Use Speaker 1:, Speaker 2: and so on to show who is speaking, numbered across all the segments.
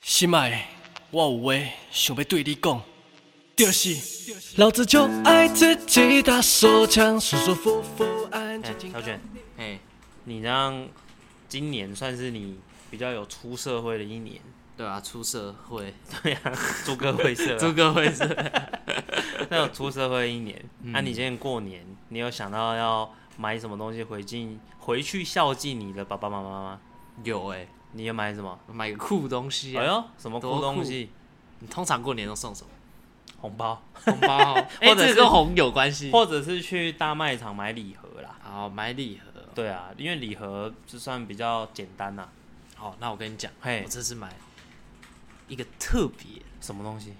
Speaker 1: 心爱的，我有话想要对你讲，就是老子就爱自己打手枪，舒舒服服，安安
Speaker 2: 哎
Speaker 1: 静，静
Speaker 2: 小。卷，
Speaker 3: 哎，
Speaker 2: 你让今年算是你比较有出社会的一 年，
Speaker 3: 对啊，出社会，
Speaker 2: 对啊，出个会社 啊，
Speaker 3: 这个会是
Speaker 2: 那有出社会一年，那、你今年过年，你有想到要买什么东西回敬回去孝敬你的爸爸妈妈吗？
Speaker 3: 有哎，
Speaker 2: 你要买什么？
Speaker 3: 买个酷东西
Speaker 2: 哎
Speaker 3: 啊。
Speaker 2: 呦，什么
Speaker 3: 多
Speaker 2: 酷
Speaker 3: 酷
Speaker 2: 东西？
Speaker 3: 你通常过年都送什么？
Speaker 2: 红包，
Speaker 3: 红 包哦，
Speaker 2: 哎
Speaker 3: 或
Speaker 2: 这
Speaker 3: 者
Speaker 2: 是
Speaker 3: 跟红有关系。
Speaker 2: 或者是去大卖场买礼盒啦。
Speaker 3: 好，买礼盒。
Speaker 2: 对啊，因为礼盒就算比较简单啊呐、
Speaker 3: 好，那我跟你讲，
Speaker 2: 嘿
Speaker 3: 我这次买一个特别
Speaker 2: 什么东西？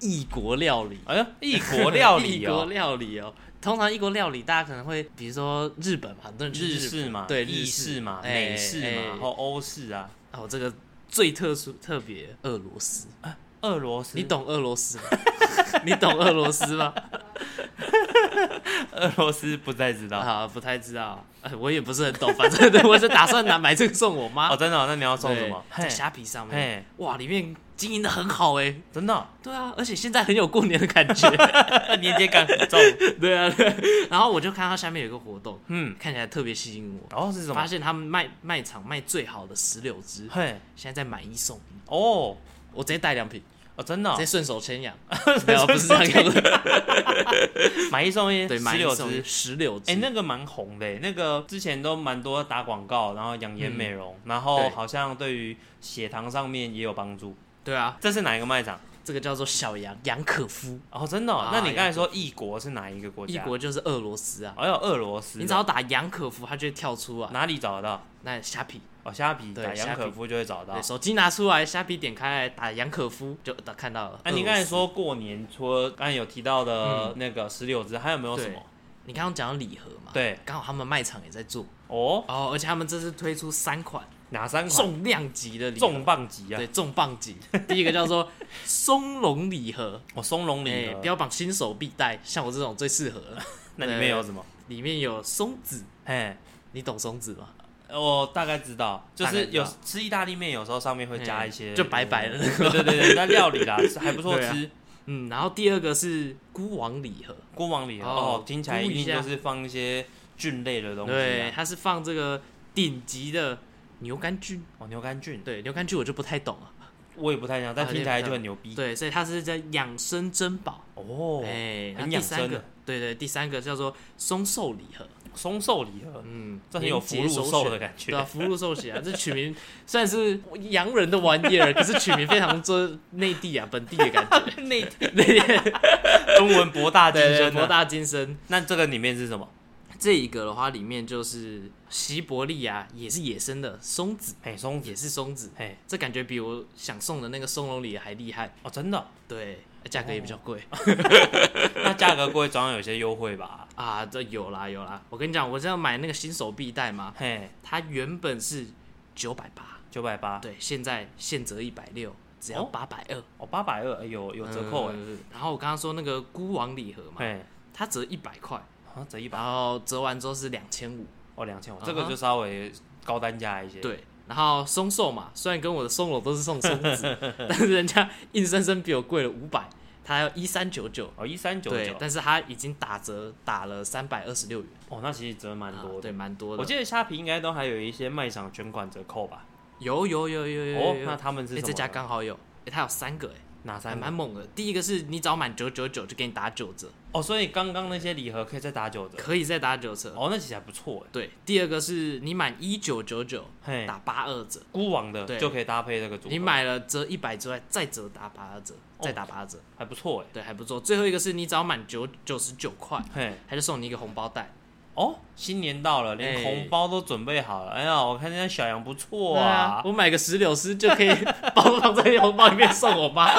Speaker 3: 异国料理。
Speaker 2: 哎呦，异国料
Speaker 3: 异
Speaker 2: 理
Speaker 3: 国
Speaker 2: 哦、
Speaker 3: 料理哦。通常异国料理，大家可能会，比如说日本嘛，很多人去
Speaker 2: 日
Speaker 3: 本
Speaker 2: 式嘛，
Speaker 3: 对，
Speaker 2: 意
Speaker 3: 日
Speaker 2: 式嘛，
Speaker 3: 哎
Speaker 2: 美式嘛，
Speaker 3: 哎
Speaker 2: 然后欧式啊，
Speaker 3: 啊，我这个最特殊特别俄罗斯，
Speaker 2: 哎俄罗斯，
Speaker 3: 你？懂俄罗斯吗？ 你懂俄罗 斯吗？
Speaker 2: 俄罗斯不太知道。
Speaker 3: 啊，不太知道，哎，我也不是很懂，反正我是打算拿买这个送我妈
Speaker 2: 哦，。真的哦、那你要送
Speaker 3: 对
Speaker 2: 什么？嘿
Speaker 3: 在，虾皮上面，
Speaker 2: 嘿，
Speaker 3: 哇，里面经营的很好哎。
Speaker 2: 真的哦、
Speaker 3: 对啊，而且现在很有过年的感 觉。
Speaker 2: 连接感 很重。
Speaker 3: 对啊，对然后我就看到下面有一个活动，
Speaker 2: 嗯，
Speaker 3: 看起来特别吸引我。
Speaker 2: 然后是什
Speaker 3: 发
Speaker 2: 么？
Speaker 3: 现他们卖卖场卖最好的石榴汁，
Speaker 2: 嘿，
Speaker 3: 现在在买一送一，
Speaker 2: 哦，
Speaker 3: 我直接带两瓶，
Speaker 2: 哦，真的哦、
Speaker 3: 直接顺手牵 羊。没有，不是那个，
Speaker 2: 买一送一，
Speaker 3: 对，
Speaker 2: 石
Speaker 3: 买
Speaker 2: 榴
Speaker 3: 一送一
Speaker 2: 汁。
Speaker 3: 石榴汁。
Speaker 2: 哎、那个蛮红的，那个之前都蛮多打广告，然后养颜美容，然后
Speaker 3: 嗯对
Speaker 2: 好像对于血糖上面也有帮助。
Speaker 3: 对啊，
Speaker 2: 这是哪一个卖场？
Speaker 3: 这个叫做小羊羊可夫，
Speaker 2: 哦，真的哦、
Speaker 3: 啊
Speaker 2: 那你刚才说异国是哪一个国家？
Speaker 3: 异国就是俄罗斯啊。
Speaker 2: 哦，有俄罗斯哦。
Speaker 3: 你只要打羊可夫，它就会跳出啊。
Speaker 2: 哪里找得到？
Speaker 3: 那虾皮，
Speaker 2: 哦，虾皮
Speaker 3: 对
Speaker 2: 打
Speaker 3: 虾
Speaker 2: 杨
Speaker 3: 皮
Speaker 2: 可夫就会找到
Speaker 3: 对，。手机拿出来，虾皮点开来打羊可夫就打看到了。
Speaker 2: 哎、你刚才说过年，除了刚才有提到的那个石榴汁，还有没有
Speaker 3: 俄罗斯
Speaker 2: 什么？？
Speaker 3: 嗯对你刚刚讲到礼盒嘛？
Speaker 2: 对
Speaker 3: 刚好他们卖场也在做
Speaker 2: 哦，
Speaker 3: 哦，而且他们这次推出三款
Speaker 2: 哪三款？
Speaker 3: 重量级的礼盒，
Speaker 2: 重磅级啊！
Speaker 3: 对，重磅级。第一个叫做松茸礼盒，
Speaker 2: 哦，松茸 礼
Speaker 3: 哎，
Speaker 2: 盒，
Speaker 3: 标榜新手必带，像我这种最适合了。
Speaker 2: 那里面有什么？
Speaker 3: 里面有松子，
Speaker 2: 哎，
Speaker 3: 你懂松子吗？
Speaker 2: 呃我大概知道，就
Speaker 3: 大概
Speaker 2: 是
Speaker 3: 知道
Speaker 2: 有吃意大利面，有时候上面会加一些，嗯
Speaker 3: 哎就白白的
Speaker 2: 对
Speaker 3: 那
Speaker 2: 对对对，那料 理啦，还不错
Speaker 3: 对啊
Speaker 2: 吃。
Speaker 3: 嗯，然后第二个是孤王礼盒，
Speaker 2: 锅王礼盒
Speaker 3: 哦
Speaker 2: 哦，听起来
Speaker 3: 估
Speaker 2: 一
Speaker 3: 一
Speaker 2: 定
Speaker 3: 下
Speaker 2: 就是放一些菌类的东西
Speaker 3: 对，
Speaker 2: 啊。
Speaker 3: 它是放这个顶级的牛肝菌，
Speaker 2: 哦，牛肝菌，
Speaker 3: 对，牛肝菌我就不太懂啊了，
Speaker 2: 我也不太想，但
Speaker 3: 啊
Speaker 2: 听起
Speaker 3: 你
Speaker 2: 来
Speaker 3: 也
Speaker 2: 就
Speaker 3: 不知道
Speaker 2: 很牛逼。
Speaker 3: 对，所以它是在养生珍宝，
Speaker 2: 哦，
Speaker 3: 哎，那
Speaker 2: 很
Speaker 3: 第
Speaker 2: 养
Speaker 3: 三
Speaker 2: 生啊
Speaker 3: 个
Speaker 2: 的，
Speaker 3: 对对，第三个叫做松寿礼 盒，
Speaker 2: 松寿礼盒，
Speaker 3: 嗯，
Speaker 2: 这很有
Speaker 3: 年节
Speaker 2: 福禄
Speaker 3: 首
Speaker 2: 寿
Speaker 3: 选
Speaker 2: 的感觉
Speaker 3: 对啊，福禄寿喜啊，这取名虽然是洋人的玩意儿，可是取名非常这内地啊本地的感觉，
Speaker 2: 内地
Speaker 3: 内地
Speaker 2: 中文博大精
Speaker 3: 对对
Speaker 2: 深
Speaker 3: 博
Speaker 2: 啊。
Speaker 3: 大精深。
Speaker 2: 那这个里面是什么？
Speaker 3: 这一个的话，里面就是西伯利亚也是野生的松子，
Speaker 2: 哎，松子
Speaker 3: 也，是松子，
Speaker 2: 哎，
Speaker 3: 这感觉比我想送的那个松茸礼还厉害。
Speaker 2: 哦，真 的，
Speaker 3: 对，价格也比较贵、
Speaker 2: 那价格贵，总要有些优惠吧？
Speaker 3: 啊。这有啦有啦，我跟你讲，我这样买那个新手臂带嘛，
Speaker 2: 嘿，
Speaker 3: 它原本是九百八，
Speaker 2: 九百八，
Speaker 3: 对，现在现折一百六，只要
Speaker 2: 啊哦
Speaker 3: 八百二，
Speaker 2: 哦，八百二，有有折扣哎，
Speaker 3: 嗯然后我刚刚说那个孤王礼盒嘛，
Speaker 2: 嘿，
Speaker 3: 它折一百块，
Speaker 2: 好，折一百，
Speaker 3: 然后折完之后是两千五，
Speaker 2: 哦，两千五，
Speaker 3: 啊哈
Speaker 2: 这个就稍微高单价一些。，
Speaker 3: 对。然后松寿嘛，虽然跟我的松茸都是送松子，但是人家硬生生比我贵了五百，他要一三九九，
Speaker 2: 哦，一三九
Speaker 3: 对
Speaker 2: 九，，
Speaker 3: 但是他已经打折打了三百二十六元，
Speaker 2: 哦，那其实折蛮
Speaker 3: 啊
Speaker 2: 多
Speaker 3: 对，
Speaker 2: 的。
Speaker 3: 蛮多的。
Speaker 2: 我记得虾皮应该都还有一些卖场全款折扣吧？
Speaker 3: 有有有有有
Speaker 2: 哦
Speaker 3: 有，有
Speaker 2: 那他们是
Speaker 3: 哎
Speaker 2: 什么
Speaker 3: 这家
Speaker 2: 呢
Speaker 3: 刚好有，哎，它有三个哎，
Speaker 2: 哪
Speaker 3: 还
Speaker 2: 三
Speaker 3: 蛮
Speaker 2: 款？
Speaker 3: 猛的。第一个是你只要满九九九就给你打九折，
Speaker 2: 哦，所以刚刚那些礼盒可以再打九折。
Speaker 3: 可以再打九折。
Speaker 2: 哦，那其实还不错
Speaker 3: 对，第二个是你满一九九九
Speaker 2: 哎。嘿，
Speaker 3: 打八二折，
Speaker 2: 孤王的
Speaker 3: 对
Speaker 2: 就可以搭配这个组合，
Speaker 3: 你买了折一百之外再折打八二折，
Speaker 2: 哦
Speaker 3: 再打八二折，
Speaker 2: 还不错
Speaker 3: 对，还不错。最后一个是你只要满九九十九块，
Speaker 2: 哎。嘿，
Speaker 3: 他就送你一个红包袋。
Speaker 2: 哦，新年到了，连
Speaker 3: 哎
Speaker 2: 红包都准备好了。哎呀，我看现在小杨不错
Speaker 3: 对啊
Speaker 2: 啊，
Speaker 3: 我买个石榴丝就可以 包放在红包里面送我妈。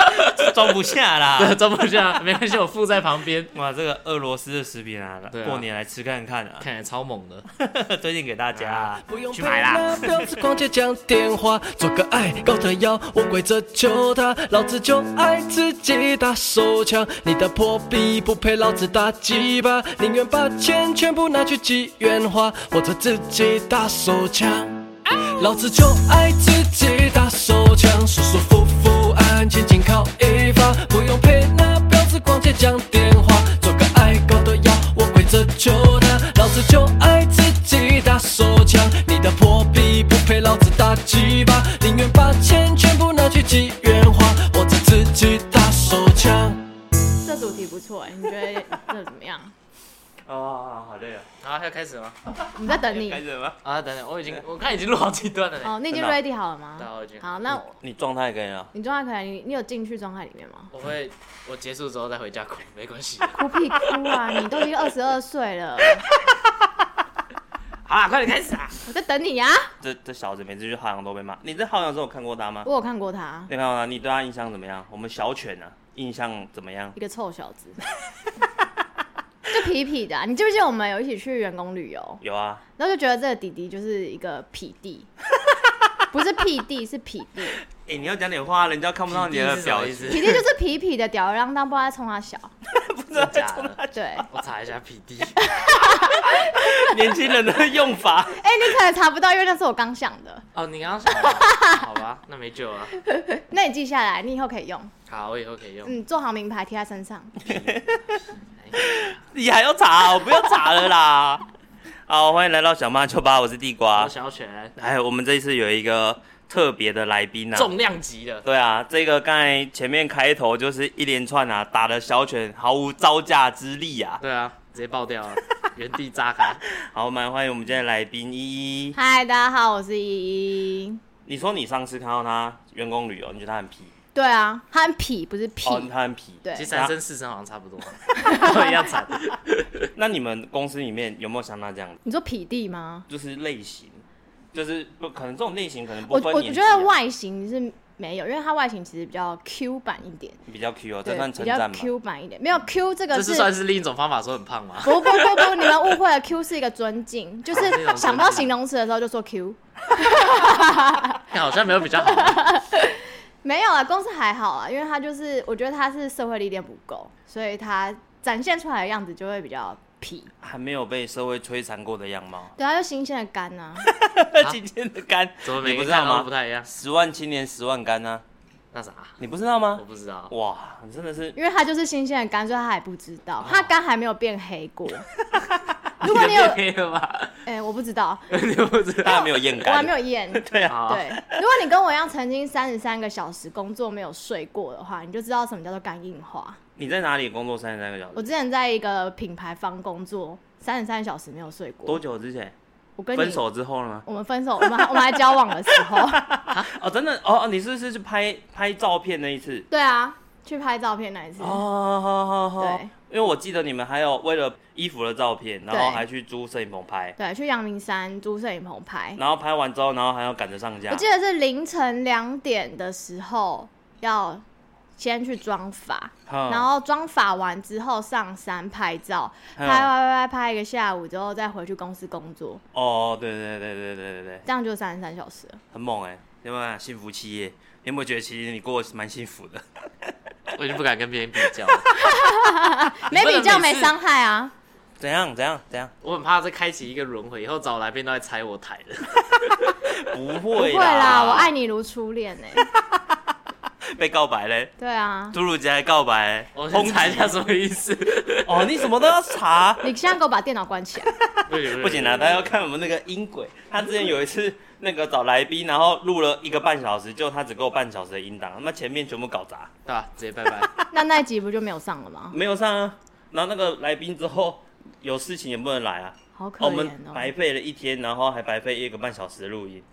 Speaker 2: 装不下啦
Speaker 3: 对，。装啊不下， 没关系，我附在旁边，
Speaker 2: 哇，这个俄罗斯的食品啊，
Speaker 3: 对啊
Speaker 2: 过年来吃看看啊，
Speaker 3: 看起来超猛的。
Speaker 2: 推荐给大家啊。
Speaker 1: 不用
Speaker 3: 去买啦！
Speaker 1: 婊子逛街讲电话，做个爱高的腰，我跪着求他，老子就爱自己打手枪。你的破逼不陪老子打几把，宁愿把钱全部拿去积元花，或者自己打手枪。老子就爱自己打手枪，舒舒服服，机圆滑，我在自己打手枪。
Speaker 4: 这主题不错哎，你觉 得这怎么样？
Speaker 2: 哦，好累啊！
Speaker 3: 好，要开始吗？
Speaker 4: 我们在等你
Speaker 2: 开始吗？
Speaker 3: 啊，等等，我已经我刚才已经录好几段了呢。
Speaker 4: 哦，你已经
Speaker 2: 真的啊
Speaker 4: ready 好了
Speaker 3: 对啊
Speaker 4: 吗？
Speaker 3: 我已经
Speaker 4: 好，那我
Speaker 2: 你状态可以啊了。
Speaker 4: 你状态可以，你你有进去状态里面吗？
Speaker 3: 我会我结束之后再回家哭，没关系。
Speaker 4: 哭屁哭啊！你都已经二十二岁了，
Speaker 3: 好啦，快点开始啊！
Speaker 4: 我在等你啊！
Speaker 2: 这这小子每次去浩洋都被骂。你在浩洋的时候有看过他吗？
Speaker 4: 我有看过他，
Speaker 2: 你看过他？啊你对他印象怎么样？我们小犬啊，印象怎么样？
Speaker 4: 一个臭小子，就痞痞的啊、你记不记得我们有一起去员工旅游，
Speaker 2: 有啊，
Speaker 4: 然后就觉得这个弟弟就是一个痞弟，不是屁弟，是痞弟，
Speaker 2: 哎、你要讲点话，人家看不到你的表
Speaker 3: 意思
Speaker 2: 情。
Speaker 4: 痞弟就是痞痞的吊儿郎当，不知道在冲他笑。
Speaker 3: 真的假的？
Speaker 4: 对， 哎
Speaker 3: 我查一下 P D，
Speaker 2: 年轻人的用法，
Speaker 4: 哎、你可能查不到，因为那是我刚想的。
Speaker 3: 哦，你刚刚想的， 好吧，那没救了。
Speaker 4: 那你记下来，你以后可以用。
Speaker 3: 好，我以后可以用。
Speaker 4: 嗯，做好名牌贴在身上。
Speaker 2: 你还要查啊、我不要查了啦。 好，欢迎来到小妈酒吧，我是地瓜
Speaker 3: 我。小选
Speaker 2: 哎，我们这一次有一个特别的来宾啊。
Speaker 3: 重量级的，
Speaker 2: 对啊，这个刚才前面开头就是一连串啊，打的小犬毫无招架之力啊。
Speaker 3: 对啊，直接爆掉了，原地炸开。
Speaker 2: 好，我们欢迎我们今天的来宾依依。
Speaker 4: 嗨，大家好，我是依依。
Speaker 2: 你说你上次看到他员工旅游，你觉得他很皮？
Speaker 4: 对啊，他很痞，不是痞。
Speaker 2: 哦，他很皮。
Speaker 4: 对
Speaker 3: 其实三声四声好像差不多，啊 都一样惨。
Speaker 2: 那你们公司里面有没有像他这样，
Speaker 4: 你说痞弟吗？
Speaker 2: 就是类型，就是不可能这种类型可能不
Speaker 4: 我
Speaker 2: 分
Speaker 4: 我
Speaker 2: 年
Speaker 4: 觉
Speaker 2: 纪啊
Speaker 4: 得外形是没有，因为他外形其实比较 Q 版一点，
Speaker 2: 比较 Q 哦，这
Speaker 4: 对
Speaker 2: 算，
Speaker 4: 比
Speaker 2: 称赞
Speaker 4: 较
Speaker 2: 吗？
Speaker 4: Q 版一点。没有 Q 这
Speaker 3: 这
Speaker 4: 个
Speaker 3: 是算是另一种方法说很胖吗？
Speaker 4: 不不不不，你们误会了，Q 是一个尊敬，就是
Speaker 3: 哦这种
Speaker 4: 想不到
Speaker 3: 尊敬
Speaker 4: 形容词的时候就说 Q。
Speaker 3: 好像没有比较好。啊
Speaker 4: 没有啊，公司还好啊，因为他就是我觉得他是社会历练不够，所以他展现出来的样子就会比较痞。
Speaker 2: 还没有被社会摧残过的样貌，
Speaker 4: 对啊，就新鲜的肝啊，
Speaker 2: 今天的肝
Speaker 3: 怎么
Speaker 2: 你
Speaker 3: 每
Speaker 2: 不
Speaker 3: 个
Speaker 2: 知
Speaker 3: 知
Speaker 2: 道
Speaker 3: 道吗？不
Speaker 2: 吗？
Speaker 3: 太一样。
Speaker 2: 十万青年十万肝啊，
Speaker 3: 那啥，
Speaker 2: 你不知道
Speaker 3: 我
Speaker 2: 吗？
Speaker 3: 不知道。
Speaker 2: 哇，你真的是
Speaker 4: 因为他就是新鲜的肝，所以他还不知
Speaker 2: 哦
Speaker 4: 道，他肝还没有变黑 过。如果
Speaker 3: 的
Speaker 4: 你有，
Speaker 3: 黑了吧？
Speaker 4: 哎、我不知道，
Speaker 3: 你不知
Speaker 2: 他
Speaker 3: 道？
Speaker 2: 还没有验
Speaker 4: 我还
Speaker 2: 肝
Speaker 4: 没，有验。对，
Speaker 2: 对啊，
Speaker 3: 好，
Speaker 4: 如果你跟我一样曾经三十三个小时工作没有睡过的话，你就知道什么叫做肝硬化。
Speaker 2: 你在哪里工作三十三个小
Speaker 4: 我
Speaker 2: 时？
Speaker 4: 之前在一个品牌方工作，三十三小时没有睡
Speaker 2: 多
Speaker 4: 过。
Speaker 2: 久之前？
Speaker 4: 我跟你
Speaker 2: 分手之后了吗？
Speaker 4: 我们分手，我们还我们还交往的时 候，
Speaker 2: 哦，真的哦，哦你是不是去拍拍照片那一次？
Speaker 4: 对啊，去拍照片那一次，
Speaker 2: 哦，好好好
Speaker 4: 对，
Speaker 2: 因为我记得你们还有为了衣服的照片，然后
Speaker 4: 对
Speaker 2: 还去租摄影棚拍，
Speaker 4: 对，去阳明山租摄影棚拍。
Speaker 2: 然后拍完之后，然后还要赶着上架
Speaker 4: 我。记得是凌晨两点的时候要先去妆发，
Speaker 2: 嗯
Speaker 4: 然后妆发完之后上山拍照，拍
Speaker 2: 嗯
Speaker 4: 拍拍拍拍一个下午之后再回去公司工作，
Speaker 2: 哦，对对对对对对对，
Speaker 4: 这样就三十三小时了。
Speaker 2: 很猛哎，有没有幸福企业？你有没有觉得其实你过得蛮幸福的？
Speaker 3: 我已经不敢跟别人比较了。
Speaker 4: 没
Speaker 2: 啊
Speaker 3: 不能
Speaker 4: 比较
Speaker 3: 每
Speaker 4: 没
Speaker 3: 次
Speaker 4: 伤害啊！
Speaker 2: 怎样怎样怎 样？
Speaker 3: 我很怕再开启一个轮回，以后找来宾都来拆我台 的。
Speaker 2: 不
Speaker 4: 不
Speaker 2: 会
Speaker 4: 会啦，我爱你如初恋呢、
Speaker 2: 被告白嘞，
Speaker 4: 对啊，
Speaker 2: 侏儒姐还告白嘞，
Speaker 3: 我先
Speaker 2: 抨击
Speaker 3: 查一下什么意思。
Speaker 2: 哦，你什么都要查。
Speaker 4: 你现在给我把电脑关 起来。
Speaker 2: 不
Speaker 3: 不
Speaker 2: 行啊，他要看我们那个音轨。他之前有一次那个找来宾，然后录了一个半小时，就他只给我半小时的音档，那前面全部搞砸，
Speaker 3: 对吧？直接拜拜。
Speaker 4: 那那一集不就没有上了吗？
Speaker 2: 没有上啊。然后那个来宾之后有事情也不能来啊，
Speaker 4: 好可
Speaker 2: 我
Speaker 4: 怜
Speaker 2: 们
Speaker 4: 哦、
Speaker 2: 白费了一天，然后还白费一个半小时的录音。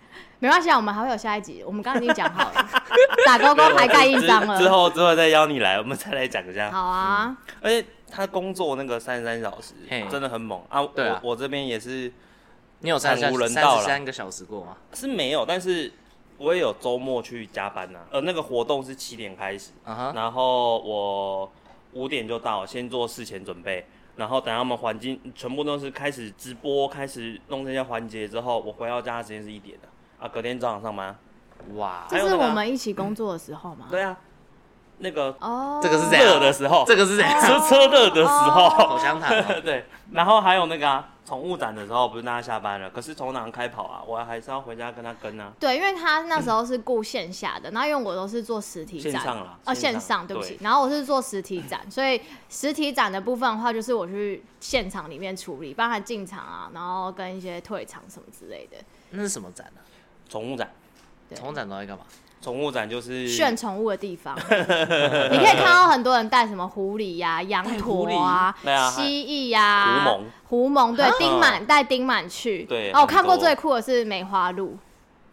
Speaker 4: 没关系啊，我们还会有下一集。我们刚刚已经讲好了， 打勾勾还盖印章了。
Speaker 2: 之之后之后再邀你来，我们再来讲一下。
Speaker 4: 好啊，
Speaker 2: 而且他工作那个三十三小时
Speaker 3: 嘿
Speaker 2: 真的很猛啊！
Speaker 3: 对啊
Speaker 2: 我我这边也是
Speaker 3: 你有三
Speaker 2: 惨无人
Speaker 3: 十
Speaker 2: 道
Speaker 3: 三
Speaker 2: 啦
Speaker 3: 十三个小时过吗？
Speaker 2: 是没有，但是我也有周末去加班呐、啊。呃，那个活动是七点开始。
Speaker 3: 啊哈，
Speaker 2: 然后我五点就到，先做事前准备，然后等他们环境全部都是开始直播，开始弄这些环节之后，我回到家的时间是一点的啊，隔天早上上班啊。
Speaker 3: 哇，
Speaker 4: 这
Speaker 2: 还
Speaker 4: 是
Speaker 2: 有那个
Speaker 4: 我
Speaker 2: 啊
Speaker 4: 们一起工作的时候吗？
Speaker 2: 对啊，那个
Speaker 4: 哦，
Speaker 3: 这个是这样
Speaker 2: 热的时候，
Speaker 3: 这个是谁？
Speaker 2: 车车热的时候，
Speaker 3: 口香糖哦。
Speaker 2: 对，然后还有那个啊，宠物展的时候，不是大家下班了，可是从哪开跑啊？我还是要回家跟他跟啊。
Speaker 4: 对，因为他那时候是顾线下的，然后因为我都是做实体展，
Speaker 2: 线上啦
Speaker 4: 哦，
Speaker 2: 线
Speaker 4: 线
Speaker 2: 上
Speaker 4: 上，对不起
Speaker 2: 对。
Speaker 4: 然后我是做实体展，所以实体展的部分的话，就是我去现场里面处理，帮他进场啊，然后跟一些退场什么之类的。
Speaker 3: 那是什么展呢？啊
Speaker 2: 宠物展，
Speaker 4: 对
Speaker 3: 宠物展都在干嘛？
Speaker 2: 宠物展就是
Speaker 4: 炫宠物的地方，啊你可以看到很多人带什么狐狸呀、羊驼啊
Speaker 2: 带狐狸对啊、
Speaker 4: 蜥蜴呀、
Speaker 2: 狐獴、啊
Speaker 4: 狐獴，对，丁满带丁满去。哦
Speaker 2: 对
Speaker 4: 然后我看过
Speaker 2: 很多
Speaker 4: 最酷的是梅花鹿，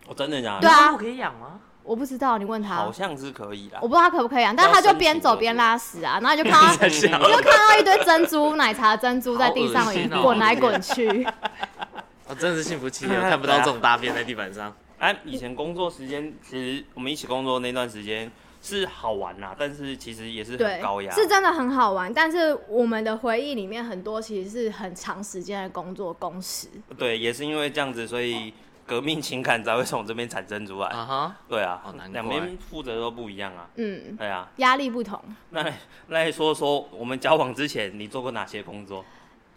Speaker 2: 我哦真的假
Speaker 4: 对
Speaker 2: 的？
Speaker 4: 啊
Speaker 3: 那我可以养吗？
Speaker 4: 我不知道，你问他
Speaker 2: 好，像是可以啦
Speaker 4: 我。不知道他可不可以养，但是他就边走边拉屎啊，然后你就看到
Speaker 3: 在想
Speaker 4: 你就看到一堆珍珠奶茶珍珠在地上
Speaker 3: 好恶心哦
Speaker 4: 滚来滚去。
Speaker 3: 我哦真的是幸福期了，看不
Speaker 2: 啊
Speaker 3: 到这种大便在地板上。
Speaker 2: 哎、以前工作时间，其实我们一起工作那段时间是好玩啦，但是其实也是
Speaker 4: 对
Speaker 2: 很高压，，
Speaker 4: 是真的很好玩，但是我们的回忆里面很多其实是很长时间的工作工时。
Speaker 2: 对，也是因为这样子，所以革命情感才会从这边产生出来。
Speaker 3: 啊哈，
Speaker 2: 对啊
Speaker 3: 好难，怪
Speaker 2: 两边负责都不一样啊。
Speaker 4: 嗯，
Speaker 2: 对啊，
Speaker 4: 压力不同。
Speaker 2: 那来那来说说我们交往之前，你做过哪些工作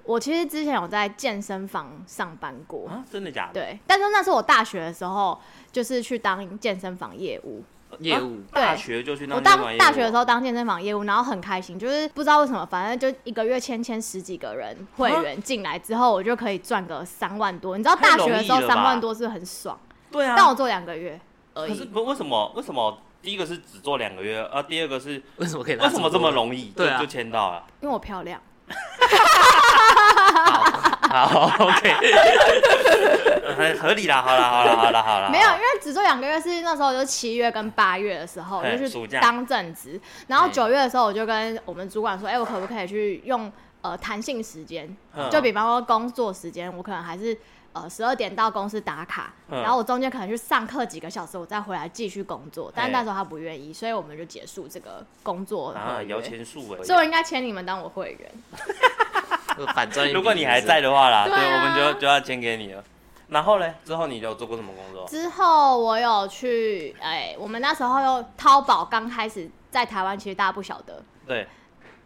Speaker 4: 我其实之前有在健身房上班过，
Speaker 2: 啊？真的假的？
Speaker 4: 对，但是那是我大学的时候，就是去当健身房业务。
Speaker 3: 业务
Speaker 4: 对
Speaker 2: 大学就去
Speaker 4: 我
Speaker 2: 当
Speaker 4: 当
Speaker 2: 另外一个
Speaker 4: 大学的时候当健身房业务，然后很开心，就是不知道为什么，反正就一个月签签十几个人会员进来之后，我就可以赚个三万多。你知道
Speaker 2: 太
Speaker 4: 大
Speaker 2: 容
Speaker 4: 学的时候
Speaker 2: 易了吧
Speaker 4: 三万多是不是很爽，
Speaker 2: 对啊，
Speaker 4: 但我做两个月而
Speaker 2: 可是
Speaker 4: 已。
Speaker 2: 不为什么为什么第一个是只做两个月，啊，第二个是
Speaker 3: 为什么可以拉？
Speaker 2: 为什么这么？容易
Speaker 3: 对啊
Speaker 2: 就就签到了？
Speaker 4: 因为我漂亮，
Speaker 3: 好，OK，
Speaker 2: 很合理啦，好啦，好啦，好啦，好啦。
Speaker 4: 没有，因为只做两个月是那时候就是七月跟八月的时候，
Speaker 2: 嘿
Speaker 4: 我就
Speaker 2: 暑
Speaker 4: 去
Speaker 2: 假嗯
Speaker 4: 当正职，然后
Speaker 3: 嘿
Speaker 4: 九月的时候我就跟我们主管说，哎、我可不可以去用呃弹性时间，
Speaker 2: 嗯
Speaker 4: 就比方说工作时间，我可能还是呃十二点到公司打卡，
Speaker 2: 嗯
Speaker 4: 然后我中间可能去上课几个小时，我再回来继续工作。但是那时候他不愿意，所以我们就结束这个工作
Speaker 2: 啊，
Speaker 4: 合约
Speaker 2: 摇钱树
Speaker 4: 所以我
Speaker 2: 哎。
Speaker 4: 应该签你们当我会员。
Speaker 3: 反专业。
Speaker 2: 如果你还在，的话啦，
Speaker 4: 对啊
Speaker 2: 我们就就要签给你了。然后嘞，之后你有做过什么工作？
Speaker 4: 之后我有去，哎、我们那时候又淘宝刚开始在台湾，其实大家不晓得，
Speaker 2: 对，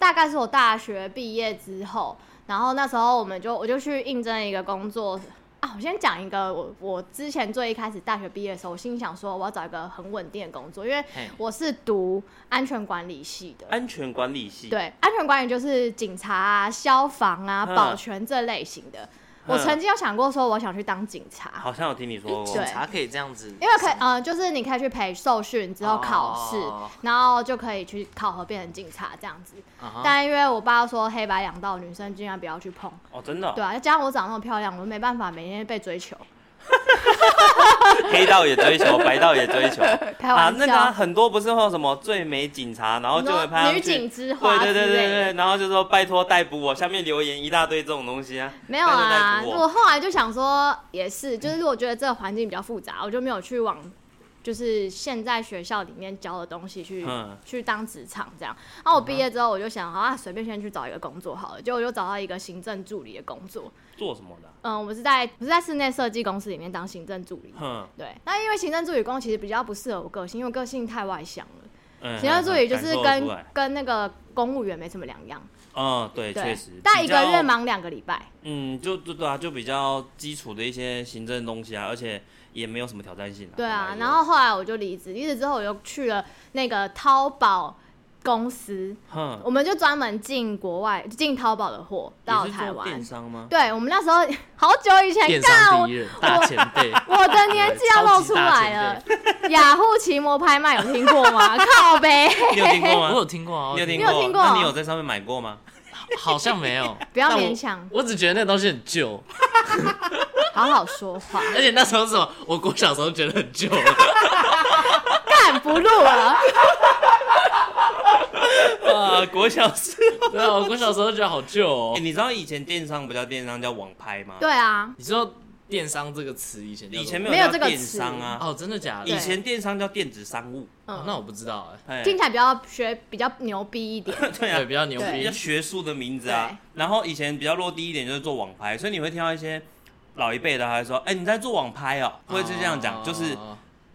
Speaker 4: 大概是我大学毕业之后，然后那时候我们就我就去应征一个工作啊。我先讲一个，我我之前最一开始大学毕业的时候，我心想说我要找一个很稳定的工作，因为
Speaker 3: 嘿
Speaker 4: 我是读安全管理系的。
Speaker 2: 安全管理系。，
Speaker 4: 对，安全管理就是警察啊、消防啊、
Speaker 2: 嗯
Speaker 4: 保全这类型的。我曾经有想过说，我想去当警察，
Speaker 2: 好像有听你说过
Speaker 4: 对。
Speaker 3: 查可以这样子，
Speaker 4: 因为可以，呃，就是你可以去培受训之后考试，
Speaker 3: 哦
Speaker 4: 然后就可以去考核变成警察这样子。
Speaker 3: 啊哈
Speaker 4: 但因为我爸说黑白两道，女生尽量不要去碰。
Speaker 2: 哦，真的哦
Speaker 4: 对，啊，加上我长那么漂亮，我没办法每天被追求。
Speaker 2: 啊黑道也追求，白道也追求。
Speaker 4: 开
Speaker 2: 啊，
Speaker 4: 玩
Speaker 2: 那
Speaker 4: 笑，
Speaker 2: 个啊很多不是会有什么最美警察，然后就会
Speaker 4: 你
Speaker 2: 拍
Speaker 4: 说
Speaker 2: 上
Speaker 4: 女
Speaker 2: 去
Speaker 4: 警之
Speaker 2: 对
Speaker 4: 花
Speaker 2: 对对
Speaker 4: 之类
Speaker 2: 对
Speaker 4: 的
Speaker 2: 对，然后就说拜托逮捕我，下面留言一大堆这种东西啊。
Speaker 4: 没有
Speaker 2: 拜
Speaker 4: 啊。
Speaker 2: 托逮捕
Speaker 4: 我
Speaker 2: 我。
Speaker 4: 后来就想说，也是，就是我觉得这个环境比较复杂，我就没有去往就是现在学校里面教的东西去、
Speaker 2: 嗯
Speaker 4: 去当职场这样。然后我毕业之后，我就想好啊，随便先去找一个工作好了，结果我就找到一个行政助理的工作。
Speaker 2: 做什么的啊？
Speaker 4: 嗯，我是在我是在室内设计公司里面当行政助理。
Speaker 2: 哼，
Speaker 4: 对，那因为行政助理工其实比较不适合我个性，因为我个性太外向了。
Speaker 2: 嗯
Speaker 4: 行政助理就是
Speaker 2: 感受得
Speaker 4: 跟
Speaker 2: 出来
Speaker 4: 跟那个公务员没什么两样，
Speaker 2: 嗯，对，确
Speaker 4: 对
Speaker 2: 实，，
Speaker 4: 但一
Speaker 2: 比
Speaker 4: 个
Speaker 2: 较
Speaker 4: 月，忙两个礼拜，
Speaker 2: 嗯，就对对啊，就比较基础的一些行政东西啊，而且也没有什么挑战性啊。
Speaker 4: 对啊
Speaker 2: 坦白。说
Speaker 4: 然后后来我就离职，离职之后我又去了那个淘宝公司，
Speaker 2: 哼，
Speaker 4: 我们就专门进国外进淘宝的货到
Speaker 2: 你是
Speaker 4: 台
Speaker 2: 做电
Speaker 4: 湾。
Speaker 2: 商吗？
Speaker 4: 对我们那时候好久以前
Speaker 3: 电
Speaker 4: 干
Speaker 3: 商
Speaker 4: 我
Speaker 3: 敌人 大前 辈，
Speaker 4: 我的年纪要露出来了。雅虎奇摩拍卖有听过 吗？靠呗，
Speaker 2: 你有听过
Speaker 3: 我有
Speaker 2: 吗？
Speaker 3: 听过啊，
Speaker 2: 你有听
Speaker 4: 你有听过
Speaker 2: 那你有在上面买过 吗？
Speaker 3: 好像没有，
Speaker 4: 不要
Speaker 3: 但我
Speaker 4: 勉强
Speaker 3: 我只觉得那东西很旧，
Speaker 4: 好好说话，
Speaker 3: 而且那时候是什么，我国小时候觉得很旧啊 了，
Speaker 4: 干不录了。
Speaker 2: 啊，国小是。
Speaker 3: 对啊，我国小时候觉得好旧
Speaker 2: 欸
Speaker 3: 哦。
Speaker 2: 你知道以前电商不叫电商，叫网拍吗？
Speaker 4: 对啊，
Speaker 3: 你知道电商这个词以前叫
Speaker 2: 以前
Speaker 3: 什么
Speaker 2: 没
Speaker 4: 没有
Speaker 2: 叫
Speaker 4: 这个
Speaker 2: 电
Speaker 4: 词
Speaker 2: 商啊，
Speaker 3: 哦，真的假的？
Speaker 2: 以
Speaker 4: 对
Speaker 2: 前电商叫电子商务。
Speaker 4: 嗯
Speaker 3: 哦那我不知道哎，
Speaker 2: 哎
Speaker 4: 听起来比较学比较牛逼一 点。
Speaker 2: 对啊
Speaker 3: 对，，比较牛
Speaker 2: 比
Speaker 3: 逼
Speaker 2: 较，学术的名字啊。然后以前比较落地一点就是做网拍，所以你会听到一些老一辈的还会说：“哎、你在做网拍哦、会是这样讲，
Speaker 3: 哦
Speaker 2: 就是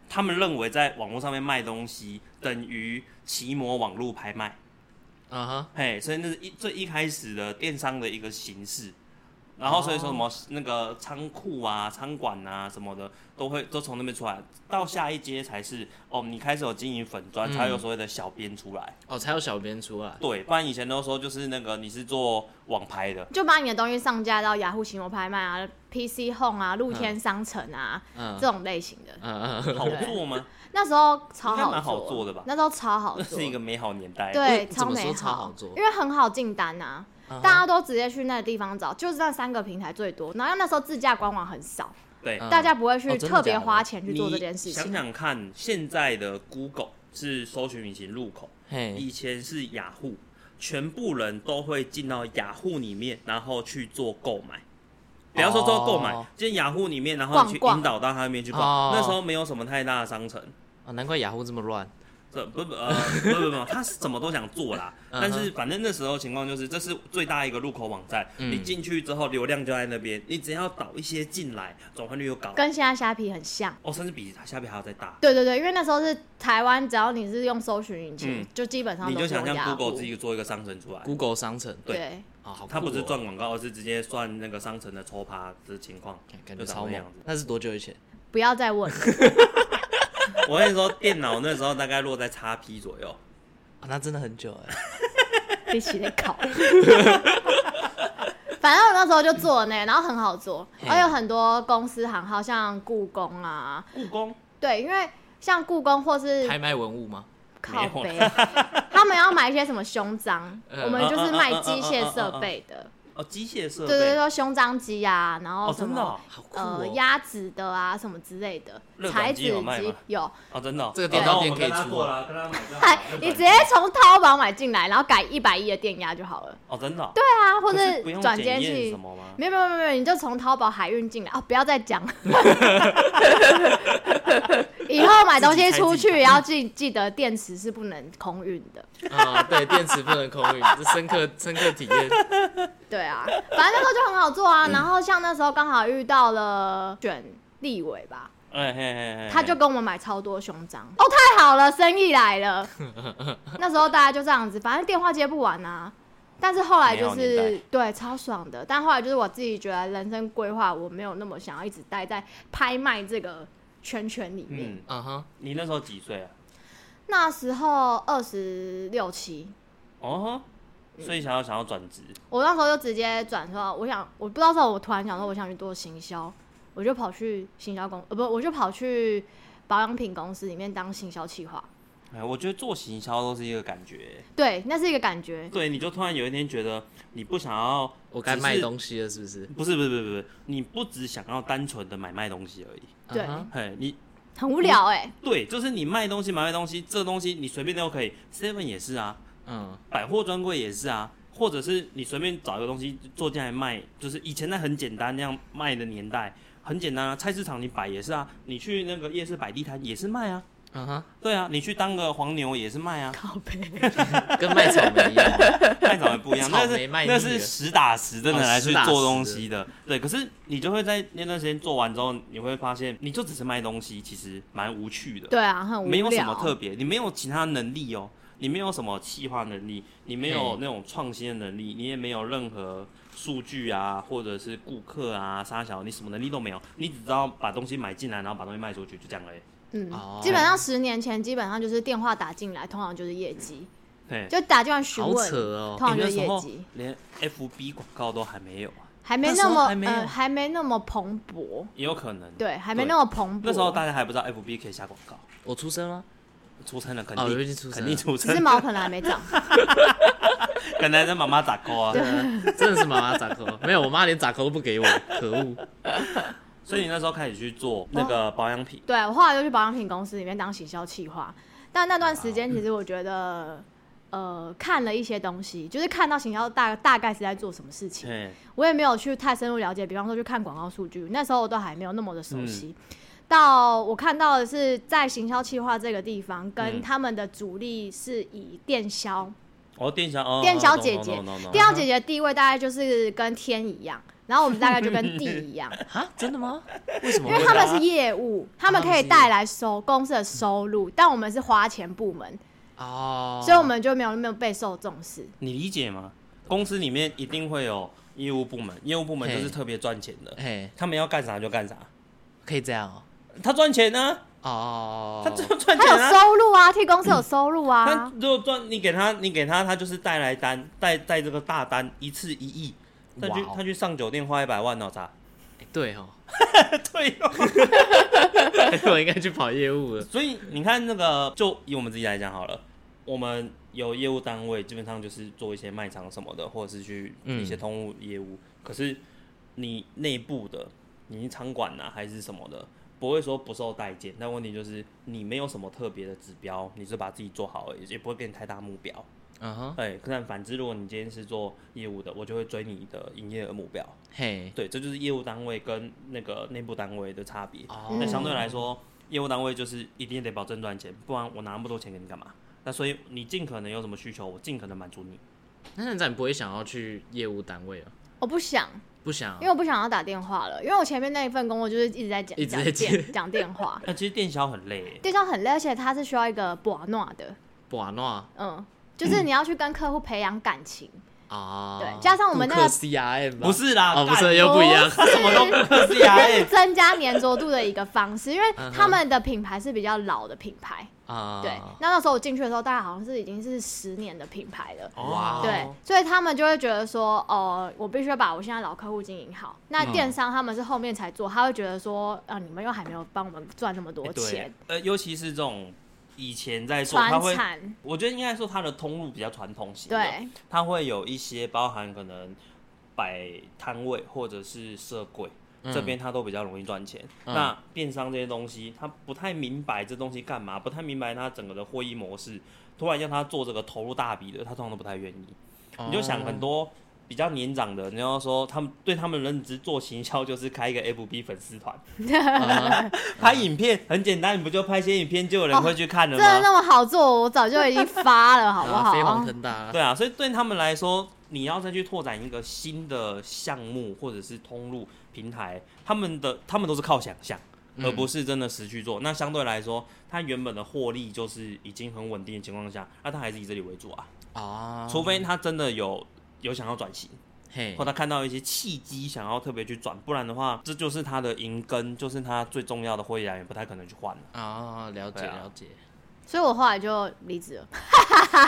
Speaker 2: 他们认为在网络上面卖东西等于骑摩网络拍卖。
Speaker 3: 啊哈，
Speaker 2: 嘿，所以那是一最一开始的电商的一个形式。然后所以说什
Speaker 4: 哦
Speaker 2: 么那个仓库啊、仓管啊什么的，都会都从那边出来。到下一阶才是哦，你开始有经营粉砖，
Speaker 3: 嗯
Speaker 2: 才有所谓的小编出来。
Speaker 3: 哦，才有小编出来。
Speaker 2: 对，不然以前都说就是那个你是做网拍的，
Speaker 4: 就把你的东西上架到雅虎奇摩拍卖啊、PC Home 啊、露天商城啊、
Speaker 3: 嗯
Speaker 4: 这种类型的。
Speaker 3: 嗯嗯，
Speaker 2: 好做 吗？
Speaker 4: 那时候超
Speaker 2: 应该蛮好
Speaker 4: 做
Speaker 2: 做的吧
Speaker 4: 那时候超好
Speaker 2: 那
Speaker 4: 做，
Speaker 2: 是一个美好年代。
Speaker 4: 对
Speaker 3: 为
Speaker 4: 超
Speaker 3: 怎么
Speaker 4: 美
Speaker 3: 说
Speaker 4: 好，
Speaker 3: 超好做
Speaker 4: 因为很好进单呐、
Speaker 3: 嗯
Speaker 4: 大家都直接去那个地方找，就是那三个平台最多。然后那时候自驾官网很少，
Speaker 2: 对，
Speaker 3: 嗯
Speaker 4: 大家不会
Speaker 3: 哦
Speaker 4: 去
Speaker 3: 真的
Speaker 4: 特别
Speaker 3: 假的
Speaker 4: 花钱去做这
Speaker 2: 你
Speaker 4: 件事
Speaker 2: 想
Speaker 4: 情。
Speaker 2: 想看，现在的 Google 是搜寻引擎入口，
Speaker 3: 嘿，
Speaker 2: 以前是雅虎，全部人都会进到雅虎里面，然后去做购买。不要说做购买
Speaker 3: 哦，
Speaker 2: 进雅虎里面，然后你去
Speaker 4: 逛逛
Speaker 2: 引导到他那边去逛。
Speaker 3: 哦
Speaker 2: 那时候没有什么太大的商城，
Speaker 3: 哦，难怪雅虎这么乱。
Speaker 2: 这不不呃不不不，他是怎么都想做啦。
Speaker 3: 嗯哼
Speaker 2: 但是反正那时候情况就是，这是最大一个入口网站，
Speaker 3: 嗯
Speaker 2: 你进去之后流量就在那边，你只要导一些进来，转换率又高。
Speaker 4: 跟现在虾皮很像。
Speaker 2: 哦，甚至比它下边还要再大。
Speaker 4: 对对对，因为那时候是台湾，只要你是用搜寻引擎，
Speaker 2: 嗯
Speaker 4: 就基本上
Speaker 2: 你
Speaker 4: 都
Speaker 2: 就是
Speaker 4: 用
Speaker 2: 想象
Speaker 4: 雅虎
Speaker 2: Google 自己做一个商城出来，
Speaker 3: Google 商城
Speaker 2: 对
Speaker 4: 对，
Speaker 3: 啊，好酷哦，
Speaker 2: 它不是赚广告，而是直接算那个商城的抽趴的情况
Speaker 3: 感，感
Speaker 2: 就
Speaker 3: 觉
Speaker 2: 长
Speaker 3: 超
Speaker 2: 那样
Speaker 3: 猛
Speaker 2: 子。。
Speaker 3: 那是多久以前？
Speaker 4: 不要再问了，
Speaker 2: 我跟你说，电脑那时候大概落在叉 P 左右，
Speaker 3: 啊，那真的很久哎。
Speaker 4: 一起来考。 反正我那时候就做了呢，然后很好做，
Speaker 3: 嘿
Speaker 4: 而有很多公司行号，像故宫啊，
Speaker 2: 故宫
Speaker 4: 对，因为像故宫或是
Speaker 3: 拍卖文物吗？
Speaker 4: 靠
Speaker 2: 没
Speaker 4: 背， 他们要买一些什么胸章，
Speaker 3: 呃
Speaker 4: 我们就是卖机械设备的，
Speaker 2: 哦，机械设
Speaker 4: 对
Speaker 2: 备，
Speaker 4: 对对，胸章机啊，然后
Speaker 2: 哦，
Speaker 4: 什
Speaker 2: 真的
Speaker 4: 么
Speaker 2: 哦，
Speaker 3: 好酷
Speaker 4: 呃
Speaker 3: 哦！
Speaker 4: 鸭子的啊，什么之类的
Speaker 2: 热，
Speaker 4: 裁
Speaker 2: 感
Speaker 4: 子
Speaker 2: 机有卖吗
Speaker 4: 机有，
Speaker 2: 哦真的哦，
Speaker 3: 这个电脑店可以
Speaker 2: 哦那我们跟他
Speaker 3: 出
Speaker 2: 做
Speaker 3: 啊
Speaker 2: 啦，跟他买就好
Speaker 4: 哎
Speaker 2: 了。
Speaker 4: 你直接从淘宝买进来，然后改一百一的电压就好了，
Speaker 2: 哦，真的哦，
Speaker 4: 对啊，或
Speaker 2: 可是不
Speaker 4: 者
Speaker 2: 用
Speaker 4: 转
Speaker 2: 检
Speaker 4: 接
Speaker 2: 验
Speaker 4: 去
Speaker 2: 什。么吗？
Speaker 4: 没有没有没有没有，你就从淘宝海运进来哦！不要再讲，以后买东西出去也要记记得电池是不能空运的。
Speaker 3: 啊，对，电池不能空运， 这深刻深刻体 验。
Speaker 4: 对啊，反正那时候就很好做啊。然后像那时候刚好遇到了选立委吧，
Speaker 2: 哎嘿嘿嘿，
Speaker 4: 他就跟我们买超多胸章，哦，太好了，生意来 了。那时候大家就这样子，反正电话接不完啊。但是后来就
Speaker 2: 没有年
Speaker 4: 是对超爽的，但后来就是我自己觉得人生规划，我没有那么想要一直待在拍卖这个圈圈里面。
Speaker 2: 嗯，
Speaker 3: 嗯哼，
Speaker 2: 你那时候几岁啊？
Speaker 4: 那时候二十六七，
Speaker 2: 哦，所以想要想要转职，
Speaker 4: 我那时候就直接转说，我想我不知道为什么，我突然想说我想去做行销，我就跑去行销公呃不，我就跑去保养品公司里面当行销企划。
Speaker 2: 哎，我觉得做行销都是一个感觉，
Speaker 4: 对，那是一个感觉。
Speaker 2: 对，你就突然有一天觉得你不想要，
Speaker 3: 我该卖东西了，是不是？
Speaker 2: 不是不是不是不是，你不只想要单纯的买卖东西而已，
Speaker 4: 对
Speaker 3: 嗯哼
Speaker 2: 嘿，你
Speaker 4: 很无聊哎、
Speaker 2: 对，就是你卖东西买卖东西，这东西你随便都可以，seven 也是啊，
Speaker 3: 嗯，
Speaker 2: 百货专柜也是啊，或者是你随便找一个东西做进来卖，就是以前那很简单那样卖的年代，很简单啊，菜市场你摆也是啊，你去那个夜市摆地摊也是卖啊，
Speaker 3: 嗯哼，
Speaker 2: 对啊，你去当个黄牛也是卖啊，
Speaker 4: 靠背，
Speaker 3: 跟卖草莓一样。
Speaker 2: 卖场也不一样，那
Speaker 3: 草
Speaker 2: 是
Speaker 3: 莓卖腻
Speaker 2: 那
Speaker 3: 了
Speaker 2: 是实打实真的
Speaker 3: 哦
Speaker 2: 来
Speaker 3: 实
Speaker 2: 去
Speaker 3: 打
Speaker 2: 做
Speaker 3: 实
Speaker 2: 东
Speaker 3: 的
Speaker 2: 西的，对。可是你就会在那段时间做完之后，你会发现你就只是卖东西，其实蛮无趣的，
Speaker 4: 对啊，很无聊。
Speaker 2: 没有什么特别，你没有其他能力哦，你没有什么企划能力，你没有
Speaker 3: 嘿
Speaker 2: 那种创新的能力，你也没有任何数据啊，或者是顾客啊、沙小，你什么能力都没有，你只知道把东西买进来，然后把东西卖出去，就这样而已。
Speaker 4: 嗯，
Speaker 3: 哦
Speaker 4: 基本上十年前基本上就是电话打进来，通常就是业绩，
Speaker 2: 对，
Speaker 4: 就打进来询
Speaker 3: 好
Speaker 4: 问，
Speaker 3: 扯哦，
Speaker 4: 通常
Speaker 2: 你
Speaker 4: 就
Speaker 2: 那
Speaker 4: 是
Speaker 2: 时
Speaker 4: 业
Speaker 2: 候
Speaker 4: 绩，
Speaker 2: 连 FB 广告都还没有啊，
Speaker 4: 还没
Speaker 3: 那时
Speaker 4: 那
Speaker 3: 候
Speaker 4: 么
Speaker 3: 还没有
Speaker 4: 呃还没那么蓬勃，
Speaker 2: 也有可能。
Speaker 4: 对，还没
Speaker 2: 对
Speaker 4: 那么蓬勃。
Speaker 2: 那时候大家还不知道 FB 可以下广告，
Speaker 3: 我出生吗？
Speaker 2: 出生了肯
Speaker 3: 哦
Speaker 2: 定
Speaker 3: 已经出生
Speaker 2: 肯定
Speaker 3: 了
Speaker 2: 出
Speaker 4: 只
Speaker 2: 生
Speaker 4: 是，毛可能还没长。
Speaker 2: 可能是妈妈打 call 啊。
Speaker 3: 真的是妈妈砸扣， 没有，我妈连砸扣都不给我，可 恶。
Speaker 2: 所以你那时候开始去做那个保养品，
Speaker 4: 对我后来就去保养品公司里面当行销企划，但那段时间其实我觉得，呃，看了一些东西，就是看到行销大大概是在做什么事情，
Speaker 2: 对，
Speaker 4: 我也没有去太深入了解，比方说去看广告数据，那时候我都还没有那么的熟
Speaker 2: 嗯
Speaker 4: 悉。到我看到的是，在行销企划这个地方，
Speaker 2: 嗯
Speaker 4: 跟他们的主力是以电销，
Speaker 2: 哦，电销，哦，
Speaker 4: 电销
Speaker 2: 懂
Speaker 4: 姐
Speaker 2: 懂
Speaker 4: 姐
Speaker 2: 懂懂懂
Speaker 4: 电销姐姐的地位大概就是跟天一样，然后我们大概就跟地 一样，
Speaker 3: 啊，真的吗？为什么
Speaker 4: 因为
Speaker 3: 会？
Speaker 4: 他们是业
Speaker 2: 哦
Speaker 4: 务，他们可以带来收公司的收入，但我们是花钱部门，
Speaker 3: 哦，
Speaker 4: 所以我们就没有那么备受重视。
Speaker 2: 你理解吗？公司里面一定会有业务部门，业务部门就是
Speaker 3: 嘿
Speaker 2: 特别赚钱的，
Speaker 3: 哎，
Speaker 2: 他们要干啥就干啥，
Speaker 3: 可以这样哦。
Speaker 2: 他赚钱呢、
Speaker 3: 哦，
Speaker 2: 他只有赚
Speaker 4: 他
Speaker 2: 钱
Speaker 4: 有
Speaker 2: 啊。
Speaker 4: 收入啊，替公司有收入
Speaker 2: 他
Speaker 4: 啊，
Speaker 2: 如果赚，你给他，你给他，他就是带来单，带带这个大单，一次一亿，他去
Speaker 3: 哇哦
Speaker 2: 他去上酒店花一百万脑啊 啥？
Speaker 3: 哎对哦，
Speaker 2: 对哦。
Speaker 3: 我应该去跑业务了。
Speaker 2: 所以你看那个，就以我们自己来讲好了，我们有业务单位，基本上就是做一些卖场什么的，或者是去
Speaker 3: 嗯
Speaker 2: 一些通路业务。可是你内部的，你场馆呐、啊还是什么的，不会说不受待见，但问题就是你没有什么特别的指标，你是把自己做好而已，也不会给你太大目标。
Speaker 3: 嗯哼，
Speaker 2: 哎、但反之，如果你今天是做业务的，我就会追你的营业额目标。
Speaker 3: 嘿，
Speaker 2: 对，这就是业务单位跟那个内部单位的差别。
Speaker 3: 哦
Speaker 2: 那相对来说，业务单位就是一定得保证赚钱，不然我拿那么多钱给你干嘛？那所以你尽可能有什么需求，我尽可能满足你。
Speaker 3: 那站长你不会想要去业务单位啊？
Speaker 4: 我不想，
Speaker 3: 不想啊
Speaker 4: 因为我不想要打电话了，因为我前面那一份工作就是一直在讲
Speaker 3: 一直在
Speaker 4: 讲
Speaker 3: 接
Speaker 4: 电讲电话，
Speaker 2: 那其实电销很累欸，
Speaker 4: 电商很累，而且它是需要一个把诺的，
Speaker 3: 不玩闹
Speaker 4: 嗯，就是你要去跟客户培养感情，
Speaker 3: 啊？
Speaker 4: 对加上我们那
Speaker 3: 顾客
Speaker 4: 个
Speaker 3: CRM 吧
Speaker 2: 不是啦，
Speaker 3: 哦，不是
Speaker 2: 干
Speaker 3: 又不一样
Speaker 4: 不是
Speaker 2: 什么都不客气啊！
Speaker 4: 这是
Speaker 2: 哎，
Speaker 4: 增加粘着度的一个方式，因为
Speaker 3: 嗯哼
Speaker 4: 他们的品牌是比较老的品牌，
Speaker 3: 啊？
Speaker 4: 对。那那时候我进去的时候，大概好像是已经是十年的品牌了。
Speaker 3: 哇哦
Speaker 4: 对，所以他们就会觉得说，哦、我必须把我现在老客户经营好。那
Speaker 3: 嗯
Speaker 4: 电商他们是后面才做，他会觉得说，呃，你们又还没有帮我们赚那么 多
Speaker 2: 哎对
Speaker 4: 钱，，
Speaker 2: 呃，尤其是这种以前在做，他
Speaker 4: 传
Speaker 2: 会，
Speaker 4: 产，
Speaker 2: 我觉得应该说它的通路比较传统型的，
Speaker 4: 对，
Speaker 2: 它会有一些包含可能摆摊位或者是设柜。
Speaker 3: 嗯
Speaker 2: 这边它都比较容易赚钱。
Speaker 3: 嗯
Speaker 2: 那电商这些东西，它不太明白这东西干嘛，不太明白它整个的获益模式。突然让他做这个投入大笔的，他通常都不太愿意。你就
Speaker 3: 哦
Speaker 2: 想很多比较年长的，你要说他们对他们的认知做行销就是开一个 FB 粉丝团，
Speaker 3: 嗯啊
Speaker 2: 拍影片很简单，你不就拍些影片就有人会去看了
Speaker 4: 哦真
Speaker 2: 吗？
Speaker 4: 的那么好做，我早就已经发了，好不
Speaker 3: 啊，飞黄
Speaker 4: 好？
Speaker 3: 腾达，
Speaker 2: 对啊，所以对他们来说，你要再去拓展一个新的项目或者是通路平台，他们的他们都是靠想象，而
Speaker 4: 嗯
Speaker 2: 不是真的实去做。那相对来说，它原本的获利就是已经很稳定的情况下，那、他还是以这里为主啊，
Speaker 3: 啊，
Speaker 4: 哦
Speaker 2: 除非他真的有。有想要转型，
Speaker 3: 嘿
Speaker 2: 或他看到一些契机，想要特别去转，不然的话，这就是他的银根，就是他最重要的获益来源，不太可能去 换了。
Speaker 3: 啊，了解
Speaker 2: 对啊
Speaker 3: 了解，
Speaker 4: 所以我后来就离职了。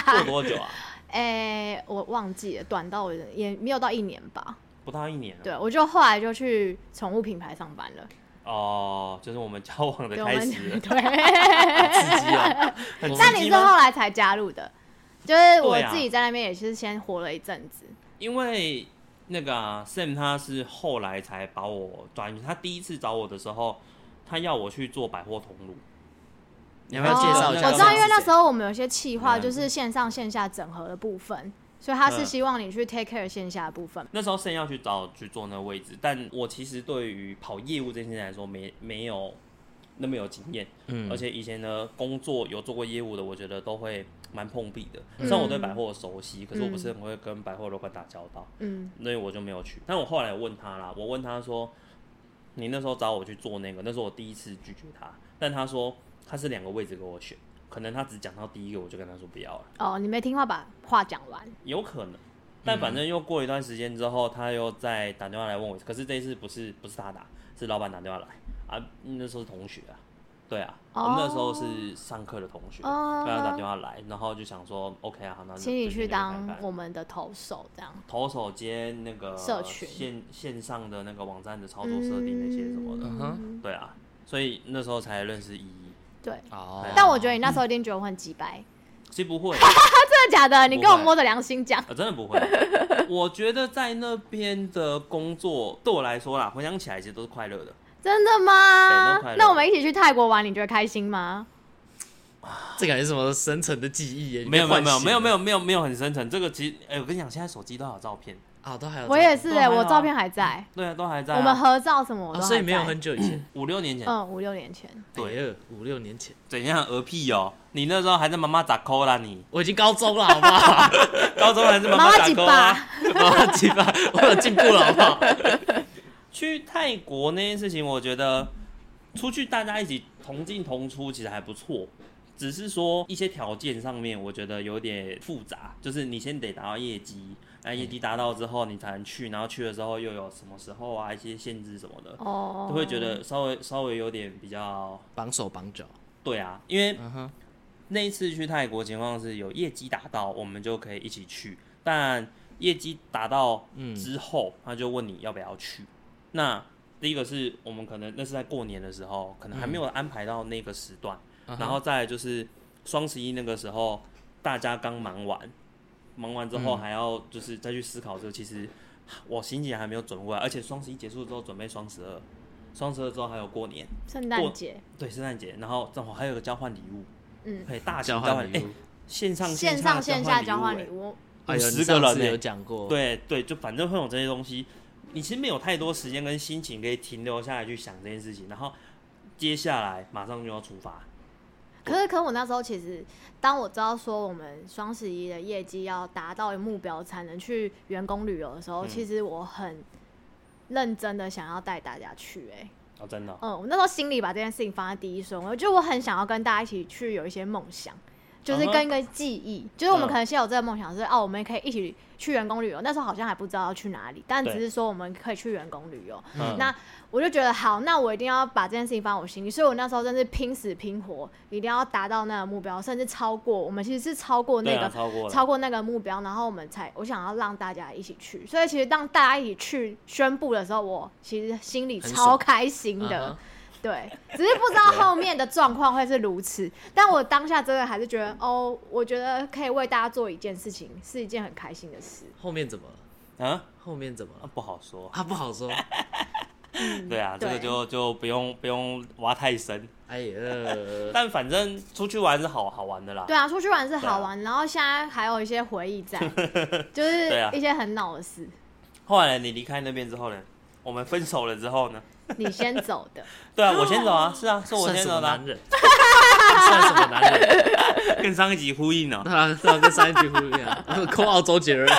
Speaker 2: 做多久啊？
Speaker 4: 哎、我忘记了，短到我也没有到一年吧。
Speaker 2: 不到一年啊。
Speaker 4: 对，我就后来就去宠物品牌上班了。
Speaker 2: 哦，就是我们交往的
Speaker 4: 对，我
Speaker 2: 开
Speaker 4: 们，
Speaker 2: 始了
Speaker 4: 对，
Speaker 2: 很刺激
Speaker 3: 哦
Speaker 2: 啊！很
Speaker 4: 但
Speaker 2: 刺
Speaker 4: 你
Speaker 2: 激
Speaker 4: 是
Speaker 2: 吗？
Speaker 4: 后来才加入的，就是我
Speaker 2: 对啊
Speaker 4: 自己在那边也是先活了一阵子。
Speaker 2: 因为那个、啊、Sam 他是后来才把我转去，他第一次找我的时候，他要我去做百货通路。
Speaker 3: 你要不要介绍一
Speaker 2: 那个
Speaker 3: 下？
Speaker 4: 我知道，因为那时
Speaker 3: 候
Speaker 4: 候我们有些企划
Speaker 2: 嗯
Speaker 4: 就是线上线下整合的部分，所以他是
Speaker 2: 嗯
Speaker 4: 希望你去 take care 线下的部分。
Speaker 2: 那时候 Sam 要去找我去做那个位置，但我其实对于跑业务这件事情来说，没没有那么有经验，
Speaker 3: 嗯
Speaker 2: 而且以前的工作有做过业务的，我觉得都会蛮碰壁的。虽然我对百货熟悉，可是我不是很会跟百货老板打交道。
Speaker 4: 嗯，
Speaker 2: 所以我就没有去。但我后来问他啦，我问他说，你那时候找我去做那个，那是我第一次拒绝他，但他说他是两个位置给我选，可能他只讲到第一个，我就跟他说不要了，
Speaker 4: 哦，你没听话把话讲完。
Speaker 2: 有可能。但反
Speaker 4: 嗯
Speaker 2: 正又过一段时间之后，他又再打电话来问我，可是这一次不是不是他打，是老板打电话来啊，那时候是同学啊，对啊，
Speaker 4: 哦
Speaker 2: 我们那时候是上课的同学，
Speaker 4: 哦
Speaker 2: 跟他打电话来，然后就想说 OK 啊，好那就
Speaker 4: 请你
Speaker 2: 就
Speaker 4: 去
Speaker 2: 先
Speaker 4: 当
Speaker 2: 看看
Speaker 4: 我们的投手，这样。
Speaker 2: 投手兼那个
Speaker 4: 社群
Speaker 2: 线线上的那个网站的操作设定那些什么的，
Speaker 3: 嗯哼
Speaker 2: 对啊，所以那时候才认识依依。
Speaker 4: 对，
Speaker 3: 哦
Speaker 2: 对啊，
Speaker 4: 但我觉得你那时候一定觉得我很鸡掰，
Speaker 2: 其实不会，
Speaker 4: 真的假的？你
Speaker 2: 不
Speaker 4: 跟我
Speaker 2: 会
Speaker 4: 摸着良心讲，
Speaker 2: 我真的不 会。我觉得在那边的工作对我来说啦，回想起来其实都是快乐的。
Speaker 4: 真的
Speaker 2: 对
Speaker 4: 吗
Speaker 2: 哎都快？乐
Speaker 4: 那我们一起去泰国玩，你觉得开心吗？
Speaker 3: 这感觉是什么深层的记忆耶？
Speaker 2: 没有没有没有没有没有
Speaker 3: 有
Speaker 2: 没有没有很深层。这个其实，哎、我跟你讲，现在手机都还有照片，
Speaker 3: 啊，都还有
Speaker 4: 我也是
Speaker 2: 呃都
Speaker 4: 哎，
Speaker 2: 还
Speaker 4: 我
Speaker 2: 好
Speaker 4: 照片还在，
Speaker 2: 对啊，都还在、
Speaker 4: 我们
Speaker 2: 啊。
Speaker 4: 合照什么我
Speaker 3: 哦，
Speaker 4: 都
Speaker 3: 所以
Speaker 4: 还
Speaker 3: 没有
Speaker 4: 在
Speaker 3: 很。久以前，
Speaker 2: 五六年前，
Speaker 4: 嗯，五六年前，
Speaker 2: 对
Speaker 3: 对，五六年前，
Speaker 2: 怎样？鹅屁哦！你那时候还在妈妈咋抠啦你？
Speaker 3: 我已经高中了，好不 好？
Speaker 2: 高中还是妈
Speaker 4: 妈妈
Speaker 2: 咋
Speaker 4: 几
Speaker 2: 抠
Speaker 4: 把
Speaker 2: 啊？
Speaker 3: 我有进步，我有进步了，好不好？
Speaker 2: 去泰国那件事情，我觉得出去大家一起同进同出其实还不错，只是说一些条件上面，我觉得有点复杂，就是你先得达到业绩，那业绩达到之后你才能去，然后去的时候又有什么时候啊一些限制什么的，
Speaker 4: 哦，
Speaker 2: 就会觉得稍微稍微有点比较
Speaker 3: 绑手绑脚，
Speaker 2: 对啊，因为
Speaker 3: 嗯哼，
Speaker 2: 那一次去泰国情况是有业绩达到，我们就可以一起去，但业绩达到
Speaker 3: 嗯
Speaker 2: 之后，他就问你要不要去。那第一个是我们可能那是在过年的时候，可能还没有安排到那个时段，
Speaker 3: 嗯
Speaker 2: 然后再来就是双十一那个时候，大家刚忙完，忙完之
Speaker 3: 嗯
Speaker 2: 后还要就是再去思考说，其实我心情还没有准备过来，而且双十一结束之后准备双十二，双十二之后还有过年，
Speaker 4: 圣诞节，
Speaker 2: 对圣诞节，然后正好还有个交换礼物。
Speaker 4: 嗯，
Speaker 2: 可以大型
Speaker 3: 交
Speaker 2: 交
Speaker 3: 换
Speaker 2: 换
Speaker 3: 礼
Speaker 2: 哎
Speaker 3: 物，，
Speaker 2: 线上
Speaker 4: 线
Speaker 2: 上
Speaker 4: 上线下交换
Speaker 2: 礼
Speaker 4: 礼
Speaker 2: 物欸
Speaker 4: 物，
Speaker 3: 哎呦，
Speaker 2: 50
Speaker 3: 你上
Speaker 2: 个人
Speaker 3: 次
Speaker 2: 欸
Speaker 3: 有讲过
Speaker 2: 哎，，对对，就反正会有这些东西，你其实没有太多时间跟心情可以停留下来去想这件事情，然后接下来马上就要出发，
Speaker 4: 可是，可是我那时候其实，当我知道说我们双十一的业绩要达到目标才能去员工旅游的时候，
Speaker 2: 嗯
Speaker 4: 其实我很认真的想要带大家去、欸。
Speaker 2: 哦，真的哦，
Speaker 4: 嗯，我那时候心里把这件事情放在第一顺位，我觉得我很想要跟大家一起去有一些梦想，就是
Speaker 2: 嗯哼
Speaker 4: 跟一个记忆就是我们
Speaker 2: 嗯
Speaker 4: 可能先有这个梦想是哦、我们可以一起去员工旅游。那时候好像还不知道要去哪里，但只
Speaker 2: 对
Speaker 4: 是说我们可以去员工旅游。
Speaker 2: 嗯
Speaker 4: 那我就觉得好，那我一定要把这件事情放在我心里，所以我那时候真是拼死拼活，一定要达到那个目标，甚至超过。我们其实是超过那
Speaker 2: 对
Speaker 4: 个、
Speaker 2: 啊，超过了，
Speaker 4: 超过那个目标，然后我们才我想要让大家一起去。所以其实让大家一起去宣布的时候，我其实心里
Speaker 3: 很
Speaker 4: 超
Speaker 3: 爽
Speaker 4: 开心
Speaker 3: 嗯
Speaker 4: 的。
Speaker 3: 哼
Speaker 4: 对，只是不知道后面的状况会是如此。但我当下真的还是觉得，哦，我觉得可以为大家做一件事情，是一件很开心的事。
Speaker 3: 后面怎么了？
Speaker 2: 啊，
Speaker 3: 后面怎么了？
Speaker 2: 不好说，
Speaker 3: 啊，不好说。
Speaker 2: 对啊，这个
Speaker 4: 对
Speaker 2: 就就不用不用挖太深，
Speaker 3: 哎呀，
Speaker 2: 但反正出去玩是好好玩的啦，
Speaker 4: 对啊，出去玩是
Speaker 2: 对啊
Speaker 4: 好玩，然后现在还有一些回忆 在，就是
Speaker 2: 对啊
Speaker 4: 一些很恼的事。
Speaker 2: 后来你离开那边之后呢，我们分手了之后呢，
Speaker 4: 你先走的，
Speaker 2: 对啊，我先走啊，是啊，是我
Speaker 3: 算
Speaker 2: 先
Speaker 3: 什
Speaker 2: 走
Speaker 3: 么
Speaker 2: 的啊
Speaker 3: 男，人？算什么男人？
Speaker 2: 跟上一集呼应呢。
Speaker 3: 对啊，对啊，跟上一集不一样。扣澳周杰伦、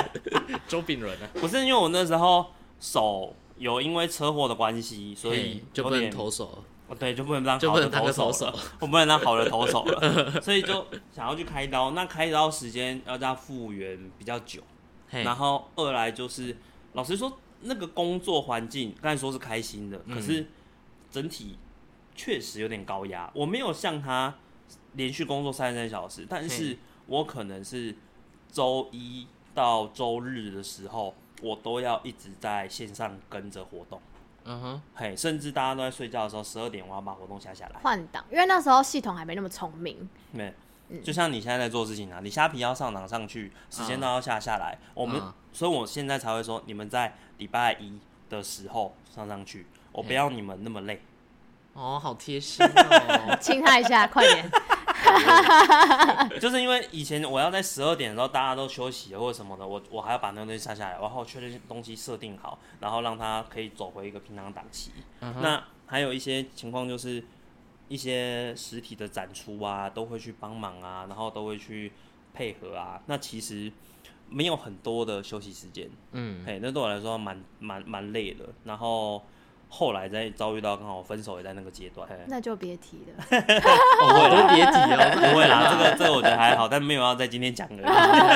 Speaker 3: 周炳伦啊，
Speaker 2: 不是因为我那时候手有因为车祸的关系，所以
Speaker 3: 嘿就不
Speaker 2: 有
Speaker 3: 能
Speaker 2: 点
Speaker 3: 投手。
Speaker 2: 哦对，就不能当
Speaker 3: 就
Speaker 2: 好
Speaker 3: 不
Speaker 2: 的
Speaker 3: 能当
Speaker 2: 投
Speaker 3: 个
Speaker 2: 手
Speaker 3: 投
Speaker 2: 了，
Speaker 3: 手
Speaker 2: 我不能当好的投手 了，所以就想要去开刀。那开刀时间要加复原比较久，
Speaker 3: 嘿，
Speaker 2: 然后二来就是老实说，那个工作环境刚才说是开心的，
Speaker 3: 嗯
Speaker 2: 可是整体确实有点高压。我没有像他连续工作三十三小时，但是
Speaker 3: 嘿
Speaker 2: 我可能是周一到周日的时候，我都要一直在线上跟着活动。
Speaker 3: 嗯哼，
Speaker 2: 嘿，甚至大家都在睡觉的时候，十二点我要把活动下下来。
Speaker 4: 换档，因为那时候系统还没那么聪明。
Speaker 2: 没，就像你现在在做事情啊，你虾皮要上档上去，时间到要下下来。我们
Speaker 3: 啊，
Speaker 2: 所以我现在才会说，你们在礼拜一的时候上上去，我不要你们那么累。
Speaker 3: 哦，好贴心哦。
Speaker 4: 亲他一下，快 点！
Speaker 2: 就是因为以前我要在十二点的时候大家都休息了或者什么的，我我还要把那个东西下下来，然后确认东西设定好，然后让它可以走回一个平常档期。
Speaker 3: 嗯哼
Speaker 2: 那还有一些情况就是一些实体的展出啊，都会去帮忙啊，然后都会去配合啊。那其实没有很多的休息时间，
Speaker 3: 嗯，
Speaker 2: 哎，那对我来说蛮蛮蛮累的。然后后来再遭遇到刚好分手也在那个阶段，嘿
Speaker 4: 那就别提了。
Speaker 3: 哦我都别提哦，
Speaker 2: 不会 啦，这个这个我觉得还好，但没有要在今天讲而已。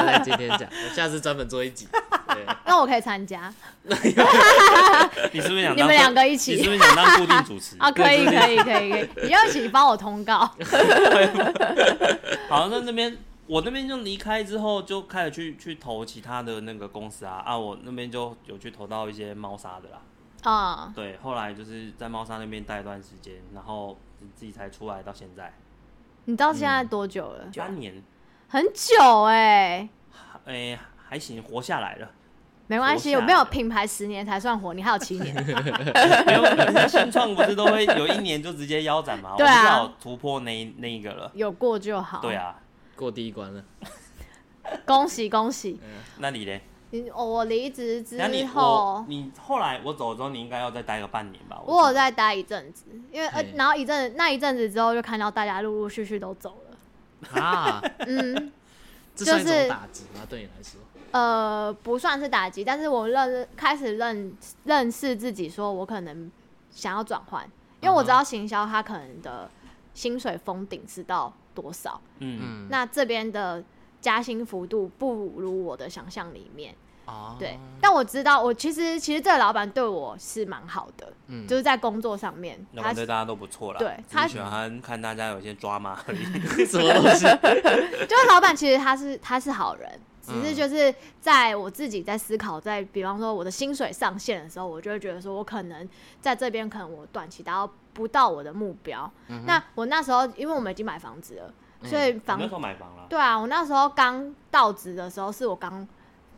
Speaker 3: 在今天讲，我下次专门做一集。对，
Speaker 4: 那我可以参加
Speaker 2: 你是不是想
Speaker 4: 你
Speaker 2: 当
Speaker 4: 们两个一起
Speaker 2: 你是不是想当固定主 持？
Speaker 4: 啊！可以，可以，可以，可以， 你要一起帮我通告。
Speaker 2: 好，那那边我那边就离开之后，就开始去去投其他的那个公司啊啊，我那边就有去投到一些猫砂的啦。
Speaker 4: 啊、
Speaker 2: 对，后来就是在猫砂那边待一段时间，然后自己才出来到现在
Speaker 4: 你知道现在多久了？
Speaker 2: 三年，
Speaker 4: 很久哎、
Speaker 2: 哎、还行，活下来了。
Speaker 4: 没关
Speaker 2: 活
Speaker 4: 系，
Speaker 2: 下来
Speaker 4: 我没有品牌十年才算活，你还有 七年。
Speaker 2: 没有，人家新创不是都会有一年就直接腰斩嘛？
Speaker 4: 对啊
Speaker 2: 我至少突破那一那一个了。
Speaker 4: 有过就好。
Speaker 2: 对，啊，
Speaker 3: 过第一关了。
Speaker 4: 恭喜恭喜！
Speaker 2: 那你嘞？
Speaker 4: 你哦，我离职之
Speaker 2: 嗯那你我
Speaker 4: 后，
Speaker 2: 你后来我走之后，你应该要再待个半年吧？
Speaker 4: 我
Speaker 2: 记
Speaker 4: 有
Speaker 2: 得
Speaker 4: 再待一阵子，因为呃
Speaker 3: 嘿，
Speaker 4: 然后一阵那一阵子之后，就看到大家陆陆续续都走了。
Speaker 3: 啊，
Speaker 4: 嗯，
Speaker 3: 这算一
Speaker 4: 就是
Speaker 3: 种打击吗？对你来说，
Speaker 4: 呃，不算是打击，但是我认开始认认识自己，说我可能想要转换，因为我知道行销它可能的薪水封顶是到多少。
Speaker 2: 嗯，
Speaker 3: 嗯，
Speaker 4: 那这边的加薪幅度不如我的想象里面，
Speaker 3: 哦，
Speaker 4: 对。但我知道，我其实其实这个老板对我是蛮好的，
Speaker 3: 嗯
Speaker 4: 就是在工作上面，
Speaker 2: 那
Speaker 4: 他
Speaker 2: 我对大家都不错啦。
Speaker 4: 对
Speaker 2: 只
Speaker 4: 他
Speaker 2: 是喜欢看大家有一些抓马 而已。
Speaker 3: 什么东西？
Speaker 4: 就是老板其实他是他是好人，只是
Speaker 3: 嗯
Speaker 4: 就是在我自己在思考，在比方说我的薪水上限的时候，我就会觉得说我可能在这边可能我短期达到不到我的目标。
Speaker 2: 嗯
Speaker 4: 那我那时候因为我们已经买房子了，所以
Speaker 2: 我
Speaker 4: 房、
Speaker 2: 那时候买房了。
Speaker 4: 对啊，我那时候刚到职的时候是我刚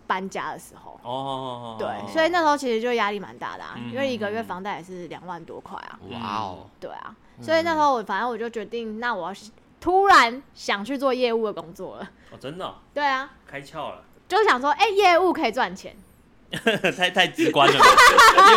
Speaker 4: 搬家的时候。
Speaker 2: 哦，
Speaker 4: 对，所以那时
Speaker 2: 候
Speaker 4: 候其实就压力蛮大的、啊，
Speaker 2: 嗯
Speaker 4: 因为一个月房贷也是两万多块啊。
Speaker 3: 哇哦，
Speaker 4: 对啊，
Speaker 2: 嗯
Speaker 4: 所以那时候我反正我就决定，那我要突然想去做业务的工作了。
Speaker 2: 哦，真的哦
Speaker 4: 对啊，
Speaker 2: 开窍 了，
Speaker 4: 就想说，哎、业务可以 赚钱，
Speaker 2: 太太直观了吧？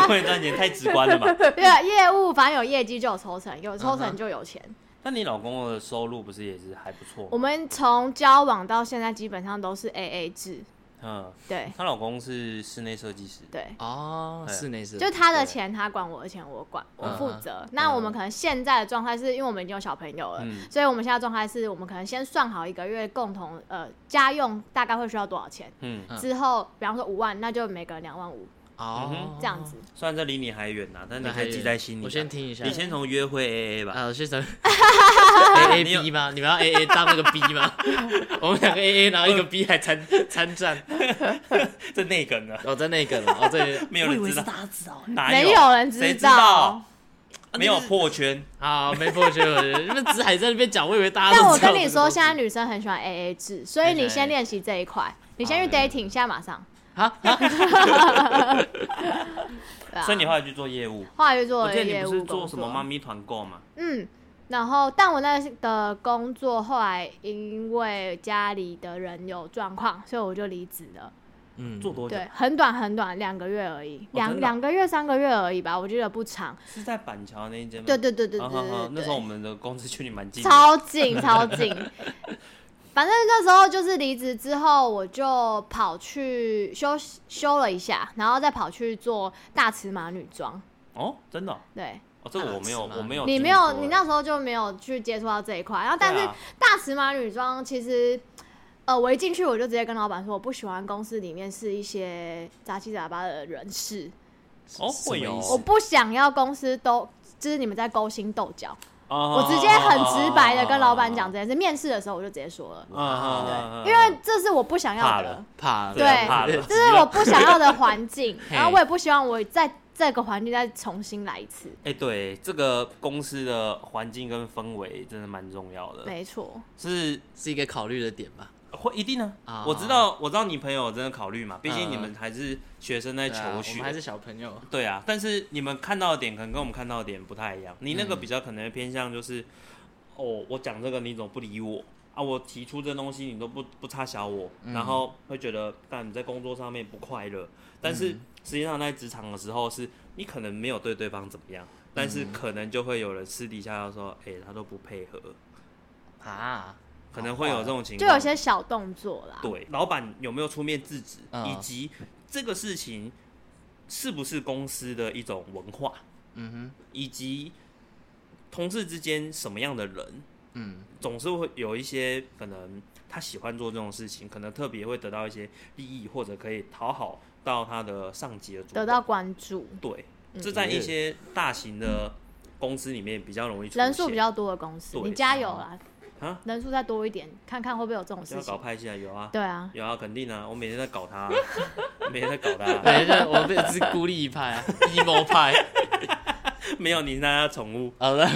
Speaker 2: 因为赚钱太直观了吧？
Speaker 4: 对，业务反正有业绩就有抽成，有抽
Speaker 2: 嗯
Speaker 4: 成就有钱。
Speaker 2: 那你老公的收入不是也是还不错
Speaker 4: 我
Speaker 2: 吗？
Speaker 4: 们从交往到现在基本上都是 A A 制，
Speaker 2: 嗯，
Speaker 4: 对
Speaker 2: 她老公是室内设计师。
Speaker 4: 对，
Speaker 3: 哦，
Speaker 2: 哎
Speaker 3: 室内是，
Speaker 4: 就他的钱他管，我的钱我管，我
Speaker 3: 嗯
Speaker 4: 负责。那我们可能现在的状态是因为我们已经有小朋友了，
Speaker 2: 嗯
Speaker 4: 所以我们现在的状态是我们可能先算好一个月共同呃家用大概会需要多少钱，
Speaker 2: 嗯，
Speaker 3: 嗯
Speaker 4: 之后比方说五万，那就每个人两万五
Speaker 3: 哦，
Speaker 4: 这样子。
Speaker 2: 虽然这离你还远呐，但你
Speaker 3: 那
Speaker 2: 可
Speaker 3: 还
Speaker 2: 以记在心里啊。
Speaker 3: 我先听一下
Speaker 2: 你，先从约会 AA 吧。
Speaker 3: 啊，我先从 A A
Speaker 2: 你有
Speaker 3: B 吗？你们要 A A 当那个 B 吗？我们两个 A A，然后一个 B 还参参战，
Speaker 2: 这内梗呢？
Speaker 3: 哦，在那个了，哦，这
Speaker 2: 没有人知道，大家知道，哪
Speaker 4: 没有人
Speaker 2: 谁知
Speaker 4: 道
Speaker 2: 道？没有破圈，
Speaker 3: 好没破圈，我觉得你们只海在那边讲，我以为
Speaker 2: 啊
Speaker 3: 大家
Speaker 4: 但
Speaker 3: 都
Speaker 4: 我
Speaker 3: 知道
Speaker 4: 跟你
Speaker 3: 这个
Speaker 4: 说，
Speaker 3: 东西
Speaker 4: 现在女生很喜欢 AA 制，所以你先练习这一块，你先去 dating，现在 马上。
Speaker 3: 啊啊
Speaker 4: 对啊
Speaker 2: 所以你后来去做业务。
Speaker 4: 后来就做
Speaker 2: 我
Speaker 4: 了
Speaker 2: 记得你
Speaker 4: 业
Speaker 2: 不
Speaker 4: 务
Speaker 2: 是
Speaker 4: 工
Speaker 2: 做什么妈
Speaker 4: 作，
Speaker 2: 咪团购嘛？
Speaker 4: 嗯，然后但我那的工作后来因为家里的人有状况，所以我就离职了。
Speaker 3: 嗯，
Speaker 2: 做多久？
Speaker 4: 对，很短很短，两个月而已，
Speaker 2: 哦真
Speaker 4: 两
Speaker 2: 的啊嗯
Speaker 4: 两个月三个月而已吧，我记得不长。
Speaker 2: 是在板桥那一间吗？
Speaker 4: 对对对对
Speaker 2: 啊
Speaker 4: 对
Speaker 2: 哈哈
Speaker 4: 对，
Speaker 2: 那时候我
Speaker 4: 对
Speaker 2: 们的公司距离蛮近的。
Speaker 4: 超 近超近。反正那时候就是离职之后，我就跑去休息休了一下，然后再跑去做大尺码女装。
Speaker 2: 哦，真的哦，
Speaker 4: 对
Speaker 2: 哦这个我没有，
Speaker 3: 大尺码
Speaker 2: 我没有经历过。
Speaker 4: 你没有，你那时候就没有去接触到这一块。然后，但
Speaker 2: 啊对
Speaker 4: 是
Speaker 2: 啊
Speaker 4: 大尺码女装其实，呃，我一进去我就直接跟老板说，我不喜欢公司里面是一些杂七杂八的人士，
Speaker 2: 哦会有
Speaker 3: 什么意思
Speaker 4: 我不想要公司都就是你们在勾心斗角。
Speaker 2: 我
Speaker 4: 我直接很
Speaker 2: 哦
Speaker 4: 直白的跟老板讲这件事，面试的时候我就直接说了，
Speaker 2: 啊，
Speaker 4: 因为这是我不想
Speaker 2: 怕
Speaker 4: 要的
Speaker 2: 了，啊
Speaker 3: 怕啊了，
Speaker 4: 对
Speaker 2: 怕了
Speaker 4: 这是我不想要的 环境，
Speaker 3: 嘿
Speaker 4: 然后我也不希望我在这个环境再重新来一次。
Speaker 2: 哎，对这个公司的环境跟氛围真的蛮重要的，
Speaker 4: 没错，
Speaker 2: 是
Speaker 3: 是一个考虑的点吧？
Speaker 2: 会一定呢
Speaker 3: 啊。
Speaker 2: 我知道，我知道你朋友真的考虑嘛，毕竟
Speaker 3: 嗯
Speaker 2: 你们还是学生在
Speaker 3: 对啊
Speaker 2: 求
Speaker 3: 我
Speaker 2: 学
Speaker 3: 们还，是小朋友，
Speaker 2: 对啊，但是你们看到的点可能跟我们看到的点不太一样。你那个
Speaker 3: 嗯
Speaker 2: 比较可能偏向就是，哦，我讲这个你怎么不理我啊？我提出这东西你都不不插小我，
Speaker 4: 嗯
Speaker 2: 然后会觉得，但你在工作上面不快乐。但是
Speaker 4: 嗯
Speaker 2: 实际上在职场的时候是，你可能没有对对方怎么样，但是
Speaker 4: 嗯
Speaker 2: 可能就会有人私底下说，哎、他都不配合，
Speaker 3: 啊，
Speaker 2: 可能会有这种情
Speaker 4: 哦就
Speaker 2: 况。
Speaker 4: 有些小动作啦。
Speaker 2: 对，老板有没有出面制止，
Speaker 3: 嗯
Speaker 2: 以及这个事情是不是公司的一种文化，
Speaker 3: 嗯
Speaker 2: 以及同事之间什么样的人，
Speaker 3: 哼，嗯
Speaker 2: 总是会有一些可能他喜欢做这种事情，可能特别会得到一些利益，或者可以讨好到他的上级的主
Speaker 4: 得
Speaker 2: 管。
Speaker 4: 到嗯关注，
Speaker 2: 对，这在一些大型的公司里面比较容易出现。
Speaker 4: 人数比较多的公司，
Speaker 2: 对
Speaker 4: 你加油啦！
Speaker 2: 啊，
Speaker 4: 人数再多一点，看看会不会有这种
Speaker 2: 就
Speaker 4: 事
Speaker 2: 要搞
Speaker 4: 情。
Speaker 2: 派系啊，有啊，
Speaker 4: 对啊，
Speaker 2: 有啊，肯定啊，我每天在搞他 啊、每天在搞他啊、
Speaker 3: 等一下，我这是孤立一派啊 ，emo 派，
Speaker 2: 没有你是他的宠物
Speaker 3: 好的，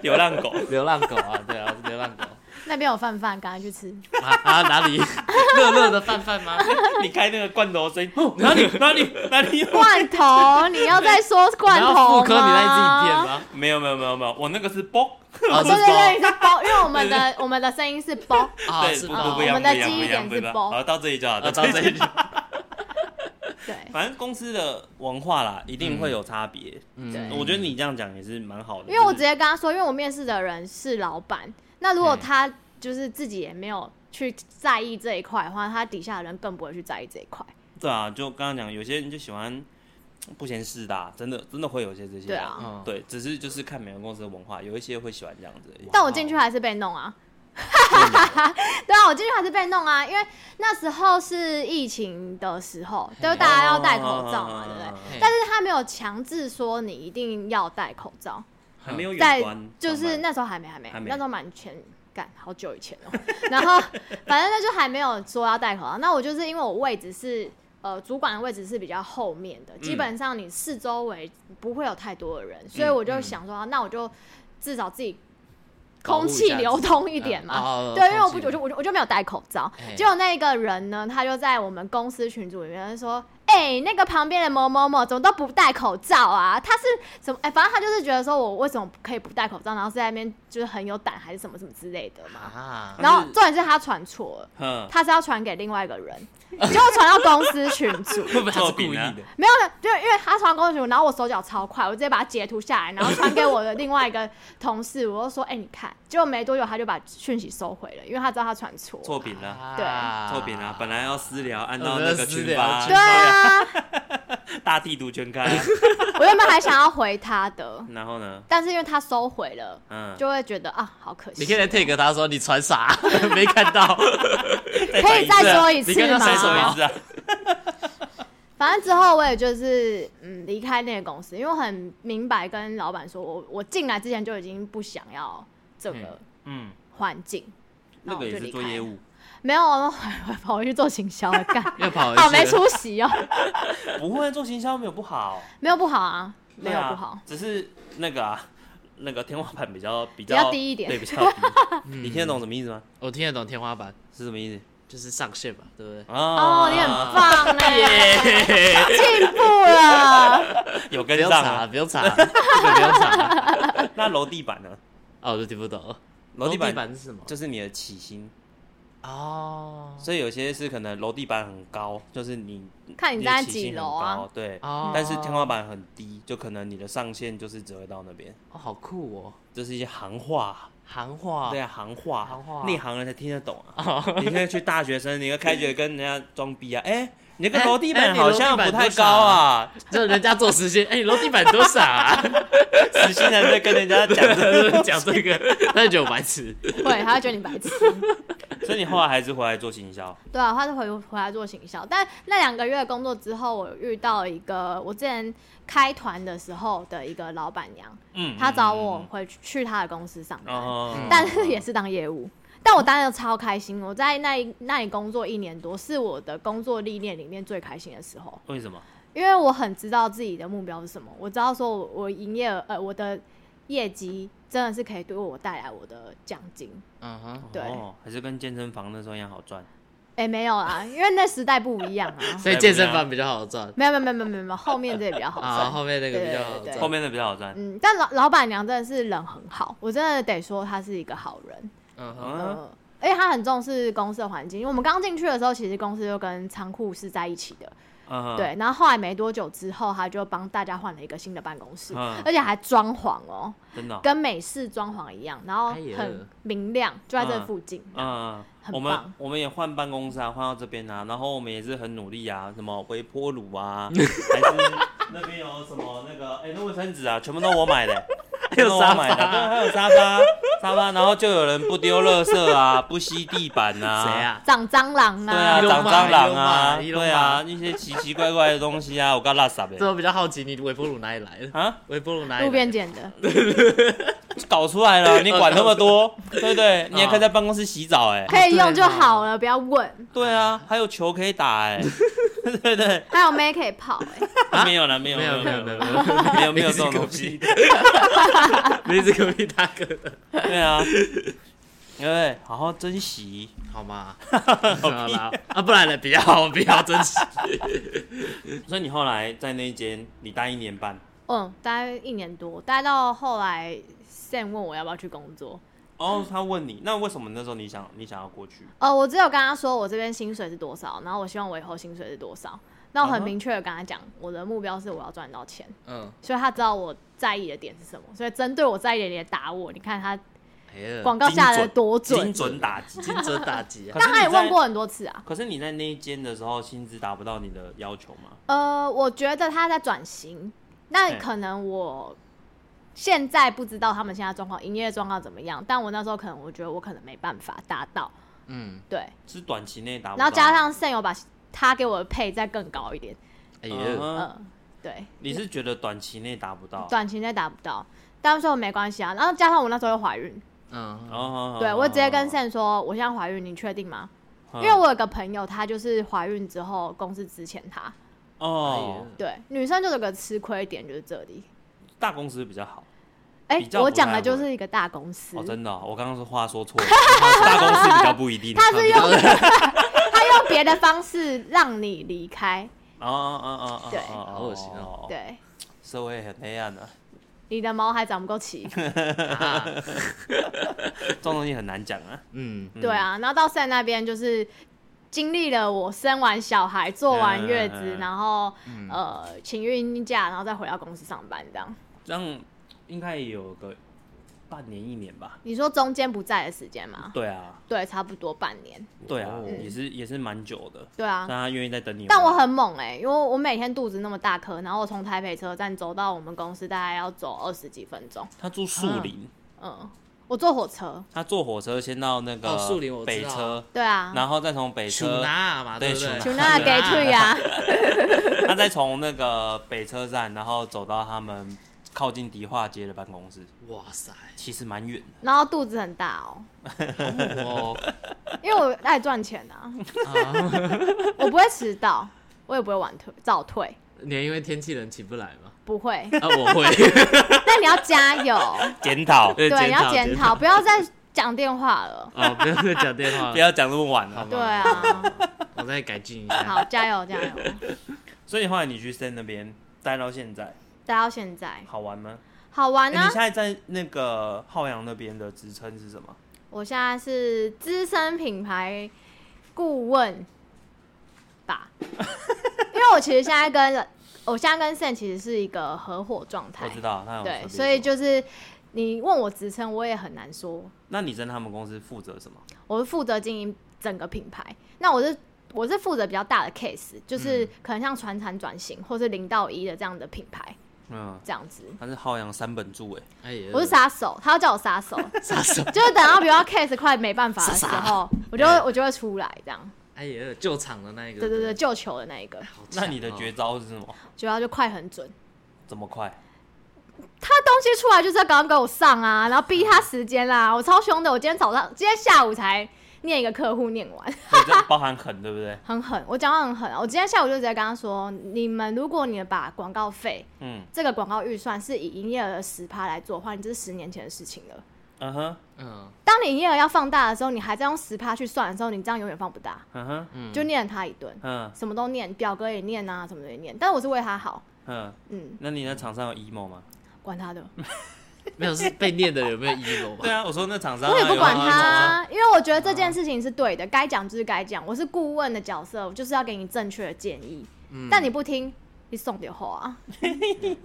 Speaker 2: 流浪狗。
Speaker 3: 流浪狗啊，对啊，我是流浪狗
Speaker 4: 那边有饭饭，赶快 去吃。
Speaker 3: 啊啊，哪里？ 乐乐的范范 吗？
Speaker 2: 你开那个罐头声音，哦哪里哪里哪里有？
Speaker 4: 罐头，你要再说 罐
Speaker 3: 你要
Speaker 4: 头
Speaker 3: 妇科，你来自己变
Speaker 4: 吗？
Speaker 3: 吗？
Speaker 2: 没有没有没有没有，我那个是嘣。
Speaker 3: 哦，
Speaker 4: 对
Speaker 3: 是
Speaker 4: 对对，
Speaker 3: 包
Speaker 4: 是包，因为我们的我们的声音是包。
Speaker 3: 啊，
Speaker 2: 对，
Speaker 3: 是
Speaker 2: 不
Speaker 3: 包
Speaker 2: 不
Speaker 4: 吗
Speaker 2: 不一
Speaker 4: 我
Speaker 2: 样，
Speaker 4: 们的
Speaker 2: 不一样，
Speaker 4: 记忆
Speaker 2: 不一样，
Speaker 4: 点
Speaker 2: 不一
Speaker 4: 是
Speaker 2: 样。
Speaker 4: 包
Speaker 2: 好，到这里就好，
Speaker 3: 啊，
Speaker 2: 到
Speaker 3: 到
Speaker 2: 这
Speaker 3: 这
Speaker 2: 里
Speaker 3: 里
Speaker 2: 就
Speaker 3: 去
Speaker 2: 好。
Speaker 4: 对
Speaker 2: 反正公司的文化啦，一定会有差别。
Speaker 4: 对，
Speaker 2: 我觉得你这样讲也是蛮好的，
Speaker 4: 因为我
Speaker 2: 就
Speaker 4: 直
Speaker 2: 是
Speaker 4: 接跟他说，因为我面试的人是老板，那如果
Speaker 3: 嗯
Speaker 4: 他就是自己也没有去在意
Speaker 2: 哦
Speaker 4: 这一块的话，他底下的人更不会去在意这一块。
Speaker 2: 对啊，就刚刚讲，有些人就喜欢不嫌事大，真的真的会有一些这些人
Speaker 4: 对啊
Speaker 3: 嗯
Speaker 2: 对，只是就是看每个公司的文化，有一些会喜欢这样子而已。
Speaker 4: 但我进去还是被弄啊。 对啊，我进去还是被弄啊，因为那时候是疫情的时候，就大家要戴口罩
Speaker 2: 哦
Speaker 4: 嘛，对不对？
Speaker 3: 嘿
Speaker 4: 但是他没有强制说你一定要戴口罩，
Speaker 2: 还没有
Speaker 4: 在
Speaker 2: 远观，
Speaker 4: 就是
Speaker 2: 上班
Speaker 4: 那时候还没还没，
Speaker 2: 还没
Speaker 4: 那时候蛮前干好久以前哦、然后反正那就还没有说要戴口罩。那我就是因为我位置是呃主管的位置是比较后面的，
Speaker 3: 嗯
Speaker 4: 基本上你四周围不会有太多的人，所以我就想说，啊那我就至少自己
Speaker 3: 嗯保护
Speaker 4: 空
Speaker 3: 一
Speaker 4: 气
Speaker 3: 下
Speaker 4: 流
Speaker 3: 自己
Speaker 4: 通一点嘛。
Speaker 3: 嗯哦
Speaker 4: 对，因为我
Speaker 3: 空
Speaker 4: 不
Speaker 3: 气
Speaker 4: 我就我就我就没有戴口罩
Speaker 3: 哎，
Speaker 4: 结果那个人呢，他就在我们公司群组里面就说。哎、那个旁边的某某某怎么都不戴口罩啊？他是怎么？哎、反正他就是觉得说我为什么可以不戴口罩，然后在那边就是很有胆还是什么什么之类的嘛。
Speaker 3: 啊，
Speaker 4: 然后重点是他传错了，
Speaker 2: 嗯，
Speaker 4: 他是要传给另外一个人，结果传到公司群组，
Speaker 3: 会不会他是
Speaker 2: 作
Speaker 3: 故意
Speaker 2: 品啊
Speaker 3: 的？
Speaker 4: 没有的，就因为他传到公司群组，然后我手脚超快，我直接把它截图下来，然后传给我的另外一个同事，我就说：“哎、你看。”结果没多久他就把讯息收回了，因为他知道他传错。
Speaker 2: 错饼了，
Speaker 3: 啊
Speaker 2: 错饼了，本来要私聊，按
Speaker 3: 我
Speaker 2: 照
Speaker 3: 们
Speaker 2: 那
Speaker 3: 要
Speaker 2: 个
Speaker 3: 私
Speaker 2: 群
Speaker 3: 聊
Speaker 2: 发，啊
Speaker 4: 对啊，
Speaker 2: 大地图全开，
Speaker 4: 我原本还想要回他的，
Speaker 2: 然后呢，
Speaker 4: 但是因为他收回了，
Speaker 2: 嗯，
Speaker 4: 就会觉得啊，好可惜。
Speaker 3: 你可以来 take 他说你传 啥，没看到，
Speaker 4: 可以再说一
Speaker 3: 你
Speaker 4: 次
Speaker 3: 跟他
Speaker 2: 啊再说
Speaker 3: 吗
Speaker 2: 一次啊，
Speaker 4: 反正之后我也就是嗯离开那个公司，因为我很明白跟老板说我我进来之前就已经不想要这个
Speaker 2: 嗯，
Speaker 4: 环境，那
Speaker 2: 那
Speaker 4: 我
Speaker 2: 个
Speaker 4: 就
Speaker 2: 也
Speaker 4: 离
Speaker 2: 是
Speaker 4: 开
Speaker 2: 做业
Speaker 4: 了。
Speaker 2: 务，
Speaker 4: 没有，我我跑回去做 行销了，干
Speaker 3: 要跑回去
Speaker 4: 好没出息哦，
Speaker 2: 不会做行销没有不好，
Speaker 4: 没有不好啊，没有
Speaker 2: 对啊
Speaker 4: 不好，
Speaker 2: 只是那个啊，那个天花板比较比
Speaker 4: 比
Speaker 2: 较
Speaker 4: 较低一点
Speaker 2: 对，比较 低。你听得懂什么意思吗？
Speaker 3: 我听得懂天花板，
Speaker 2: 是什么意思？
Speaker 3: 就是上线吧，对不对？
Speaker 4: 哦，
Speaker 2: 哦
Speaker 4: 你很棒 哎，
Speaker 3: 嘿嘿
Speaker 4: 进步了，
Speaker 2: 有
Speaker 3: 不
Speaker 2: 跟
Speaker 3: 用
Speaker 2: 上
Speaker 3: 查，
Speaker 2: 啊。
Speaker 3: 不用查，这个不用查。
Speaker 2: 那楼地板呢？
Speaker 3: 哦，我就听不懂。
Speaker 2: 楼
Speaker 3: 地
Speaker 2: 地
Speaker 3: 板
Speaker 2: 板
Speaker 3: 是什么？
Speaker 2: 就是你的起薪，
Speaker 3: 哦
Speaker 2: 所以有些是可能楼地板很高，就是你
Speaker 4: 看你
Speaker 2: 你
Speaker 4: 在
Speaker 2: 的起
Speaker 4: 几
Speaker 2: 薪很
Speaker 4: 楼啊
Speaker 2: 高，？对。
Speaker 3: 哦，
Speaker 2: 但是天花板很低，就可能你的上限就是只会到那边，
Speaker 3: 哦，好酷哦，
Speaker 2: 这是一些行话，
Speaker 3: 行话。
Speaker 2: 对啊，行话，
Speaker 3: 行话
Speaker 2: 内行人才听得懂啊。 你现在去大学生，你要开学跟人家装逼啊，哎，你那个楼地
Speaker 3: 哎哎
Speaker 2: 板
Speaker 3: 你楼
Speaker 2: 好
Speaker 3: 地
Speaker 2: 像
Speaker 3: 板
Speaker 2: 不太
Speaker 3: 多少
Speaker 2: 高
Speaker 3: 啊
Speaker 2: 啊，
Speaker 3: 就人家做实习，哎、你楼地板多少啊？
Speaker 2: 死心人在跟人家讲这个，
Speaker 3: 讲这个，那就白痴。
Speaker 4: 会，他会觉得你白痴。
Speaker 2: 所以你后来还是回来做行销，
Speaker 4: 对啊，他是回回来做行销，但那两个月的工作之后，我遇到一个我之前开团的时候的一个老板娘，
Speaker 2: 嗯
Speaker 4: 她找我回去去她的公司上班，
Speaker 2: 哦，
Speaker 4: 但是也是当业务。但我当时超开心，我在那一那里工作一年多，是我的工作历练里面最开心的时候，
Speaker 2: 为什么？
Speaker 4: 因为我很知道自己的目标是什么，我知道说我我营业额呃我的业绩真的是可以对我带来我的奖金，
Speaker 3: 嗯哼，
Speaker 4: 对
Speaker 2: 哦，还是跟健身房那时候一样好赚。
Speaker 4: 哎、没有啦，因为那时代不一样啊，
Speaker 3: 所以健身房比较好赚
Speaker 4: 没有没有没有没有没有没有，后面这个比较好
Speaker 3: 啊，
Speaker 4: 赚。
Speaker 3: 后面那个比较好
Speaker 4: 对
Speaker 3: 赚。
Speaker 2: 后面的比较好赚。
Speaker 4: 嗯，但老老板娘真的是人很好，我真的得说她是一个好人。
Speaker 3: 嗯哼，
Speaker 2: 嗯，
Speaker 4: 呃，而且她很重视公司的环境，因为我们刚进去的时候，其实公司就跟仓库是在一起的。
Speaker 2: 嗯，
Speaker 4: 对，然后后来没多久之后，她就帮大家换了一个新的办公室，
Speaker 2: 嗯
Speaker 4: 而且还装潢哦，
Speaker 2: 真的哦。
Speaker 4: 跟美式装潢一样，然后
Speaker 3: 哎呀
Speaker 4: 很明亮，就在这附近。
Speaker 2: 嗯，
Speaker 4: 很
Speaker 2: 我们
Speaker 4: 棒
Speaker 2: 我们也换办公室啊，换到这边啊，然后我们也是很努力啊，什么微波炉 啊，还是那边有什么那个哎、那卫生纸啊，全部都我买的、全部都我买的，
Speaker 3: 还有
Speaker 2: 对，还有沙
Speaker 3: 沙发
Speaker 2: 发 沙发，然后就有人不丢垃圾啊， 不吸地板啊，
Speaker 3: 谁？啊？
Speaker 4: 长蟑螂
Speaker 2: 对啊，
Speaker 4: 啊，
Speaker 3: Elon
Speaker 2: 长
Speaker 3: Musk，
Speaker 2: 蟑螂
Speaker 3: Elon
Speaker 2: 啊，
Speaker 3: Musk，Elon
Speaker 2: 对啊，那些奇奇怪怪的东西啊，我刚垃圾
Speaker 3: 这
Speaker 2: 的
Speaker 3: 我比较好奇，你微波炉哪里来的？
Speaker 2: 啊，
Speaker 3: 微波炉哪里来的？
Speaker 4: 路边捡的。
Speaker 2: 搞出来 了，你管那么多，对不
Speaker 3: 啊
Speaker 2: 对？你也可以在办公室洗澡哎、
Speaker 4: 可以用
Speaker 3: 对
Speaker 4: 就
Speaker 3: 哦
Speaker 4: 好了，不要问。
Speaker 2: 对啊，还有球可以打 哎、对对
Speaker 4: 还有妹可以泡、哎，
Speaker 3: 啊
Speaker 2: 没有了，没有
Speaker 3: 没有没有
Speaker 2: 没
Speaker 3: 没有
Speaker 2: 有没
Speaker 3: 没有
Speaker 2: 有 没有这种东西，
Speaker 3: 你是隔壁大哥的，
Speaker 2: 对啊，对不对？好好珍惜，
Speaker 3: 好吗？好啦，啊，不然呢？不要不要，真是。
Speaker 2: 所以你后来在那一间，你待一年半。
Speaker 4: 嗯，大概一年多，大概到后来，Sam 问我要不要去工作，
Speaker 2: 哦，他问你，那为什么那时候你想你想要过去？
Speaker 4: 呃，我只有跟他说我这边薪水是多少，然后我希望我以后薪水是多少。那我很
Speaker 2: 嗯哼
Speaker 4: 明确的跟他讲，我的目标是我要赚到钱，
Speaker 3: 嗯，
Speaker 4: 所以他知道我在意的点是什么，所以针对我在意的点打我。你看他
Speaker 3: 哎
Speaker 4: 广告下的
Speaker 2: 呃精
Speaker 4: 多
Speaker 2: 精
Speaker 4: 准。
Speaker 2: 准打击。
Speaker 3: 金折打击啊
Speaker 2: 可！
Speaker 4: 但
Speaker 2: 是
Speaker 4: 他也
Speaker 2: 你在
Speaker 4: 问过很多次啊。
Speaker 2: 可是你在那一间的时候，薪资达不到你的要求吗？
Speaker 4: 呃，我觉得他在转型，那
Speaker 2: 嗯
Speaker 4: 可能我现在不知道他们现在状况、营业状况怎么样，但我那时候可能我觉得我可能没办法达到，
Speaker 3: 嗯，
Speaker 4: 对，
Speaker 2: 是短期内达不到。
Speaker 4: 然后加，上 Sam 有把他给我的配再更高一点，
Speaker 3: 哎
Speaker 2: 嗯
Speaker 3: 呦，
Speaker 4: 嗯、
Speaker 2: 哼，
Speaker 4: 对，
Speaker 2: 你是觉得短期内达不到？
Speaker 4: 短期内达不到，但是我没关系啊，然后加上我那时候又怀孕，
Speaker 3: 嗯，
Speaker 2: 哦，嗯
Speaker 4: 对我直接跟
Speaker 2: 谁？
Speaker 4: Sam 说我现在怀孕，你确定吗？
Speaker 2: 因
Speaker 4: 因为我有个朋友，她就是怀孕之后公司之前她，
Speaker 2: 哦，
Speaker 4: 对，女生就有个吃亏点就是这里。
Speaker 2: 大公司比较好。
Speaker 4: 哎、
Speaker 2: 比较
Speaker 4: 我
Speaker 2: 不
Speaker 4: 讲
Speaker 2: 太
Speaker 4: 的就
Speaker 2: 会
Speaker 4: 是一个大公司，
Speaker 2: 哦，真的哦，我刚刚是话说错 了，大公司比较不一定。
Speaker 4: 他是
Speaker 2: 啊
Speaker 4: 用 他用别的方式让你离开，
Speaker 2: 啊啊啊啊！
Speaker 4: 对
Speaker 2: 哦
Speaker 3: 好恶心哦！
Speaker 2: 哦
Speaker 4: 对，
Speaker 2: 社会很黑暗的，
Speaker 4: 你的毛还长不够齐，
Speaker 3: 啊，
Speaker 2: 这种东西很难讲啊。
Speaker 3: 嗯，
Speaker 4: 对啊。然后到赛那边就是经历了我生完小孩、坐完月子，
Speaker 2: 嗯嗯嗯
Speaker 4: 然后、呃请孕假，然后再回到公司上班这样。
Speaker 2: 这样应该也有个半年一年吧。
Speaker 4: 你说中间不在的时间吗？
Speaker 2: 对啊，
Speaker 4: 对，差不多半年。
Speaker 2: 对啊，
Speaker 3: 哦
Speaker 2: 也是也是蛮久的，
Speaker 4: 对啊
Speaker 2: 但，他愿意再等你回来。
Speaker 4: 但我很猛哎、因为我每天肚子那么大颗，然后我从台北车站走到我们公司大概要走二十几分钟。
Speaker 2: 他住树林，
Speaker 4: 嗯，我坐火车。
Speaker 2: 他坐火车先到那个
Speaker 3: 哦树林我知道
Speaker 2: 北车，
Speaker 4: 对啊，
Speaker 2: 然后再从北
Speaker 3: 楚
Speaker 2: 车，
Speaker 3: 纳 嘛，
Speaker 2: 对啊
Speaker 3: 不对？
Speaker 2: 楚
Speaker 4: 就那给退啊呀。
Speaker 2: 他再从那个北车站，然后走到他们靠近迪化街的办公室，
Speaker 3: 哇塞，
Speaker 2: 其实蛮远的。
Speaker 4: 然后肚子很大哦，
Speaker 3: 哦，
Speaker 4: 因为我爱赚钱 啊，我不会迟到，我也不会晚退早退，
Speaker 3: 你因为天气冷起不来吗？
Speaker 4: 不会。
Speaker 3: 啊，我会，
Speaker 4: 但你要加 油，
Speaker 2: 检讨，
Speaker 3: 对
Speaker 4: 对，你要检讨，，不要再讲电话了。
Speaker 3: 哦，不要再讲电话
Speaker 2: 不
Speaker 3: 了，
Speaker 2: 要讲那么晚
Speaker 3: 好
Speaker 2: 了。
Speaker 3: 吧
Speaker 4: 对啊，
Speaker 3: 我再改进一下。
Speaker 4: 好，加油加油，
Speaker 2: 所以后来你去森那边待到现在，
Speaker 4: 待到现在，
Speaker 2: 好玩吗？
Speaker 4: 好玩
Speaker 2: 欸
Speaker 4: 啊
Speaker 2: 你现！在在那个浩洋那边的职称是什么？
Speaker 4: 我现在是资深品牌顾问吧，因为我其实现在跟我现在跟 Sam 其实是一个合伙状
Speaker 2: 我
Speaker 4: 态
Speaker 2: 知，道，他有特别
Speaker 4: 对，
Speaker 2: 说
Speaker 4: 所以就是你问我职称，我也很难说。
Speaker 2: 那你在他们公司负责什么？
Speaker 4: 我是负责经营整个品牌。那我是我是负责比较大的 case，就是可能像传产转型或是零到一的这样的品牌
Speaker 2: 嗯，
Speaker 4: 这样子。
Speaker 2: 他是浩洋三本柱哎，
Speaker 3: 哎呀，
Speaker 4: 我是杀手，他要叫我杀手，
Speaker 3: 杀手，
Speaker 4: 就是等到比如说 case 快没办 法的时
Speaker 3: 杀
Speaker 4: 候，我就会我就会出来这样。
Speaker 3: 哎呀，救场的那一个，
Speaker 4: 哎对对对，，救球的那一个，
Speaker 3: 好
Speaker 2: 那
Speaker 3: 强哦
Speaker 2: 你的绝招是什么？
Speaker 4: 主要就快很准。
Speaker 2: 这么快？
Speaker 4: 他东西出来就是要赶快给我上啊，然后逼他时间啦，我超凶的。我今天早上今天下午才念一个客户念完。
Speaker 2: 所以这包含狠，对不对？
Speaker 4: 很狠，我讲话很狠啊。我今天下午就直接跟他说，你们如果你们把广告费
Speaker 2: 嗯
Speaker 4: 这个广告预算是以营业额十趴来做的话，你这是十年前的事情了。
Speaker 2: 嗯哼
Speaker 3: 嗯，
Speaker 4: 当你营业额要放大的时候，你还在用十趴去算的时候，你这样永远放不大，
Speaker 2: 嗯哼
Speaker 4: 就念他一顿，
Speaker 2: 嗯
Speaker 4: 什么都念，表格也念啊，什么的也念。但我是为他好，
Speaker 2: 嗯，
Speaker 4: 嗯，
Speaker 2: 那你那厂商有 emo 吗？
Speaker 4: 管他的，
Speaker 3: 没有是被念的有没有 emo
Speaker 2: 对
Speaker 3: 吧？
Speaker 2: 啊，我说那厂商啊
Speaker 4: 我也不管
Speaker 2: 有没有
Speaker 4: 他
Speaker 2: emo 啊
Speaker 4: 啊，因为我觉得这件事情是对的，该讲就是该讲。我是顾问的角色，我就是要给你正确的建议，
Speaker 2: 嗯
Speaker 4: 但你不听，你送点后啊。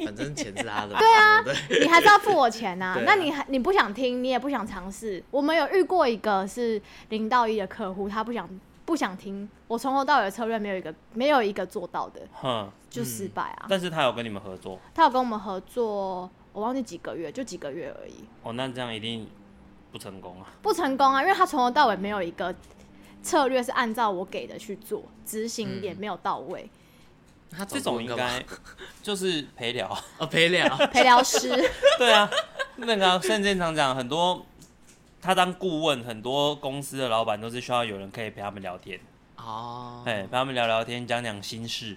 Speaker 3: 反正钱是他的嘛，对啊，对
Speaker 4: 你还是要付我钱呐、
Speaker 3: 对啊
Speaker 4: 那你还你不想听，你也不想尝试。我们有遇过一个是零到一的客户，他不想不想听，我从头到尾的策略没有一个没有一个做到的，
Speaker 2: 哼，
Speaker 4: 就失败啊。
Speaker 3: 嗯
Speaker 2: 但是他有跟你们合作
Speaker 4: 他有跟我们合作，我忘记几个月，就几个月而已，
Speaker 2: 哦，那这样一定不成功啊。
Speaker 4: 不成功啊，因为他从头到尾没有一个策略是按照我给的去做，执行
Speaker 3: 嗯
Speaker 4: 也没有到位。
Speaker 3: 他
Speaker 2: 这种应该就是陪聊，
Speaker 3: 哦陪聊，
Speaker 4: 陪聊师
Speaker 2: 对啊，那个啊甚至常讲很多，他当顾问，很多公司的老板都是需要有人可以陪他们聊天，
Speaker 3: 哦，
Speaker 2: 哎、陪他们聊聊天，讲讲心事，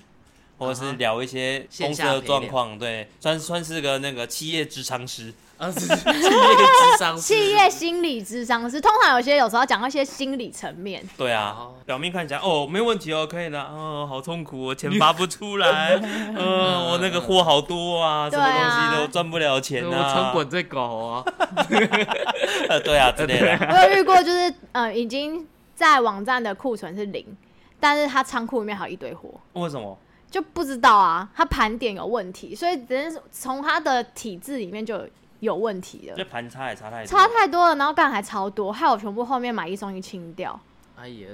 Speaker 2: 或者
Speaker 3: 啊
Speaker 2: 是
Speaker 3: 哈
Speaker 2: 聊一些公司的状况，对，算算是个那个企业职场师，
Speaker 3: 啊，是是企业智商是
Speaker 4: 企业心理智商师，通常有些有时候讲到一些心理层面，
Speaker 2: 对啊，
Speaker 3: 哦
Speaker 2: 表面看起来哦没问题哦，可以的，哦好痛苦，我钱发不出 来，嗯、我那个货好多啊，什
Speaker 4: 对
Speaker 2: 么
Speaker 4: 啊
Speaker 2: 东西都赚不了钱
Speaker 3: 我
Speaker 2: 啊
Speaker 3: 常，滚这狗哦，
Speaker 2: 呃对啊之类 的，
Speaker 4: 我有遇过，就是呃，已经在网站的库存是零，但是他仓库里面还有一堆货，
Speaker 2: 为什么？
Speaker 4: 就不知道啊，他盘点有问题，所以只是从他的体制里面就有有问题的
Speaker 2: 这，盘差也差太多，
Speaker 4: 差太多了，然后干还超多，害我全部后面买一送一清掉，
Speaker 3: 哎呀，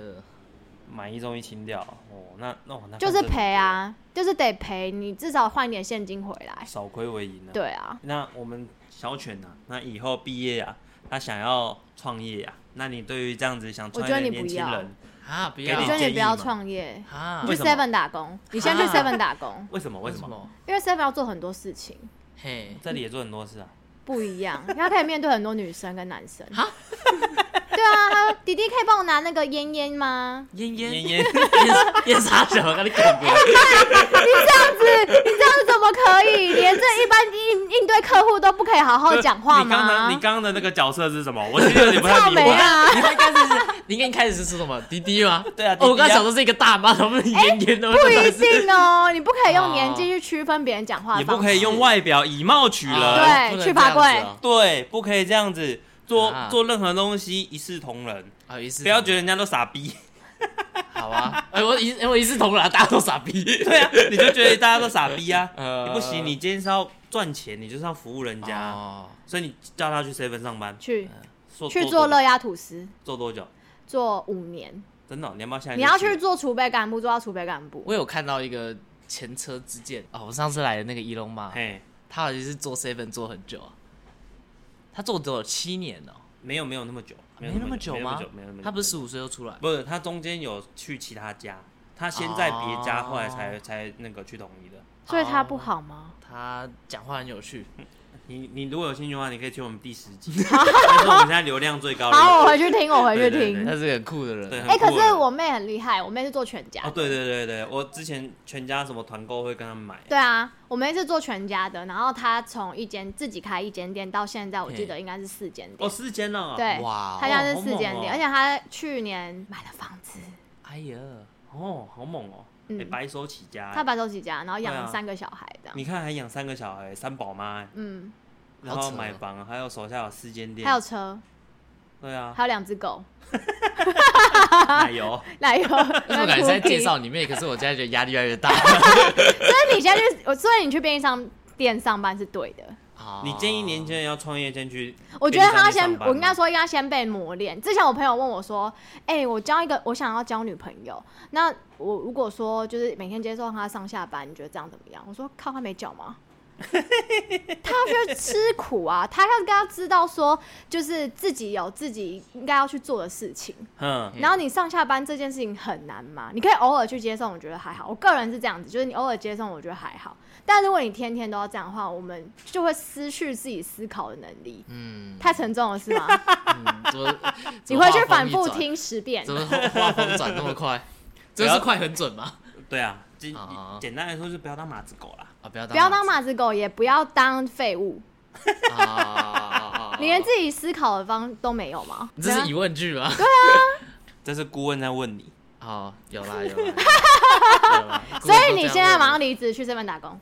Speaker 2: 买一送一清掉哦，那那我那
Speaker 4: 就是
Speaker 2: 真的
Speaker 4: 赔啊，就是得赔，你至少换一点现金回来。
Speaker 2: 少亏为赢啊。，
Speaker 4: 对啊，
Speaker 2: 那我们小犬呢、啊？那以后毕业啊，他想要创业啊，那你对于这样子想创业
Speaker 4: 我
Speaker 2: 的
Speaker 4: 觉得你
Speaker 2: 年
Speaker 4: 不
Speaker 2: 轻
Speaker 4: 要
Speaker 2: 人，
Speaker 3: 啊，不
Speaker 2: 给
Speaker 3: 要
Speaker 4: 我
Speaker 2: 你
Speaker 4: 觉得
Speaker 2: 建
Speaker 4: 你
Speaker 2: 议
Speaker 4: 不
Speaker 2: 嘛
Speaker 4: 要创业，
Speaker 3: 啊
Speaker 4: 你，去
Speaker 2: 为什么
Speaker 4: Seven 打工，你先去
Speaker 3: 啊
Speaker 4: Seven 打工，
Speaker 2: 为什么？为什
Speaker 3: 什
Speaker 2: 么？
Speaker 3: 么？
Speaker 4: 因为 Seven 要做很多事情，
Speaker 3: 嘿，
Speaker 2: 这里也做很多事 啊，
Speaker 4: 不一样，他可以面对很多女生跟男生。
Speaker 3: 啊
Speaker 4: 对啊，他弟弟可以帮我拿那个烟烟吗？
Speaker 3: 烟烟
Speaker 2: 烟
Speaker 3: 烟
Speaker 2: 烟
Speaker 3: 烟啥小，我跟你讲过，
Speaker 4: 这样子，你这样子怎么可以？连这一般应应对客户都不可以好好讲话
Speaker 2: 你刚刚
Speaker 4: 吗？
Speaker 2: 你刚刚的那个角色是什么？我其实有点不太
Speaker 4: 草
Speaker 2: 明
Speaker 4: 莓
Speaker 2: 白。
Speaker 4: 啊！
Speaker 3: 你刚开始是，你刚开始是说什么？滴滴吗？
Speaker 2: 对啊滴滴啊
Speaker 3: 哦我刚想说是一个大妈，能不能烟烟都
Speaker 4: 哎不
Speaker 3: 不
Speaker 4: 一定哦，你不可以用年纪去区分别人讲话
Speaker 2: 也
Speaker 4: 的
Speaker 2: 不
Speaker 4: 方
Speaker 2: 可以
Speaker 4: 式。
Speaker 2: 用外表以貌取人，
Speaker 4: 对
Speaker 3: 哦
Speaker 4: 去爬柜
Speaker 2: 对，不可以这样子做、
Speaker 3: 啊
Speaker 2: 做任何东西一视同仁，
Speaker 3: 啊，一视
Speaker 2: 不要觉得人家都傻逼。
Speaker 3: 得好啊，哎，我一哎我一视同仁啊，大家都傻逼，
Speaker 2: 对 啊，你就觉得大家都傻逼啊！
Speaker 3: 呃
Speaker 2: 你不行，你今天是要赚钱，你就是要服务人家啊，
Speaker 3: 哦，
Speaker 2: 所以你叫他去 seven 上班，
Speaker 4: 去
Speaker 2: 做
Speaker 4: 去
Speaker 2: 做
Speaker 4: 做
Speaker 2: 多
Speaker 4: 乐压吐司，
Speaker 2: 做多久？
Speaker 4: 做五年，
Speaker 2: 真的哦，你要不要现在？
Speaker 4: 你要去？做储备干部，做到储备干部。
Speaker 3: 我有看到一个前车之鉴哦，我上次来的那个伊隆嘛，
Speaker 2: 嘿，
Speaker 3: 他好像是做 seven 做很久啊，他做只有七年哦，
Speaker 2: 没有没有那么久，
Speaker 3: 没
Speaker 2: 有
Speaker 3: 那么久吗
Speaker 2: 没有那么久，没有那么久。
Speaker 3: 他不是十五岁就出来
Speaker 2: 不是他中间有去其他家，他先在别家，
Speaker 3: 哦
Speaker 2: 后来才才那个去统一的。
Speaker 4: 所以他不好吗？
Speaker 3: 他讲话很有趣，
Speaker 2: 嗯你你如果有兴趣的话，你可以去我们第十集， 那是我们现在流量最高的一
Speaker 4: 好，
Speaker 2: 个。
Speaker 4: 我回去听，我回去
Speaker 2: 对对对
Speaker 4: 听
Speaker 3: 他。是个很酷的人。啊
Speaker 2: 对，很
Speaker 4: 哎，可
Speaker 2: 酷啊
Speaker 4: 是
Speaker 2: 的
Speaker 4: 我妹很厉害，我妹是做全家
Speaker 2: 哦，。对对对对，我之前全家什么团购会跟他们买，
Speaker 4: 对啊，我妹是做全家的，然后她从一间自己开一间店到现在，我记得应该是四间
Speaker 2: 哦，
Speaker 4: 店。
Speaker 2: 四间了，
Speaker 4: 对，
Speaker 3: 哇哦
Speaker 4: 她现在是四
Speaker 2: 好
Speaker 4: 间
Speaker 2: 猛哦
Speaker 4: 店，而且她去年买了房子，
Speaker 3: 哎呀，
Speaker 2: 哦，好猛哦，
Speaker 4: 嗯
Speaker 2: 哎，白手起家
Speaker 4: 她
Speaker 2: 哎，
Speaker 4: 白手起家，然后养
Speaker 2: 对
Speaker 4: 了
Speaker 2: 啊
Speaker 4: 三个小孩这样。
Speaker 2: 你看还养三个小孩，三宝妈哎，
Speaker 4: 嗯，
Speaker 2: 然
Speaker 3: 好
Speaker 2: 后
Speaker 3: 扯哦
Speaker 2: 买房，还有手下有四间店，
Speaker 4: 还有车，
Speaker 2: 对啊，
Speaker 4: 还有两只狗，
Speaker 2: 奶 油，
Speaker 4: 奶
Speaker 3: 为
Speaker 4: 油。
Speaker 3: 什么感觉在介绍你妹？可是我现在觉得压力越来 越大。
Speaker 4: 所以你现在就是，我所以你去便利商店上班是对的。
Speaker 3: 哦
Speaker 2: 你建议年轻人要创业先去
Speaker 4: 我
Speaker 2: 便利
Speaker 4: 觉得
Speaker 2: 商店上班吗？
Speaker 4: 他要先，我应该说应该先被磨练。之前我朋友问我说：“哎、我交一个，我想要交女朋友，那我如果说就是每天接送她上下班，你觉得这样怎么样？”我说：“靠，他没脚吗？” 他要去吃苦啊，他要跟他知道说，就是自己有自己应该要去做的事情。
Speaker 2: 嗯，
Speaker 4: 然后你上下班这件事情很难吗？你可以偶尔去接送，我觉得还好。我个人是这样子，就是你偶尔接送，我觉得还好。但如果你天天都要这样的话，我们就会失去自己思考的能力。
Speaker 3: 嗯，
Speaker 4: 太沉重了是 吗？
Speaker 3: 嗯怎么
Speaker 4: 你回去反复，听十遍
Speaker 3: 怎。么画风转那 么快？这是快很准吗？
Speaker 2: 对啊，简
Speaker 3: 啊
Speaker 2: 简单来说就不要当马子狗啦，
Speaker 3: 啊，不要
Speaker 4: 不要当
Speaker 3: 马
Speaker 4: 马子狗，也不要当废物，
Speaker 3: 啊啊啊啊啊！
Speaker 4: 你连自己思考的方都没有吗？
Speaker 3: 这是疑问句吗？
Speaker 2: 这是顾问在问 你，
Speaker 3: 哦，有啦有啦。有啦
Speaker 4: 所以你现在马上离职去这边打工，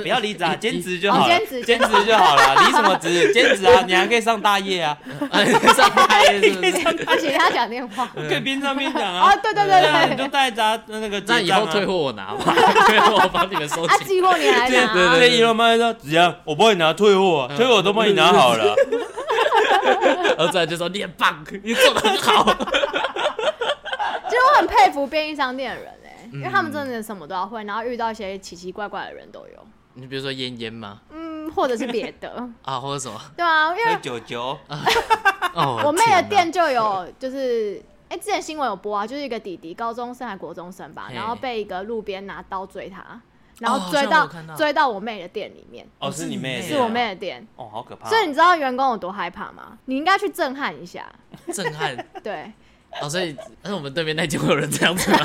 Speaker 2: 不要离职 啊，兼职就
Speaker 4: 哦
Speaker 2: 好了，
Speaker 4: 兼职
Speaker 2: 兼职就好了， 离什么职？兼职啊，你还可以上大 夜啊，
Speaker 3: 哎上班是不是？
Speaker 4: 而且他讲电 话。
Speaker 2: 可以边上边讲啊。
Speaker 4: 哦，对对
Speaker 2: 对啊，
Speaker 4: 对
Speaker 2: 你就
Speaker 4: 对，
Speaker 2: 带着啊那个
Speaker 3: 那
Speaker 2: 结
Speaker 3: 以
Speaker 2: 账
Speaker 3: 后
Speaker 2: 啊。
Speaker 3: 退货我拿吧， 退货我帮你们收
Speaker 4: 啊，
Speaker 3: 钱。
Speaker 4: 寄货你来
Speaker 2: 对
Speaker 4: 拿啊。
Speaker 2: 对，伊隆马斯克说：“子阳，我帮你拿退货
Speaker 4: 嗯
Speaker 2: 啊，退货我都帮你拿好 了。
Speaker 3: 然后再来就说你很棒，你做的很 好。
Speaker 4: 其实我很佩服便利商店的人哎，
Speaker 3: 嗯
Speaker 4: 因为他们真的什么都要会，然后遇到一些奇奇怪怪的人都有，
Speaker 3: 你比如说烟烟吗？
Speaker 4: 嗯，或者是别 的，
Speaker 3: 啊，或者什么？
Speaker 4: 对啊，因”
Speaker 2: 喝
Speaker 4: 为
Speaker 2: 九九，
Speaker 3: 哦，
Speaker 4: 我妹的
Speaker 3: 天哪
Speaker 4: 店就有就是。哎、之前新闻有播啊，就是一个弟弟，高中生还国中生吧，
Speaker 3: 嘿
Speaker 4: 然后被一个路边拿刀追他，然后
Speaker 3: 哦
Speaker 4: 追
Speaker 3: 好像
Speaker 4: 到,、
Speaker 3: 我看到
Speaker 4: 追到我妹的店里面，
Speaker 2: 哦，是你妹，
Speaker 4: 是我妹的店，
Speaker 2: 哦，好可怕哦。
Speaker 4: 所以你知道员工有多害怕吗？你应该去震撼一下，
Speaker 3: 震撼。
Speaker 4: 对，
Speaker 3: 哦，所以但是我们对面那间会有人这样子 吗？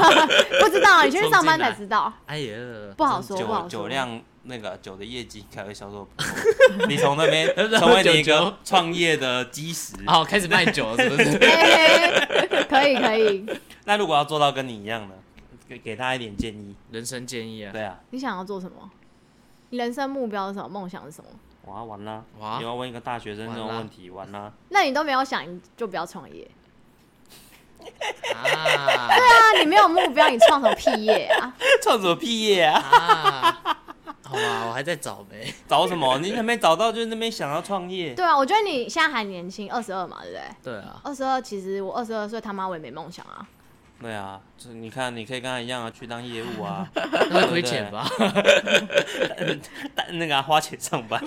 Speaker 4: 不知道你去上班才知道，
Speaker 3: 哎呀，
Speaker 4: 不好说，不
Speaker 2: 酒
Speaker 4: 好说
Speaker 2: 酒。量那个酒的业绩才会销售不错。你从那边成为你一
Speaker 3: 九
Speaker 2: 个
Speaker 3: 九
Speaker 2: 创业的基石。
Speaker 3: 好，开始卖酒了是不是？
Speaker 4: 嘿嘿可以可以，
Speaker 2: 那如果要做到跟你一样呢，给给他一点建议。
Speaker 3: 人生建议啊，
Speaker 2: 对啊，
Speaker 4: 你想要做什么？你人生目标是什么？梦想是什么？
Speaker 2: 哇，完啦！
Speaker 3: 哇
Speaker 2: 你要问一个大学生这种
Speaker 3: 完啦
Speaker 2: 问题，完啦！
Speaker 4: 那你都没有想，你就不要创业。
Speaker 3: 啊
Speaker 4: 对啊，你没有目标，你创什么屁业啊？
Speaker 2: 创什么屁业啊？
Speaker 3: 啊！好吧，我还在找没。
Speaker 2: 找什么？你还没找到，就是那边想要创业。
Speaker 4: 对啊，我觉得你现在还年轻，二十二嘛，对不对？
Speaker 3: 对啊，
Speaker 4: 二十二，其实我二十二岁他妈我也没梦想啊。
Speaker 2: 对啊，就你看，你可以跟他一样啊，去当业务啊，
Speaker 3: 那会亏钱吧？
Speaker 2: 但那个啊、花钱上班，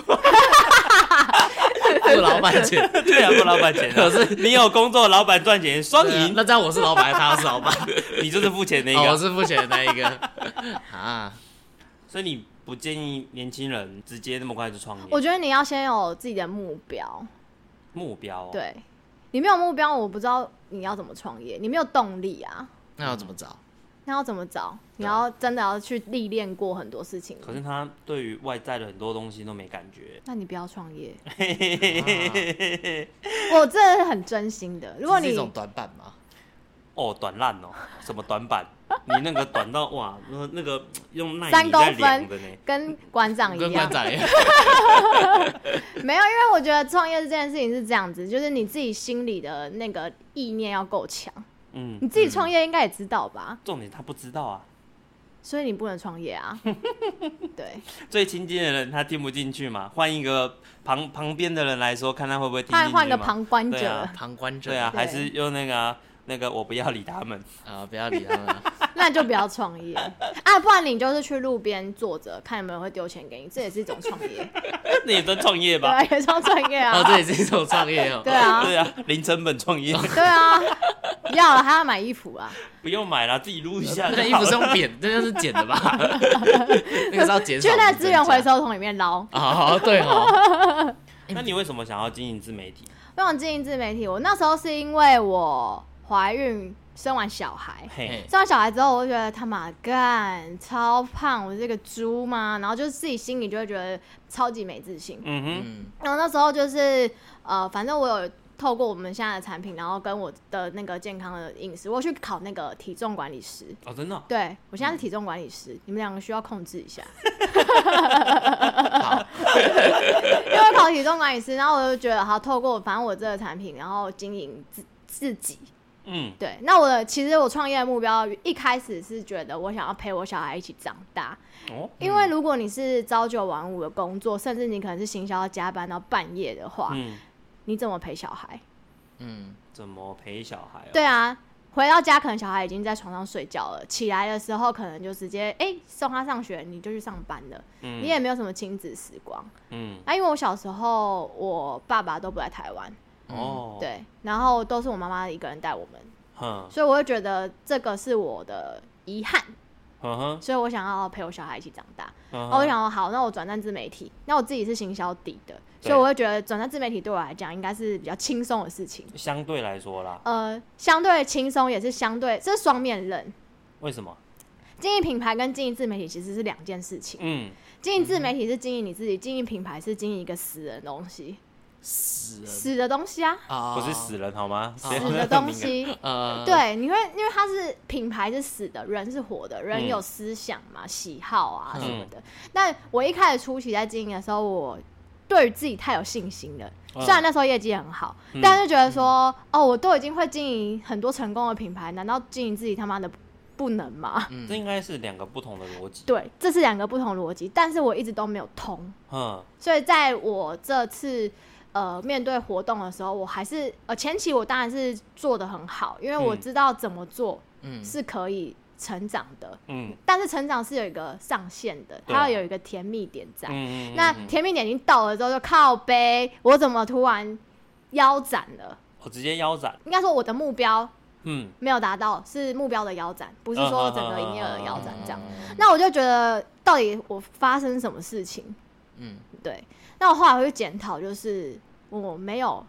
Speaker 3: 付老板钱。
Speaker 2: 对啊，付老板钱、啊。
Speaker 3: 可是
Speaker 2: 你有工作，老板赚钱，双
Speaker 3: 对啊
Speaker 2: 赢，
Speaker 3: 那这样我是老板，他是 老板，
Speaker 2: 你就是付钱那
Speaker 3: 哦，我
Speaker 2: 个。
Speaker 3: 是付钱的那一个啊。
Speaker 2: 所以你不建议年轻人直接那么快就创
Speaker 4: 我
Speaker 2: 业
Speaker 4: 觉得你要先有自己的目标，
Speaker 2: 目标、哦？，
Speaker 4: 对，你没有目标，我不知道你要怎么创业，你没有动力啊，
Speaker 3: 那要怎么找？
Speaker 4: 那要怎么找？你
Speaker 3: 啊
Speaker 4: 要真的要去历练过很多事情。
Speaker 2: 可是他对于外在的很多东西都没感觉。
Speaker 4: 那你不要创 业，
Speaker 3: 啊
Speaker 4: 我这是很真心的。如果
Speaker 3: 这是一
Speaker 4: 你
Speaker 3: 种短板嘛，
Speaker 2: 哦，短烂哦，什么短板？ 你那个短到哇，那那个用耐
Speaker 4: 三
Speaker 2: 米在
Speaker 4: 公
Speaker 2: 量的呢
Speaker 4: 分？跟馆长
Speaker 3: 跟
Speaker 4: 一
Speaker 3: 馆
Speaker 4: 样，
Speaker 3: 长一样，
Speaker 4: 没有，因为我觉得创业这件事情是这样子，就是你自己心里的那个意念要够强。
Speaker 2: 嗯，
Speaker 4: 你自己创业应该也知道吧，
Speaker 2: 重点他不知道啊。
Speaker 4: 所以你不能创 业啊。对，
Speaker 2: 最亲近的人他听不进去嘛，换一个旁旁边的人来说，看他会不会听进去
Speaker 4: 换
Speaker 2: 嘛。
Speaker 4: 换个旁观
Speaker 2: 对
Speaker 4: 者
Speaker 2: 啊，
Speaker 3: 旁观者
Speaker 2: 对啊，
Speaker 4: 对
Speaker 2: 还是用那个啊、那个我不要理他们。
Speaker 3: 啊，不要理他 们啊。
Speaker 4: 那就不要创业啊，不然你就是去路边坐着，看有没有人会丢钱给你，这也是一种创 业，
Speaker 2: 那也算创业
Speaker 4: 对
Speaker 2: 吧
Speaker 4: 啊，？也算创业
Speaker 3: 哦，
Speaker 4: 啊，
Speaker 3: 这也是一种创业哦。
Speaker 4: 对啊，
Speaker 2: 对啊，零成本创 业，
Speaker 4: 对啊，要了还要买衣服啊，
Speaker 2: 不用买了，自己撸一下就
Speaker 3: 那
Speaker 2: 好了。
Speaker 3: 衣服是用扁，这就是剪的吧？那个是要减
Speaker 4: 去
Speaker 3: 少。
Speaker 4: 那资源回。收桶里面捞。
Speaker 3: 哦，对哦，
Speaker 2: 那你为什么想要经营自媒体？
Speaker 4: 那种经营自媒体，我那时候是因为我怀孕生完小孩，
Speaker 2: 嘿，
Speaker 4: 生完小孩之后，我就觉得他妈干超胖，我是个猪吗？然后就自己心里就会觉得超级没自信。
Speaker 2: 嗯哼，
Speaker 3: 嗯，
Speaker 4: 然后那时候就是呃，反正我有透过我们现在的产品，然后跟我的那个健康的饮食，我去考那个体重管理师。
Speaker 2: 哦，真的哦、
Speaker 4: 对我现在是体重管理师，你们两个需要控制一下。
Speaker 3: 好，
Speaker 4: 因为考体重管理师，然后我就觉得好，透过反正我这个产品，然后经营自自己。
Speaker 2: 嗯，
Speaker 4: 对，那我的其实我创业的目标一开始是觉得我想要陪我小孩一起长大，
Speaker 2: 哦，
Speaker 4: 因为如果你是朝九晚五的工作，甚至你可能是行销加班到半夜的话，
Speaker 2: 嗯，
Speaker 4: 你怎么陪小孩？
Speaker 3: 嗯，
Speaker 2: 怎么陪小孩、哦？
Speaker 4: 对啊，回到家可能小孩已经在床上睡觉了，起来的时候可能就直接哎、送他上学，你就去上班了，
Speaker 2: 嗯，
Speaker 4: 你也没有什么亲子时光。
Speaker 2: 嗯，
Speaker 4: 啊，因为我小时候我爸爸都不来台湾，
Speaker 2: 哦，，
Speaker 4: 嗯对，然后都是我妈妈一个人带我们，
Speaker 2: 哼，
Speaker 4: 所以我会觉得这个是我的遗憾，
Speaker 2: 嗯哼，
Speaker 4: 所以我想要陪我小孩一起长大。
Speaker 2: 嗯
Speaker 4: 然哦后我
Speaker 2: 哼，
Speaker 4: 想说，好，那我转战自媒体，那我自己是行销底的，
Speaker 2: 对
Speaker 4: 所以我会觉得转战自媒体对我来讲应该是比较轻松的事情。
Speaker 2: 相对来说啦，
Speaker 4: 呃，相对轻松也是相对，这是双面刃。
Speaker 2: 为什么？
Speaker 4: 经营品牌跟经营自媒体其实是两件事情。
Speaker 2: 嗯，
Speaker 4: 经营自媒体是经营你自己，经营品牌是经营一个死人的东西，
Speaker 3: 死人
Speaker 4: 死的东西啊，
Speaker 3: 啊，
Speaker 2: 哦不是死人好吗？
Speaker 3: 死
Speaker 2: 谁
Speaker 4: 死
Speaker 2: 会
Speaker 4: 的
Speaker 2: 哦那么
Speaker 4: 东
Speaker 2: 敏感，
Speaker 4: 西。
Speaker 2: 嗯
Speaker 3: 呃，
Speaker 4: 对，你会因为它是品牌是死的，人是活的，
Speaker 2: 嗯
Speaker 4: 人有思想嘛、喜好啊什么的。那我一开始初期在经营的时候，我对于自己太有信心了。
Speaker 2: 嗯
Speaker 4: 虽然那时候业绩很好，
Speaker 2: 嗯
Speaker 4: 但是觉得说，哦，我都已经会经营很多成功的品牌，难道经营自己他妈的不能吗？
Speaker 2: 这应该是两个不同的逻辑。
Speaker 4: 对，这是两个不同逻辑，但是我一直都没有通。
Speaker 2: 嗯，
Speaker 4: 所以在我这次呃面对活动的时候，我还是呃前期我当然是做的很好，因为我
Speaker 2: 嗯
Speaker 4: 知道怎么做
Speaker 3: 嗯
Speaker 4: 是可以成长的，
Speaker 2: 嗯，
Speaker 4: 但是成长是有一个上限的，
Speaker 2: 对啊
Speaker 4: 它要有一个甜蜜点在。
Speaker 2: 嗯嗯，
Speaker 4: 那
Speaker 2: 嗯嗯
Speaker 4: 甜蜜点已经到了之后，就靠背，我怎么突然腰斩了？
Speaker 2: 我直接腰斩，
Speaker 4: 应该说我的目标
Speaker 2: 嗯，
Speaker 4: 没有达到，是目标的腰斩，不是说整个营业额腰斩这样。
Speaker 3: 嗯
Speaker 4: 那我就觉得到底我发生什么事情？
Speaker 3: 嗯，
Speaker 4: 对，那我后来会去检讨，就是我没有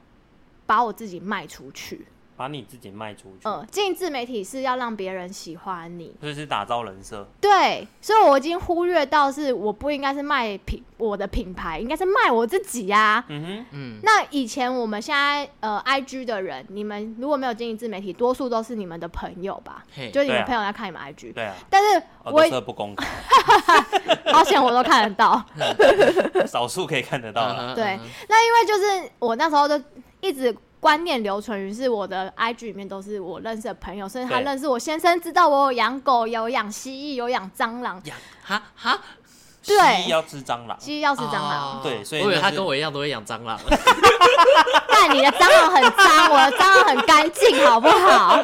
Speaker 4: 把我自己卖出去。
Speaker 2: 把你自己卖出去，
Speaker 4: 呃，经营自媒体是要让别人喜欢你，
Speaker 2: 这是打造人设。
Speaker 4: 对，所以我已经忽略到是我不应该是卖品我的品牌，应该是卖我自己呀、
Speaker 2: 嗯哼，
Speaker 4: 那以前我们现在呃，IG 的人，你们如果没有经营自媒体，多数都是你们的朋友吧，
Speaker 3: 嘿
Speaker 4: 就是你
Speaker 2: 对
Speaker 4: 们
Speaker 2: 啊
Speaker 4: 朋友在看你们 IG，、
Speaker 2: 对啊，
Speaker 4: 但是
Speaker 2: 哦，
Speaker 4: 我
Speaker 2: 都
Speaker 4: 也
Speaker 2: 是不公开，
Speaker 4: 好险我都看得到，
Speaker 2: 少数可以看得到
Speaker 3: 嗯
Speaker 2: 了。
Speaker 4: 对，那因为就是我那时候就一直观念留存于是我的 IG 里面都是我认识的朋友，甚至他
Speaker 2: 对
Speaker 4: 认识我先生，知道我有养狗、有养蜥蜴、有养蟑螂，
Speaker 3: 呀，哈哈，
Speaker 4: 对
Speaker 2: 蜥蜴要吃蟑螂，
Speaker 4: 鸡要是蟑螂，
Speaker 3: 哦
Speaker 2: 对所以
Speaker 3: 我以为
Speaker 2: 那
Speaker 3: 他
Speaker 2: 是
Speaker 3: 跟我一样都会养蟑 螂。
Speaker 4: 但你的蟑螂很脏，我的蟑螂很干净，好不好？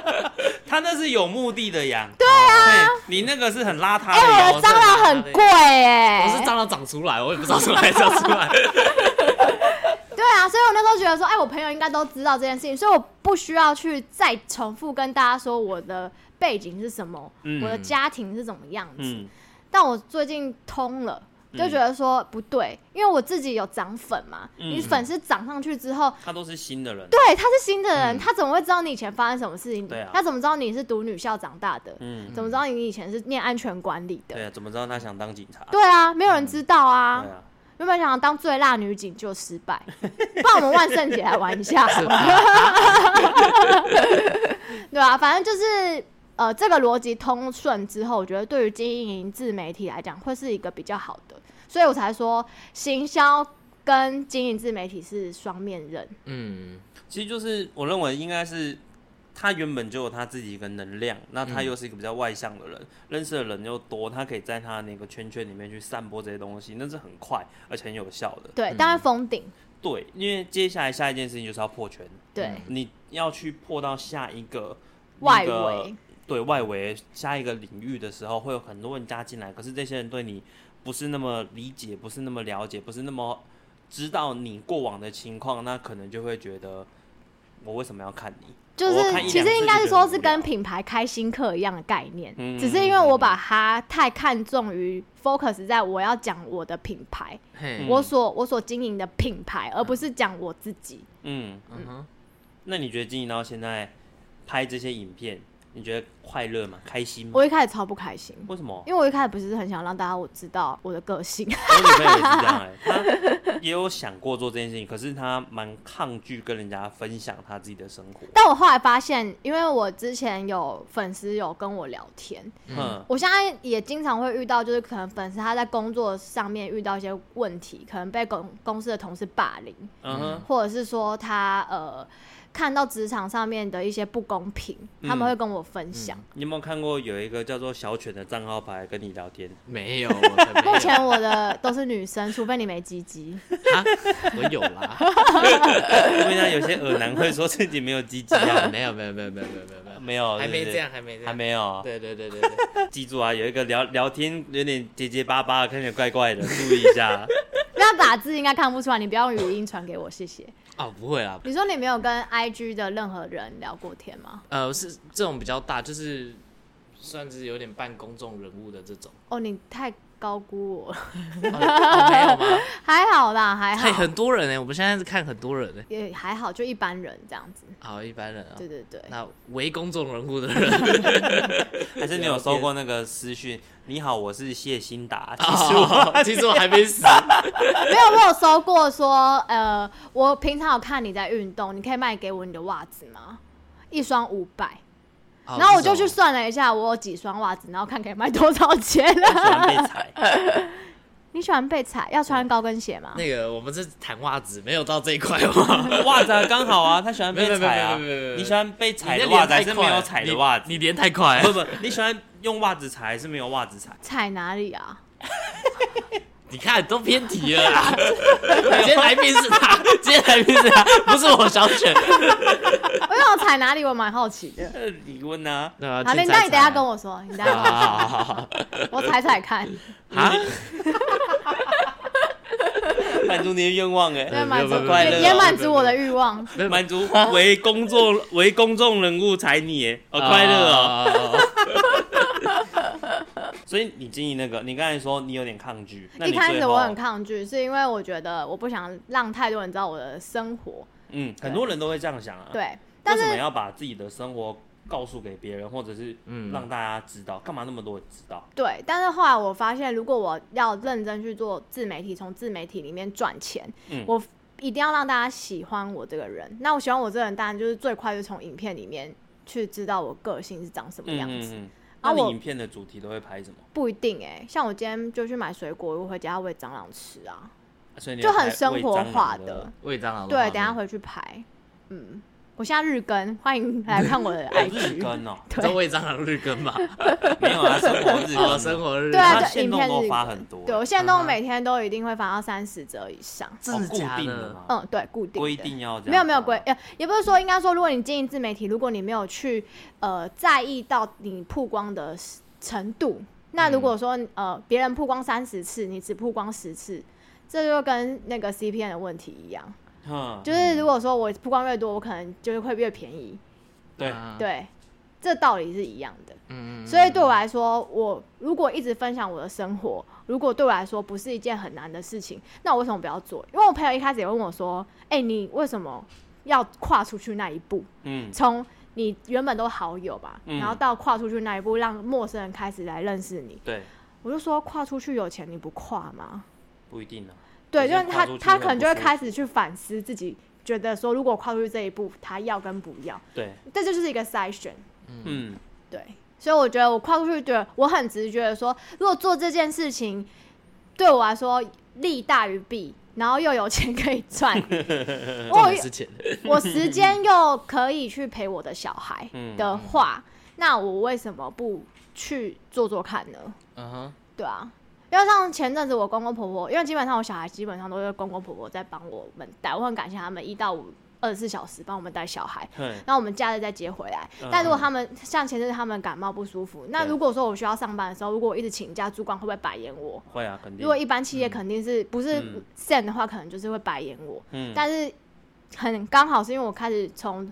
Speaker 2: 他那是有目的的养。对啊，你那个是很邋遢
Speaker 4: 哎、
Speaker 2: 的养。
Speaker 4: 我的蟑螂很贵哎、
Speaker 3: 我是蟑螂长出来，我也不知道从哪里长出来。
Speaker 4: 对啊，所以我那时候觉得说，哎，我朋友应该都知道这件事情，所以我不需要去再重复跟大家说我的背景是什么，
Speaker 2: 嗯
Speaker 4: 我的家庭是怎么样子。
Speaker 2: 嗯，
Speaker 4: 但我最近通了。就觉得说不对，因为我自己有长粉嘛，
Speaker 2: 嗯
Speaker 4: 你粉是长上去之后，
Speaker 2: 他都是新的人。
Speaker 4: 对，他是新的人，他怎么会知道你以前发生什么事情？
Speaker 2: 嗯对啊
Speaker 4: 他怎么知道你是读女校长大的？
Speaker 2: 嗯，
Speaker 4: 怎么知道你以前是念安全管理的？
Speaker 2: 对啊，怎么知道他想当警察？
Speaker 4: 对啊，没有人知道啊。
Speaker 2: 对啊，
Speaker 4: 原本想当最辣女警就失败， 不然我们万圣节来玩 一下， 对啊，反正就是呃，这个逻辑通顺之后，我觉得对于经营自媒体来讲，会是一个比较好的，所以我才说行销跟经营自媒体是双面刃。
Speaker 3: 嗯，
Speaker 2: 其实就是我认为应该是他原本就有他自己一个能量，那
Speaker 4: 嗯
Speaker 2: 他又是一个比较外向的人，认识的人又多，他可以在他那个圈圈里面去散播这些东西，那是很快而且很有效的。
Speaker 4: 对，当然封顶，
Speaker 2: 对，因为接下来下一件事情就是要破圈，
Speaker 4: 对，
Speaker 2: 你要去破到下一个
Speaker 4: 外
Speaker 2: 那个
Speaker 4: 围，
Speaker 2: 对外围下一个领域的时候，会有很多人加进来，可是这些人对你不是那么理解，不是那么了解，不是那么知道你过往的情况，那可能就会觉得我为什么要看你？
Speaker 4: 就
Speaker 2: 我看
Speaker 4: 是
Speaker 2: 一
Speaker 4: 其
Speaker 2: 两
Speaker 4: 实
Speaker 2: 次
Speaker 4: 应
Speaker 2: 就
Speaker 4: 该
Speaker 2: 觉
Speaker 4: 是
Speaker 2: 得
Speaker 4: 说
Speaker 2: 很
Speaker 4: 是
Speaker 2: 无
Speaker 4: 跟
Speaker 2: 聊
Speaker 4: 品牌开新课一样的概念，
Speaker 2: 嗯
Speaker 4: 只是因为我把它太看重于 focus 在我要讲我的品牌，
Speaker 3: 嘿，
Speaker 4: 我所我所经营的品牌，而不是讲我自己。
Speaker 2: 嗯，
Speaker 3: 嗯哼，
Speaker 2: 那你觉得经营到现在拍这些影片，你觉得快乐吗？开心吗？
Speaker 4: 我一开始超不开心，
Speaker 2: 为什么？
Speaker 4: 因为我一开始不是很想让大家我知道我的个性，
Speaker 2: 我女朋友也是这样哎、她也有想过做这件事情，可是她蛮抗拒跟人家分享她自己的生活。
Speaker 4: 但我后来发现，因为我之前有粉丝有跟我聊天，
Speaker 2: 嗯
Speaker 4: 我现在也经常会遇到，就是可能粉丝他在工作上面遇到一些问题，可能被公公司的同事霸凌，
Speaker 2: 嗯哼，
Speaker 4: 或者是说他呃看到职场上面的一些不公平，他们会跟我分享。
Speaker 2: 你有没有看过有一个叫做小犬的账号牌跟你聊天？
Speaker 3: 没有，我才没有
Speaker 4: 目前我的都是女生，除非你没鸡鸡。
Speaker 3: 啊 我有啦，
Speaker 2: 因为他有些耳男会说自己没有鸡鸡啊，
Speaker 3: 没有没有没有没有没有没有没有，
Speaker 2: 没有，
Speaker 3: 还没
Speaker 2: 是不是
Speaker 3: 这样，，还没这样，
Speaker 2: 还。没有。
Speaker 3: 对对对对对，
Speaker 2: 记住啊，有一个聊聊天有点结结巴巴，看起来怪怪的，注意一下。
Speaker 4: 那打字应该看不出来，你不要用语音传给我，谢谢。
Speaker 3: 哦，不会啦，
Speaker 4: 你说你没有跟 IG 的任何人聊过天吗？
Speaker 3: 呃，是这种比较大，就是算是有点半公众人物的这 种，
Speaker 4: 哦，你太高估我了，
Speaker 3: 哦哦没有吗？
Speaker 4: 还好啦，还
Speaker 3: 哎，
Speaker 4: 好，
Speaker 3: 很多人呢，我们现在是看很多人呢，
Speaker 4: 也还好，就一般人这样子。
Speaker 3: 好，一般人啊
Speaker 4: 对，对对，
Speaker 3: 那为公众人物的 人，
Speaker 2: 还是你有收过那个私讯？你好，我是谢欣达，其实我
Speaker 3: 哦其实我还没死，
Speaker 4: 没有，我有收过说，呃，我平常有看你在运动，你可以卖给我你的袜子吗？一双五百。
Speaker 3: 然
Speaker 4: 然后我就去算了一下，我有几双袜子，然后看可以卖多少 钱。
Speaker 2: 不喜欢被踩。
Speaker 4: 你喜欢被踩，要穿高跟鞋吗？
Speaker 3: 那个，我们是谈袜子，没有到这一块吗？
Speaker 2: 袜子啊刚好啊，他喜欢被踩啊。
Speaker 3: 没有没有没有没有没有
Speaker 2: 你喜欢被踩
Speaker 3: 你
Speaker 2: 的
Speaker 3: 那
Speaker 2: 袜
Speaker 3: 脸
Speaker 2: 子，还
Speaker 3: 太
Speaker 2: 是
Speaker 3: 快欸
Speaker 2: 没有踩的袜子？
Speaker 3: 你连太快欸
Speaker 2: 不
Speaker 3: 了，
Speaker 2: 不，你喜欢用袜子踩，还是没有袜子踩？
Speaker 4: 踩哪里啊？
Speaker 3: 你看都偏题了 啦。今天来宾是他，今天来宾是他，不是我小雪。
Speaker 4: 我想哎踩哪里，我蛮好奇的。
Speaker 2: 呃，你问啊。
Speaker 3: 对啊
Speaker 4: 好，那你那你等一下跟我说，你等一下跟我
Speaker 3: 好好好
Speaker 4: 说，我踩踩 看。
Speaker 3: 啊，
Speaker 2: 满足你的愿望哎、
Speaker 4: 对，
Speaker 3: 呃
Speaker 4: 满足
Speaker 3: 没有没有
Speaker 2: 快乐
Speaker 4: 也
Speaker 2: 啊
Speaker 4: 也满足我的欲望。
Speaker 2: 满 足
Speaker 4: 啊
Speaker 2: 为公众 为公众人物踩你哎、好快乐哦、
Speaker 3: 哦。
Speaker 2: 所以你经营那个，你刚才说你有点抗拒，那
Speaker 4: 一
Speaker 2: 你最后
Speaker 4: 开始我很抗拒，是因为我觉得我不想让太多人知道我的生活。
Speaker 2: 嗯，很多人都会这样想啊。，
Speaker 4: 对，但
Speaker 2: 为什么
Speaker 4: 是
Speaker 2: 要把自己的生活告诉给别人，或者是
Speaker 4: 嗯
Speaker 2: 让大家知道？干嘛那么多人知道？
Speaker 4: 对，但是后来我发现，如果我要认真去做自媒体，从自媒体里面赚钱，
Speaker 2: 嗯
Speaker 4: 我一定要让大家喜欢我这个人。那我喜欢我这个人，当然就是最快就从影片里面去知道我个性是长什么
Speaker 2: 嗯
Speaker 4: 样
Speaker 2: 嗯
Speaker 4: 子。
Speaker 2: 嗯。
Speaker 4: 啊
Speaker 2: 那
Speaker 4: 我
Speaker 2: 你影片的主题都会拍什么？
Speaker 4: 不一定哎、像我今天就去买水果，我回家喂蟑螂吃啊，
Speaker 2: 所以你
Speaker 4: 就
Speaker 2: 会拍
Speaker 4: 很生活
Speaker 2: 喂蟑螂
Speaker 4: 化
Speaker 2: 的
Speaker 4: 的。。
Speaker 3: 喂蟑螂的
Speaker 4: 对
Speaker 3: 画，面
Speaker 4: 等一下回去拍。嗯，我现在日更，欢迎 来看我的
Speaker 2: 哦日
Speaker 4: IG。
Speaker 2: 更哦，
Speaker 3: 你知
Speaker 4: 对
Speaker 3: 道胃胀的日更 吗？
Speaker 2: 没有啊，生活日
Speaker 3: 哦，
Speaker 2: 更，
Speaker 3: 生活日
Speaker 4: 对啊，
Speaker 2: 他
Speaker 4: 对，
Speaker 2: 限
Speaker 4: 影
Speaker 2: 动
Speaker 4: 片
Speaker 2: 都
Speaker 4: 日
Speaker 2: 发
Speaker 4: 更
Speaker 2: 很多
Speaker 4: 对我限动
Speaker 3: 嗯
Speaker 4: 每天都一定会发到三十折以上。
Speaker 3: 真的
Speaker 2: 哦固
Speaker 3: 假
Speaker 2: 定
Speaker 3: 的？
Speaker 2: 吗？
Speaker 4: 嗯，对，固定的
Speaker 2: 规定要这样，啊
Speaker 4: 没有没有规，，呃，也不是说应该说，如果你经营自媒体，如果你没有去呃在意到你曝光的程度，那
Speaker 2: 嗯
Speaker 4: 如果说、呃别人曝光三十次，你只曝光十次，这就跟那个 CPN 的问题一样，
Speaker 2: 嗯，
Speaker 4: 就是如果说我曝光越多，我可能就会越便宜，
Speaker 2: 对，
Speaker 3: 啊，
Speaker 4: 对，这道理是一样的。
Speaker 3: 嗯，嗯
Speaker 4: 所以对我来说，我如果一直分享我的生活，如果对我来说不是一件很难的事情，那我为什么不要做？因为我朋友一开始也问我说：“哎、你为什么要跨出去那一步？
Speaker 2: 嗯，
Speaker 4: 从你原本都好友吧，
Speaker 2: 嗯
Speaker 4: 然后到跨出去那一步，让陌生人开始来认识你。
Speaker 2: 对，”
Speaker 4: 我就说：“跨出去有钱你不跨吗
Speaker 2: 不一定啊，？”
Speaker 4: 对，
Speaker 2: 就
Speaker 4: 就是是他
Speaker 2: 跨出去
Speaker 4: 他
Speaker 2: 会
Speaker 4: 可能
Speaker 2: 不
Speaker 4: 就会
Speaker 2: 舒
Speaker 4: 开始去反思自己，觉得说如果跨出去这一步，他要跟不要，
Speaker 2: 对，
Speaker 4: 这就是一个筛选。
Speaker 2: 嗯，
Speaker 4: 对，所以我觉得我跨出去，对我很直觉的说，如果做这件事情对我来说利大于弊，然后又有钱可以 赚，
Speaker 3: 重
Speaker 4: 我
Speaker 3: 点是钱，
Speaker 4: 我时间又可以去陪我的小孩
Speaker 2: 嗯
Speaker 4: 的话，那我为什么不去做做看呢？
Speaker 3: 嗯哼，
Speaker 4: 对啊。因为像前阵子我公公婆婆，因为基本上我小孩基本上都是公公婆婆在帮我们带，我很感谢他们一到五二十四小时帮我们带小孩。
Speaker 2: 对，
Speaker 4: 然后我们假日再接回来
Speaker 2: 嗯。
Speaker 4: 但如果他们像前阵子他们感冒不舒服，那
Speaker 2: 对
Speaker 4: 如果说我需要上班的时候，如果我一直请假，主管会不会白眼我？
Speaker 2: 会啊，肯定，
Speaker 4: 如果一般企业肯定是不是
Speaker 2: 嗯
Speaker 4: send 的话，可能就是会白眼我。
Speaker 2: 嗯，
Speaker 4: 但是很刚好是因为我开始从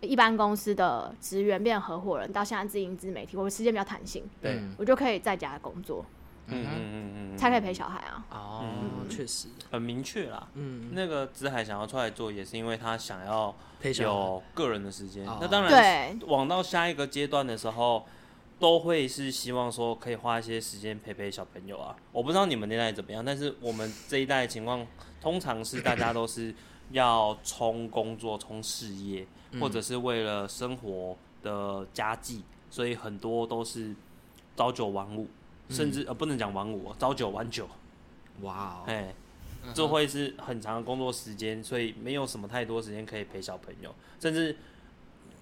Speaker 4: 一般公司的职员变合伙人，到现在自营自媒体，我时间比较弹性，
Speaker 2: 对，嗯
Speaker 3: 嗯
Speaker 4: 我就可以在家工作，
Speaker 2: 嗯嗯嗯嗯，
Speaker 4: 才可以陪小孩啊。
Speaker 3: 哦，确实，
Speaker 2: 很明确啦。
Speaker 3: 嗯，
Speaker 2: 那个子海想要出来做，也是因为他想要
Speaker 3: 陪小孩
Speaker 2: 有个人的时间
Speaker 3: 哦。
Speaker 2: 那当然，
Speaker 4: 对，
Speaker 2: 往到下一个阶段的时候，都会是希望说可以花一些时间陪陪小朋友啊。我不知道你们那代怎么样，但是我们这一代的情况，通常是大家都是要冲工作、冲事业，或者是为了生活的家计，所以很多都是朝九晚五，甚至呃不能讲晚五哦，朝九晚九。
Speaker 3: 哇哦，
Speaker 2: 哎，这会是很长的工作时间，所以没有什么太多时间可以陪小朋友，甚至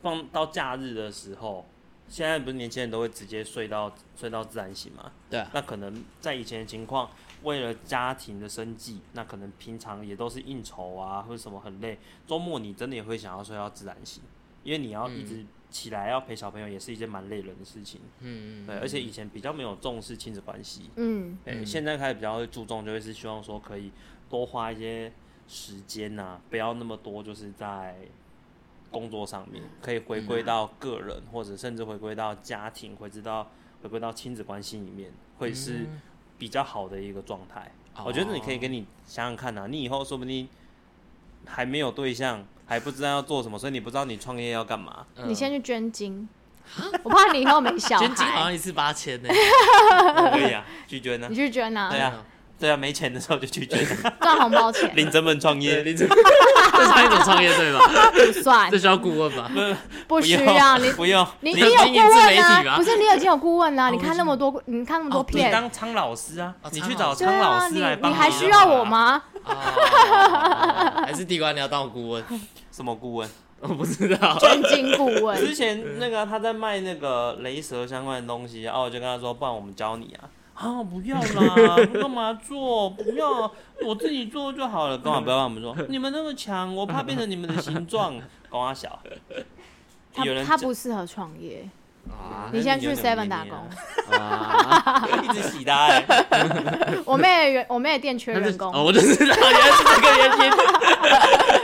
Speaker 2: 放到假日的时候，现在不是年轻人都会直接睡到睡到自然醒嘛？
Speaker 3: 对啊，
Speaker 2: 那可能在以前的情况，为了家庭的生计，那可能平常也都是应酬啊，或者什么很累，周末你真的也会想要睡到自然醒，因为你要一直起来要陪小朋友，也是一件蛮累人的事情。
Speaker 3: 嗯，
Speaker 2: 对，而且以前比较没有重视亲子关系，
Speaker 4: 嗯，
Speaker 2: 对，
Speaker 3: 嗯
Speaker 2: 现在开始比较会注重，就会是希望说可以多花一些时间呐、啊不要那么多，就是在工作上面，可以回归到个人，或者甚至回归到家庭，回归到回归到亲子关系里面，会是比较好的一个状态。我觉得你可以跟你想想看呐、啊你以后说不定还没有对象，还不知道要做什么，所以你不知道你创业要干嘛。
Speaker 3: 嗯
Speaker 4: 你先去捐精， 我怕你以后没 小
Speaker 3: 捐精好像
Speaker 4: 孩，
Speaker 3: 一次八千呢，
Speaker 2: 可以啊，拒绝呢
Speaker 4: 你？去捐啊
Speaker 2: 对，啊，对啊，没钱的时候就拒绝，
Speaker 4: 赚红包钱
Speaker 2: 领成本创
Speaker 3: 对，
Speaker 2: 业。
Speaker 3: 你这这算一种创业对吧？
Speaker 4: 不算
Speaker 3: 这，需要顾问 吧？
Speaker 4: 不需
Speaker 2: 用
Speaker 4: 要你
Speaker 2: 不用，
Speaker 4: 你
Speaker 2: 你
Speaker 4: 你有
Speaker 3: 经
Speaker 4: 顾
Speaker 3: 营自媒
Speaker 4: 问
Speaker 3: 体
Speaker 4: 啊？
Speaker 3: 吧
Speaker 4: 不是你有经有顾问 啊？
Speaker 3: 哦
Speaker 4: 你看那么多，你看那么多
Speaker 3: 哦
Speaker 2: 你
Speaker 4: 片，
Speaker 2: 当苍老师啊，
Speaker 3: 哦
Speaker 2: 你去找
Speaker 4: 对
Speaker 2: 苍老
Speaker 4: 啊，
Speaker 2: 师来
Speaker 4: 你
Speaker 2: 帮
Speaker 4: 你
Speaker 2: 你
Speaker 4: 还需要 我？吗？
Speaker 3: 哦还是地瓜你要当我顾问？
Speaker 2: 什么顾问？
Speaker 3: 我不知道，
Speaker 4: 捐精顾
Speaker 2: 之
Speaker 4: 问，
Speaker 2: 前那个他在卖那个雷蛇相关的东西，然啊哦后我就跟他说，不然我们教你啊。啊，不要 啦，干嘛做？不要，我自己做就 好了。干嘛不要让我们做？你们那么强，我怕变成你们的形状。 光阿小，
Speaker 4: 他
Speaker 2: 有人
Speaker 4: 他不适合创业，
Speaker 3: 啊
Speaker 4: 你先去
Speaker 2: 有点
Speaker 4: Seven 打
Speaker 2: 黏
Speaker 4: 工
Speaker 2: 啊。
Speaker 3: 啊，
Speaker 2: 一直洗他、欸，
Speaker 4: 我妹的员我妹的店缺员
Speaker 3: 哦，
Speaker 4: 工，
Speaker 3: 我就知道，原来是 这个原 因。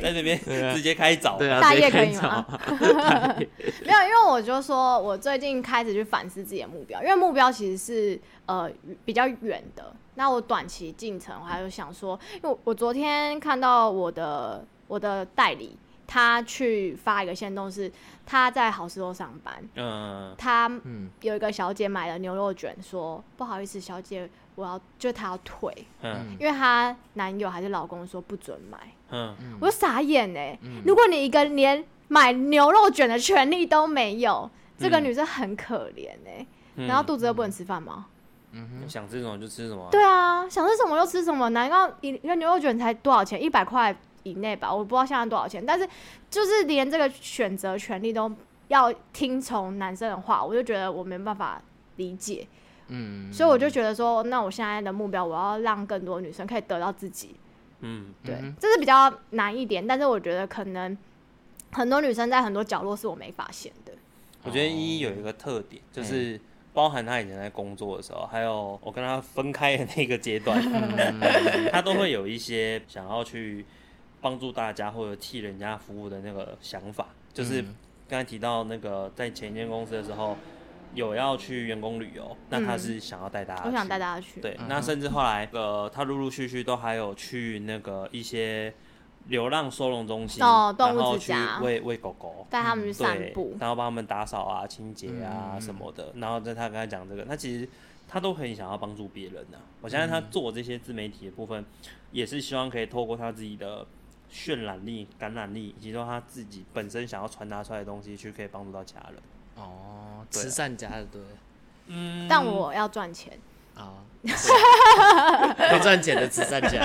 Speaker 2: 在这边直接开找。
Speaker 3: 对啊，
Speaker 4: 大
Speaker 3: 夜
Speaker 4: 业可以吗？没有，因为我就说我最近开始去反思自己的目标，因为目标其实是呃比较远的。那我短期进程，我还有想说，因为我我昨天看到我的我的代理，他去发一个行动是他在好事多上班，
Speaker 2: 嗯，
Speaker 4: 他
Speaker 3: 嗯
Speaker 4: 有一个小姐买了牛肉卷，说不好意思，小姐，我要就她要退，
Speaker 2: 嗯
Speaker 4: 因为她男友还是老公说不准买，
Speaker 2: 嗯，
Speaker 4: 我就傻眼哎、如果你一个连买牛肉卷的权利都没有，这个
Speaker 2: 嗯
Speaker 4: 女生很可怜哎、
Speaker 2: 嗯
Speaker 4: 然后肚子又不能吃饭吗？
Speaker 3: 嗯
Speaker 2: 想吃什么就吃什么啊。
Speaker 4: 对啊，想吃什么就吃什么，难道一个牛肉卷才多少钱？一百块以内吧，我不知道现在多少钱，但是就是连这个选择权利都要听从男生的话，我就觉得我没办法理解。
Speaker 3: 嗯，
Speaker 4: 所以我就觉得说，那我现在的目标，我要让更多女生可以得到自己。
Speaker 2: 嗯，
Speaker 4: 对，
Speaker 3: 嗯哼
Speaker 4: 这是比较难一点，但是我觉得可能很多女生在很多角落是我没发现的。
Speaker 2: 我
Speaker 4: 哦
Speaker 2: 觉得依依有一个特点，就是包含她以前在工作的时候，还有我跟她分开的那个阶段，
Speaker 4: 嗯
Speaker 2: 她都会有一些想要去帮助大家或者替人家服务的那个想法。就是
Speaker 4: 嗯
Speaker 2: 刚才提到那个在前一间公司的时候，有要去员工旅游，那她是想要带大家，
Speaker 4: 嗯我想带。大家去，嗯
Speaker 2: 对，那甚至后来，呃，她陆陆续续都还有去那个一些流浪收容中心，
Speaker 4: 哦动
Speaker 2: 然
Speaker 4: 物
Speaker 2: 后
Speaker 4: 之
Speaker 2: 去
Speaker 4: 家
Speaker 2: 喂喂狗狗，
Speaker 4: 带他们去散
Speaker 2: 嗯对，
Speaker 4: 步。嗯
Speaker 2: 然后帮他们打扫啊、清洁啊什么的。然后在他跟他讲这个，他其实他都很想要帮助别人呐、我相信他做这些自媒体的部分，也是希望可以透过他自己的渲染力、感染力，以及说他自己本身想要传达出来的东西，去可以帮助到其他人。
Speaker 3: 哦，
Speaker 2: 对啊
Speaker 3: 慈善家的对
Speaker 2: 嗯
Speaker 4: 但我要赚钱，
Speaker 2: 哦
Speaker 3: 啊， 会赚钱的慈善家，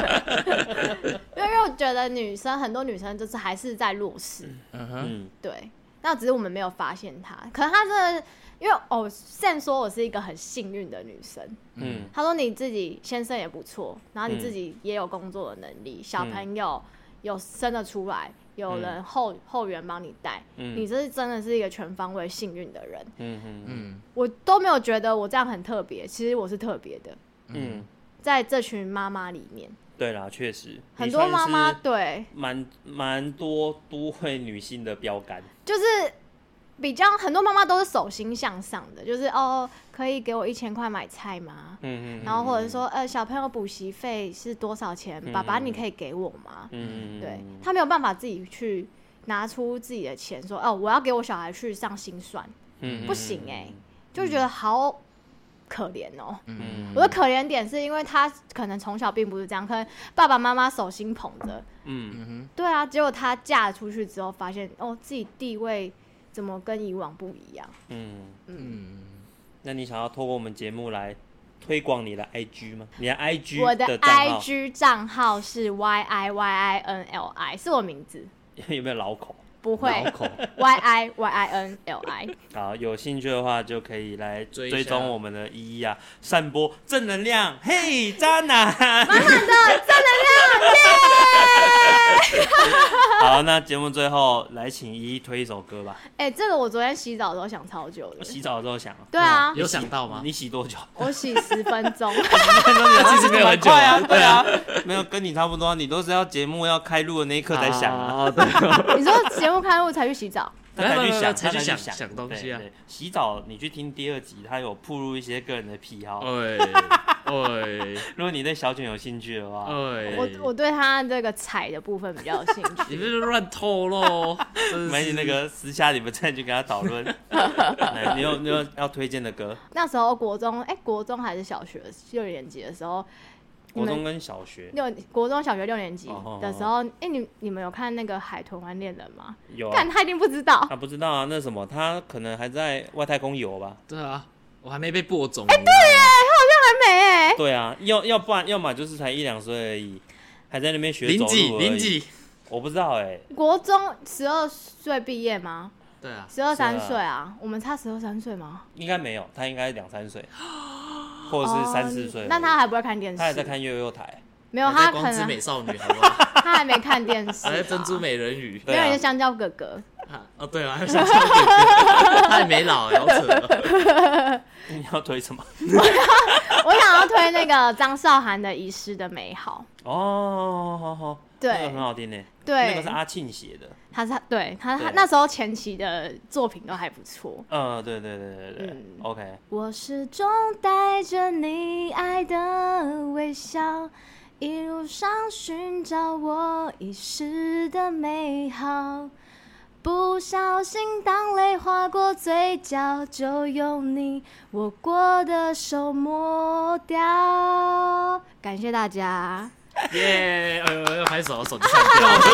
Speaker 4: 因为我觉得女生很多女生就是还是在弱势，
Speaker 3: 嗯
Speaker 4: 啊
Speaker 3: 哼，
Speaker 2: 嗯
Speaker 4: 对，那只是我们没有发现她。可能她真的，因为哦，现说我是一个很幸运的女生。
Speaker 2: 嗯
Speaker 4: 她说你自己先生也不错，然后你
Speaker 2: 嗯
Speaker 4: 自己也有工作的能力，小朋友有生得出来，有人后、后援帮你带，
Speaker 2: 嗯
Speaker 4: 你这是真的是一个全方位幸运的人。
Speaker 2: 嗯嗯嗯
Speaker 3: 嗯
Speaker 4: 我都没有觉得我这样很特别，其实我是特别的，
Speaker 2: 嗯，
Speaker 4: 在这群妈妈里面，
Speaker 2: 对啦，确实，
Speaker 4: 很
Speaker 2: 你
Speaker 4: 多
Speaker 2: 算
Speaker 4: 妈妈
Speaker 2: 是
Speaker 4: 对，
Speaker 2: 蛮蛮多都会女性的标杆。
Speaker 4: 就是比较很多妈妈都是手心向上的，就是哦，可以给我一千块买菜吗？
Speaker 2: 嗯嗯，
Speaker 4: 然后或者说，呃，小朋友补习费是多少钱？爸爸，你可以给我吗？
Speaker 2: 嗯嗯嗯，
Speaker 4: 对
Speaker 2: 嗯
Speaker 4: 他没有办法自己去拿出自己的钱说，哦，我要给我小孩去上心算，
Speaker 2: 嗯
Speaker 4: 不行哎、就觉得好可怜哦。
Speaker 2: 嗯
Speaker 4: 我的可怜点是因为他可能从小并不是这样，可能爸爸妈妈手心捧着，
Speaker 2: 嗯
Speaker 3: 嗯哼，
Speaker 4: 对啊，结果他嫁出去之后发现，哦，自己地位怎么跟以往不一样？
Speaker 2: 嗯。
Speaker 3: 嗯，
Speaker 2: 那你想要透过我们节目来推广你的 IG 吗？你的 IG
Speaker 4: 我的
Speaker 2: 的账号
Speaker 4: IG 账号是 Y I Y I N L I，是我名字，
Speaker 2: 有没有老口？
Speaker 4: 不会
Speaker 3: 脑 口
Speaker 4: Y I Y I N L I。
Speaker 2: 好，有兴趣的话就可以来
Speaker 3: 追一
Speaker 2: 追
Speaker 3: 下
Speaker 2: 踪我们的依依啊，散播正能量。嘿，渣 男！ 好，那节目最后来请依依推一首歌吧。
Speaker 4: 哎、这个我昨天洗澡的时候想超久的，
Speaker 2: 洗嗯澡的时候想，
Speaker 4: 对啊，
Speaker 3: 有想到吗？
Speaker 2: 哦你洗多久？
Speaker 4: 我洗十分钟，
Speaker 3: 其实没有很久
Speaker 2: 快啊， 对啊，没有跟你差不多啊，你都是要节目要开录的那一刻才想啊。
Speaker 3: 哦，对，
Speaker 4: 你说节目开录才去洗澡，
Speaker 2: 他才去
Speaker 3: 没有没有没
Speaker 2: 想，
Speaker 3: 有才去
Speaker 2: 他
Speaker 3: 想
Speaker 2: 想
Speaker 3: 想东西啊
Speaker 2: 对对洗澡，你去听第二集，他有铺露一些个人的癖好。
Speaker 3: 哦哎
Speaker 2: 如果你对小卷有兴趣的话，
Speaker 3: 哎哎，
Speaker 4: 我我对他这个踩的部分比较有兴趣。
Speaker 3: 你这乱透露，真
Speaker 2: 没
Speaker 3: 是
Speaker 2: 你那个私下你们再去跟他讨 论。哎你有你有要推荐的歌？
Speaker 4: 那时候国中，哎、国中还是小学六年级的时候，你
Speaker 2: 国
Speaker 4: 们
Speaker 2: 中跟小学
Speaker 4: 六国中小学六年级
Speaker 2: 哦
Speaker 4: 的时候，哎、你你们有看那个《海豚湾恋人》吗？
Speaker 2: 有啊
Speaker 4: 但？他一定不知道，
Speaker 2: 他不知道啊，那什么，他可能还在外太空游吧？
Speaker 3: 对啊，我还没被播种，哎，
Speaker 4: 啊
Speaker 3: 对
Speaker 4: 还没哎、
Speaker 2: 对啊，要要不然要么就是才一两岁而已，还在那边学走
Speaker 3: 零几
Speaker 2: 路而已
Speaker 3: 零，几，
Speaker 2: 我不知道哎。
Speaker 4: 国中十二岁毕业吗？
Speaker 3: 对啊，
Speaker 4: 十二三
Speaker 2: 是啊
Speaker 4: 岁啊，我们差十二三岁吗？
Speaker 2: 应该没有，他应该两三岁，或者是三四岁而已。
Speaker 4: 哦那他还不会看电视？
Speaker 2: 他还在看悠悠台，
Speaker 4: 没有，
Speaker 3: 我在
Speaker 4: 他可
Speaker 3: 光之
Speaker 4: 能
Speaker 3: 美少女，好不好？
Speaker 4: 他还没看电视、
Speaker 3: 还
Speaker 4: 啊。
Speaker 3: 在珍珠美人鱼，
Speaker 4: 没
Speaker 2: 对
Speaker 4: 有
Speaker 2: 啊
Speaker 4: 人是香蕉哥哥，
Speaker 3: 啊哦，对啊，还有香蕉 哥哥，他也没老，哎好扯哦，
Speaker 2: 你要推什么？
Speaker 4: 我想要推那个张韶涵的《遗失的美好
Speaker 2: 哦，好好，
Speaker 4: 对
Speaker 2: 那个很好听呢。》，那个
Speaker 4: 对
Speaker 2: 是，阿庆写的。
Speaker 4: 他是他对他他
Speaker 2: 对
Speaker 4: 那时候前期的作品都还不错。
Speaker 2: 嗯，对对对对对、对
Speaker 4: 嗯
Speaker 2: o k
Speaker 4: 我始终带着你爱的微笑，一路上寻找我遗失的美好。不小心，当泪划过嘴角，就用你握过的手抹掉。感谢大 家。
Speaker 3: 耶，哎呦，哎呦拍手，手机上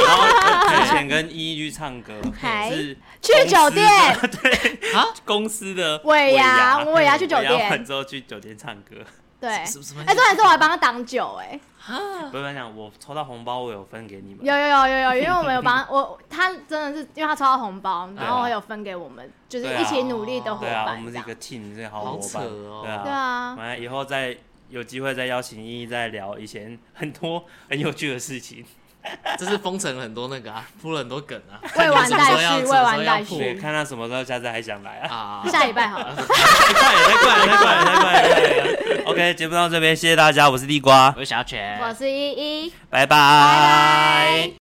Speaker 2: 然 后之前跟依依去唱歌，
Speaker 4: 嗨
Speaker 2: 是
Speaker 4: 去酒店
Speaker 2: 公司的对
Speaker 3: 啊
Speaker 2: 公司的
Speaker 4: 尾牙
Speaker 2: 牙，
Speaker 4: 我尾牙去酒店
Speaker 2: 尾牙完之后去酒店唱歌，
Speaker 4: 对，哎，
Speaker 3: 什么什么
Speaker 4: 重点是我还帮他挡酒，哎，
Speaker 3: 啊，
Speaker 2: 不是讲我抽到红包，我有分给你们。
Speaker 4: 有有有 有有，因为我们有帮我，他真的是因为他抽到红包，然后有分给我们，就是
Speaker 2: 啊对啊
Speaker 4: 一起努力的伙
Speaker 2: 对啊，我
Speaker 4: 伴
Speaker 2: 们
Speaker 4: 这
Speaker 2: 是一
Speaker 4: 样。
Speaker 2: 个 team，是好
Speaker 3: 好
Speaker 2: 伙伴。
Speaker 3: 扯哦
Speaker 2: 对
Speaker 4: 对
Speaker 2: 啊，
Speaker 4: 啊，
Speaker 2: 完了以后再有机会再邀请依依再聊以前很多很有趣的事 情。
Speaker 3: 这是封城了很多那个啊，铺了很多梗啊，
Speaker 4: 未完待续
Speaker 3: 看你什么时候要
Speaker 4: 未完待
Speaker 3: 什么时
Speaker 4: 续
Speaker 3: 候
Speaker 2: 对，
Speaker 3: 要
Speaker 2: 看他什么时候下次还想来
Speaker 3: 铺
Speaker 2: 啊！
Speaker 3: 啊，
Speaker 4: 下礼拜 好了，
Speaker 2: 太快了，太快了，太快了，太快了太快了！OK，节目到这边，谢谢大家，我是地瓜，
Speaker 3: 我是小犬，
Speaker 4: 我是依依。
Speaker 2: 拜
Speaker 4: 拜
Speaker 2: 拜
Speaker 4: 拜。